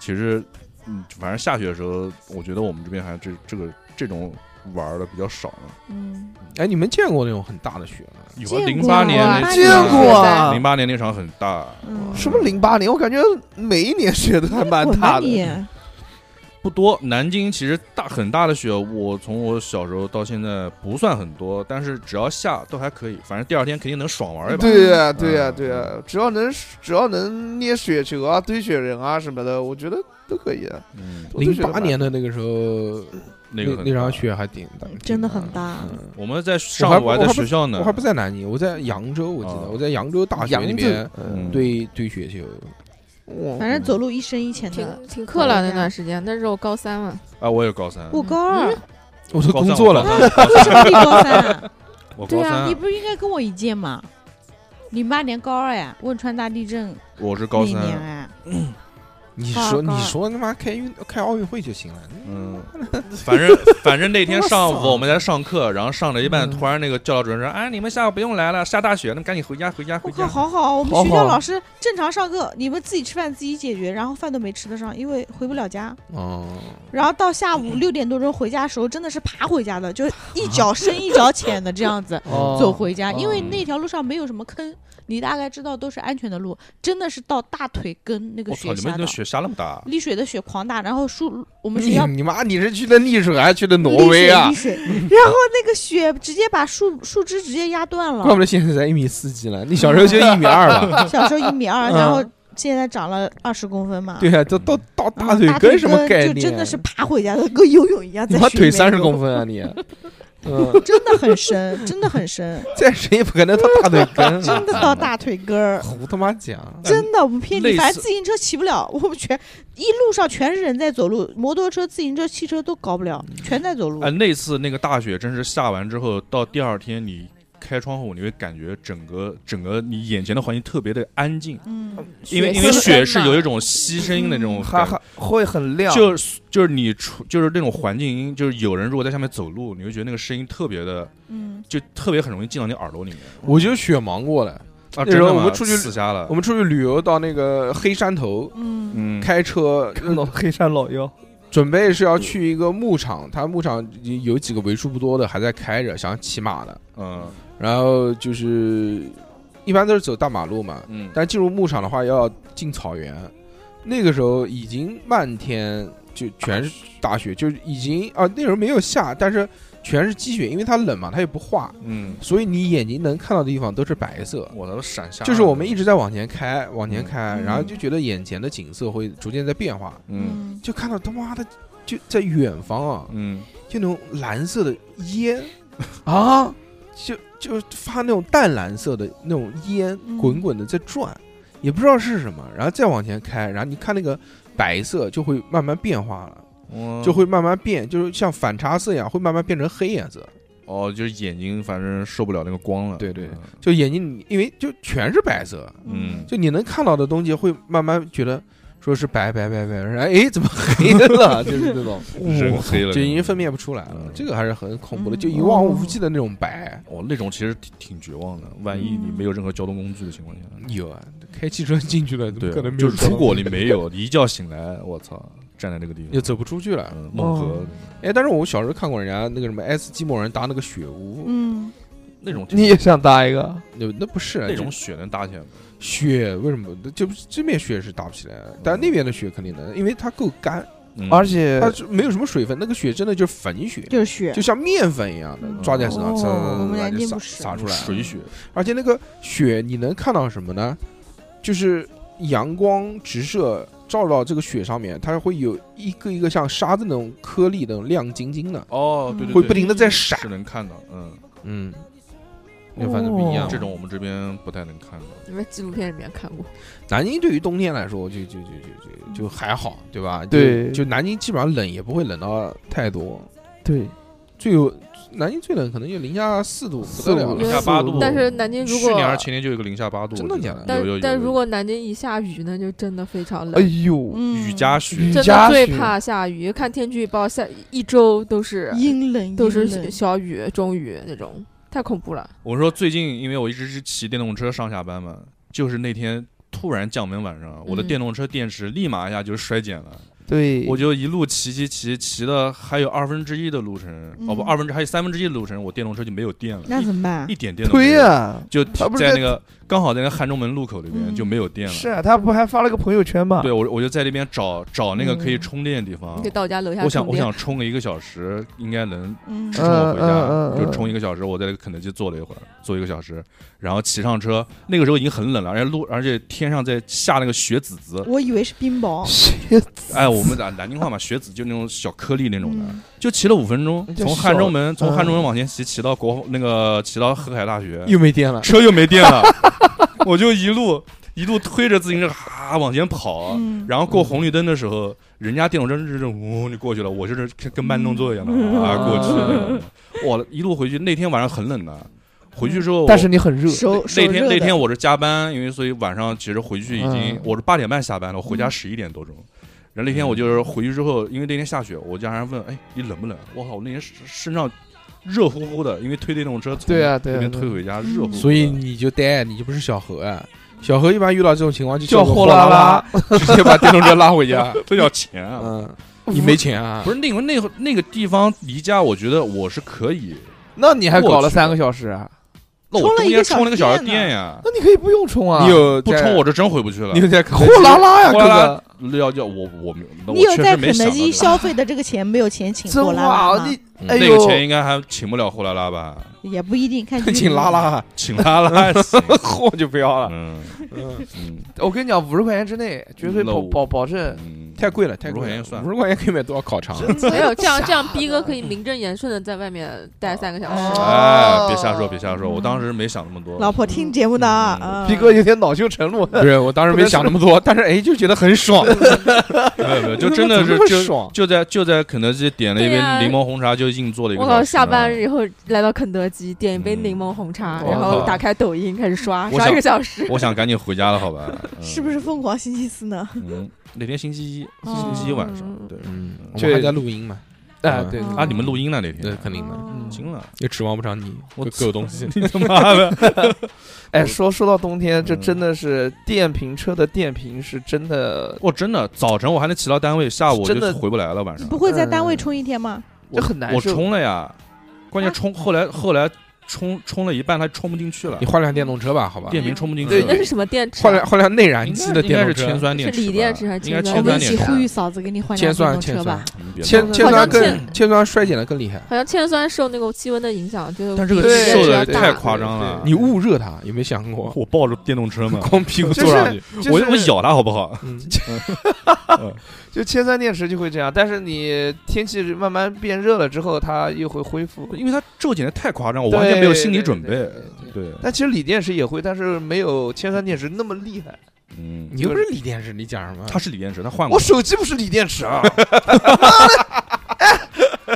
其实，嗯，反正下雪的时候，我觉得我们这边还这这个这种玩儿的比较少了。
嗯，
哎，你们见过那种很大的雪吗？
有
见过
零八年那
见
过啊
零八年那场很大，
嗯
什么零八年？我感觉每一年雪都还蛮
滚吧
大
你！
的。
不多。南京其实大很大的雪，我从我小时候到现在不算很多，但是只要下都还可以，反正第二天肯定能爽玩一把。
对呀，对呀，
嗯
对呀，只要能只要能捏雪球啊、堆雪人啊什么的，我觉得都可以。啊
嗯，
我都
零
觉得
八
蛮
年的那个时候，
那
那
个很
那
大
场。雪还挺大，
真的很大
嗯。
我们在上海，
我还不
还在
我还不
学校呢，
我还不在南京，我在扬州，我记得
哦
我在嗯扬州大学
扬
里
州
面，
嗯，
堆堆雪球，
我
反正走路一深一浅的。
停停课了那段时间，那时候高三嘛，
啊，我也高三，
我高二，
我都
高三
工作
我
了，
高三
为 什么你高三啊？
我
对
高
啊
三
你，不是应该跟我一届吗？零八年高二呀，汶川大地震
我是
那
高
年
三，啊
哎，
你
高
说
高
你说他妈开运开奥运会就行了，
嗯，反正反正那天上午我们在上课，然后上了一半，突然那个教导主任说：“哎，你们下午不用来了，下大雪，那么赶紧回家，回家，
我
回
靠，
家。
好好，我们
好
学校
好
老师正常上课，你们自己吃饭自己解决，然后饭都没吃得上，因为回不了家。
哦，
然后到下 午六点多钟回家的时候，真的是爬回家的，就一脚深一脚浅的这样子
嗯
哦
走回家，
哦
因为那条路上没有什么坑，你大概知道都是安全的路，真的是到大腿根那”个
我操，
雪
你
下
们
的
那，雪下那么大，
丽水的雪狂大，然后树我们学
你
校
你妈你是去的丽水还是去的
丽
挪威
水
啊
丽？水，然后那个雪直接把树树枝直接压断
怪不
了。
得现在才一米四几了，你小时候就一米二吧？
小时候一米二，
嗯
然后现在长了二十公分嘛。
对啊，都到到
嗯，
大腿根什么概念？啊
就真的是爬回家的，跟游泳一样
你
在
妈
水里
腿
面
三十
游
公，分啊你！嗯，
真的很深，真的很深，
再深也不可能到大腿根了，
真的到大腿 根儿。
胡他妈讲！
真的，我不骗
类
你，
似
反正自行车骑不了，我们全一路上全是人在走路，摩托车、自行车、
哎
汽车都搞不了，全在走路
哎，。那次那个大雪真是下完之后，到第二天你开窗户，你会感觉整个整个你眼前的环境特别的安静，
嗯，
因为因为雪是有一种吸声音的那种
还
感
还会很亮，
就是就是你出就是那种环境音，就是有人如果在下面走路，你会觉得那个声音特别的，
嗯，
就特别很容易进到你耳朵里面。
我就雪盲过了。
啊，
那
真
时候
的
我
吗
们出去
死瞎了
我，们出去旅游到那个黑山头，
嗯
嗯，
开车
看到黑山老妖，
准备是要去一个牧场，他牧场有几个为数不多的还在开着，想骑马的。
嗯
然后就是一般都是走大马路嘛，
嗯，
但进入牧场的话要进草原。那个时候已经漫天就全是大雪，就是已经啊那时候没有下，但是全是积雪，因为它冷嘛，它也不化，
嗯，
所以你眼睛能看到的地方都是白色。
我都闪瞎了。
就是我们一直在往前开，往前
嗯
开，然后就觉得眼前的景色会逐渐在变化，
嗯
就看到他妈的就在远方啊，
嗯
就那种蓝色的烟啊，就就发那种淡蓝色的那种烟
嗯
滚滚的在转，也不知道是什么。然后再往前开，然后你看那个白色就会慢慢变化了，
嗯，
就会慢慢变，就是像反差色一样，会慢慢变成黑颜色。
哦，就是眼睛反正受不了那个光了。
对对就眼睛里因为就全是白色，
嗯，
就你能看到的东西会慢慢觉得说是白白白白，然后哎怎么黑了？就是这种，
人黑了，
就已经分辨不出来了
嗯。
这个还是很恐怖的，
嗯
就一望无际的那种白。
哦，那种其实挺挺绝望的。万一你没有任何交通工具的情况下，
有啊，开汽车进去了，怎
对
么可能
啊，
没
就
有
是如果你没 有，你一觉醒来，我操，站在那个地
也
方，
走不出去了。
嗯，梦河
哎，但是我小时候看过人家那个什么爱斯基摩人搭那个雪屋，
嗯，
那种
你也想搭一个？
那那不是啊
那
就
种雪能搭起来吗？
雪为什么？就这边雪是搭不起来的，但那边的雪肯定能，因为它够干，
嗯
而且
它是没有什么水分，那个雪真的就是粉雪，
就是雪
就，像面粉一样的，抓在手上，
哦
撒
我们
撒
南京
撒
不嗯是
撒出来，
水雪，
而且那个雪你能看到什么呢？就是阳光直射照到这个雪上面，它会有一个一个像沙子那种颗粒那种亮晶晶的，
哦，对对，
会
对
不停的在闪。
是能看到，嗯，
嗯，那反正不一样。
这种我们这边不太能看到。
你们纪录片里面看过？
南京对于冬天来说，就就就就就就还好，对吧？就
对
就南京基本上冷也不会冷到太多，
对，
最有南京最冷可能就零下四度，不得了
四
了
五
零下八度，
但是南京如果
哦去年还是前年就有一个零下八度，
真的
我记
假
得
的
但
有有有
但
有
如果南京一下雨呢，就真的非常
哎
冷。
呦，
嗯
雨夹雪
雨
真
夹
的最
雪
怕下雨，看天气预报，下一周都是
啊
阴冷
都
阴冷
是小雨、中雨那种，太恐怖了。
我说最近，因为我一直是骑电动车上下班嘛，就是那天突然降温，晚上我的
嗯
电动车电池立马一下就衰减了，
对，
我就一路骑骑骑骑了还有二分之一的路程，哦不，
嗯
二分之还有三分之一的路程，我电动车就没有电了，
那怎么办
一？一点电都没
推
有，
啊，
就
他不是
在
在
那个刚好在那个汉中门路口那边
嗯
就没有电了。
是啊，他不还发了个朋友圈吗？
对，我我就在那边找找那个可以
嗯
充电的地方
你可以，到我家楼下
哦我想
充
我
电
想充个一个小时，应该能
嗯
支撑我回
嗯嗯嗯
家，
嗯
就充一个小时。我在那个肯德基坐了一会儿，坐一个小时，然后骑上车。那个时候已经很冷了，而且路而且天上在下那个雪籽籽。
我以为是冰雹，
是，
哎，我们南南京话嘛，雪籽就那种小颗粒那种的
嗯，
就骑了五分钟，
就
从汉
小
中门从汉中门
嗯
往前骑，骑到国那个骑到河海大学，
又没电了。
车又没电 了，我就一路一路推着自行车哈往前跑，啊
嗯
然后过红绿灯的时候，人家电动车是这种嗡就过去了，我就是跟跟慢动作一样的
嗯
啊过去了。我一路回去，那天晚上很冷的，回去之后我，
但是你很热，
手手
那天
热
那
的
天我是加班，因为所以晚上其实回去已经、
嗯
我是八点半下班了，我回家十一点多钟。然后那天我就是回去之后，因为那天下雪，我家人问：“哎，你冷不冷？”我靠，我那天身身上热乎乎的，因为推电动车从
对啊对啊
那边
对啊
推回家，热乎乎的。
所以你就呆，你就不是小何啊。小何一般遇到这种情况就
叫
个
货
货拉
拉 拉，
直接把电动车拉回家。
这叫钱啊！
嗯，你没钱啊？
不
是，
是那个那个那个地方离家，我觉得我是可以。
那你还搞
我
了
去
三个小时啊？
那我
充了
中
一
间
个
充了个
小
小时
电呢
电呀，
那你可以不用充啊，
你有
不
在
充我，这真回不去了
你。 有在肯
货
德基
拉拉呀，
货拉拉
哥
要要我我没有，那
你
我
有
确
在
实没
肯
想
德
到
基
这个
消费的这个钱没有钱请
哥，真
货拉拉
话
吗？
你
嗯
哎
那个
呦
钱应该还请不了货拉拉吧？
也不一定，看距
请
离
拉拉
请拉拉也行，
货就不要了。
嗯
嗯，
嗯
我跟你讲，五十块钱之内绝对
那
保
我
保保证
嗯，
太贵了，太
五十
贵
块
了
钱，算
五十块钱可以买多少啊烤肠？
没有这样这样，逼哥可以名正言顺的在外面待三个小时。
哎，别瞎说，别瞎说，我当时没想那么多。
老婆听节目的啊，嗯
皮哥有点恼羞成怒，
不是，我当时没想那么多，但是哎，就觉得很爽，
没有没 有，就
怎
真
么
的 是
这么
就
爽
就在就在肯德基点了一杯
对啊
柠檬红茶，就硬做了一个
我
小时呢。啊
靠，下班以后来到肯德基，点一杯
嗯
柠檬红茶，
我
然后
靠
打开抖音开始刷，
我
刷一
想
个小
嗯
时。
我想赶紧回家了，好吧？嗯
是不是？疯狂星期四呢？
嗯，那天星期一，星期一晚上，对
嗯，我
这
们还在录音嘛，
哎，
嗯
对，
啊，你们录音呢那天？
对，肯定
哦
的，
嗯
惊了，
也指望不上你，
我
个狗东 西，
他妈的！
哎，说说到冬天，这
嗯
真的是电瓶车的电瓶是真的，
我真的早晨我还能骑到单位，下午我
真的
就回不来了，晚上
不会
嗯
在单位充一天吗？
这
我
很难
我
受。
充了呀，关键充后来后来充充了一半，它充不进去了
你，换辆电动车吧，好吧？
电瓶充不进去
对
了
那。是什么电池
换
啊？
辆换辆内燃
应
机
该
的
应该
电
是
动
铅
车，
酸电
是锂
池吧，
电池还是
应该铅
铅酸
我们
酸电
一起
池吧。
呼吁嫂子给你换辆
铅
电
酸
动车吧。
嗯别闹
铅
了
铅
好像
酸更
铅
铅酸衰减的更厉害，
好像铅酸受那个气温的影响，就
但这个
比
对
电池
瘦的
要大
太夸张了，
你捂热它有没有想过？
我抱着电动车嘛，
光屁股
就是
坐上去，
就是
我我咬它好不好？
嗯，
就铅酸电池就会这样，但是你天气慢慢变热了之后，它又会恢复。
因为它骤减的太夸张，我完全没有心理准备。对，
但其实锂电池也会，但是没有铅酸电池那么厉害。
嗯，
你又不是锂电池，你讲什么？
它是锂电池，它换
我
过。
手机不是锂电 池啊！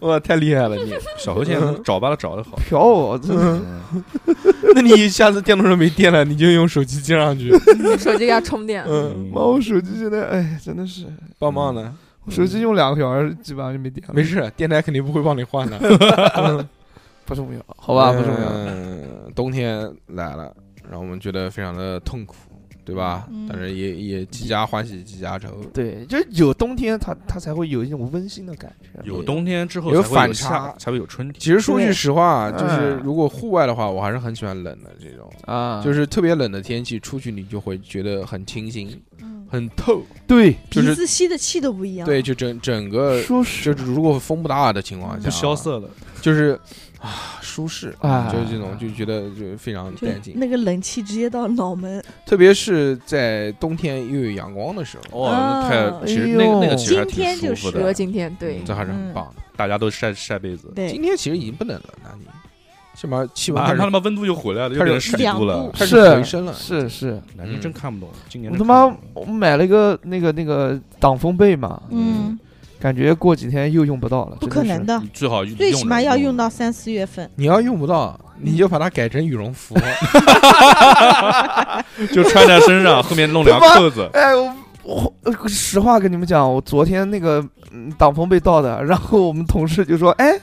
哇，太厉害了你！
小何现在找吧了，找的好。
嫖我，啊真的
嗯
那你下次电动车没电了，你就用手机接上 去。
手机给它 充电。
嗯，
妈，我手机现在哎，真的是，
棒棒的，
我手机用两个小时基本上就没电了。
没，事，电台肯定不会帮你换的。
不重要，嗯好吧，不重要。
嗯，冬天来了，让我们觉得非常的痛苦，对吧？
嗯
但是也也几家欢喜几家愁，
对，就有冬天，它它才会有一种温馨的感觉。
有冬天之后
有
才会
反
夏
差
才会有春天。
其实说句实话，
对
就是
嗯
如果户外的话，我还是很喜欢冷的这种，
啊，
就是特别冷的天气，出去你就会觉得很清新、
嗯，
很透，
对，
就是
鼻子吸的气都不一样。
对，，就整整个
舒
就
适
是如果风不大的情况下，啊
不萧，瑟了，
就是啊舒适，
啊，
就是这种就觉得就非常
哎就
带劲，
那个冷气直接到脑门，
特别是在冬天又有阳光的时候，
哇，那
啊
太其实那
哎呦
个那个其实还
今天
挺舒服
就
比如
的，
今天对
嗯，这还是很棒的。
大家都晒晒被子，
对
今，天其实已经不冷了，南京，起码气温
马
开
上他
始
妈温度又回来了，又
开始
变成十几
两
度了
度。
开
是
始回升了。
是是，
南京真看不懂，今年
我
真
他
看
妈
不懂
我买了一个那个那个挡风被嘛，
嗯，
感觉过几天又用不到了，
不可能
的。。
啊
的
你，最好用
最起码
着
要用到三四月份。
你要用不到，你就把它改成羽绒 服。
就穿在身上，后面弄两个扣子
哎，我我呃实话跟你们讲，我昨天那个嗯挡风被盗的，然后我们同事就说，哎。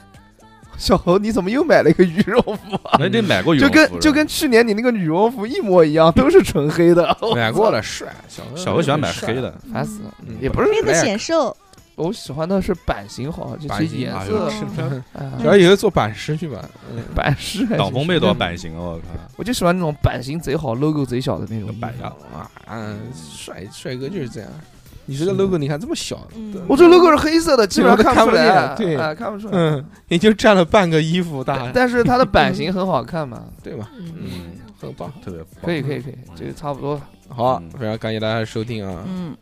小侯，你怎么又买了一个羽绒服？
那你得买
哎
过羽
就
绒服，
跟就是
吧
跟去年你那个羽绒服一模一样，都是纯黑的，
买过了，帅。小何
小何喜欢买黑的，
烦死了。
嗯
也不是
黑的
买
显瘦，
我喜欢的是版型好，就
版
是
型
颜
哎
色
呦
是
帅。
啊
主要以后做版师去吧。
版式还
挡
行
风被都要版型哦，我靠，
我就喜欢那种版型贼好、logo 贼小的那种
版呀。
啊，嗯帅帅哥就是这样。你这个 logo 你看这么小，
嗯
我这 logo 是黑色的，基本上
这个都
看不出来
看
啊，
不见对
啊看不出来。
嗯，也就占了半个衣服大，
但是它的版型很好看嘛，
对吧？
嗯，
嗯，
很棒。
特别棒
可以可以可以，这个差不多了。
好
嗯，
非常感谢大家的收听啊。
嗯，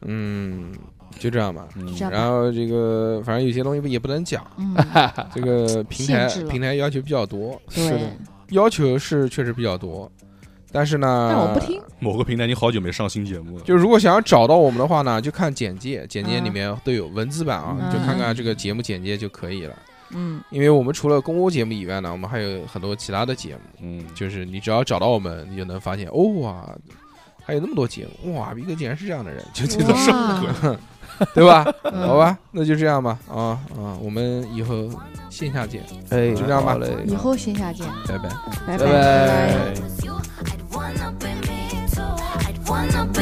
嗯，就这样吧。
嗯
这样
然后这个反正有些东西也不能讲，
嗯，
这个平台
限制了
平台要求比较多，
对，
要求是确实比较多，但是呢，
但我不听。
某个平台已经好久没上新节目了，
就如果想要找到我们的话呢，就看简介，简介
嗯
里面都有文字版啊，
嗯
就看看这个节目简介就可以了。
嗯，
因为我们除了公播节目以外呢，我们还有很多其他的节目，
嗯，
就是你只要找到我们，你就能发现，哦哇，还有那么多节目，哇，逼哥竟然是这样的人，就这种事儿，
哇，
对吧？
嗯
好吧，那就这样吧，啊啊，我们以后线下见，
哎，
就这样吧
好嘞
以后线下见，
拜拜。
拜
拜拜。
I'd wanna be me too. I'd wanna be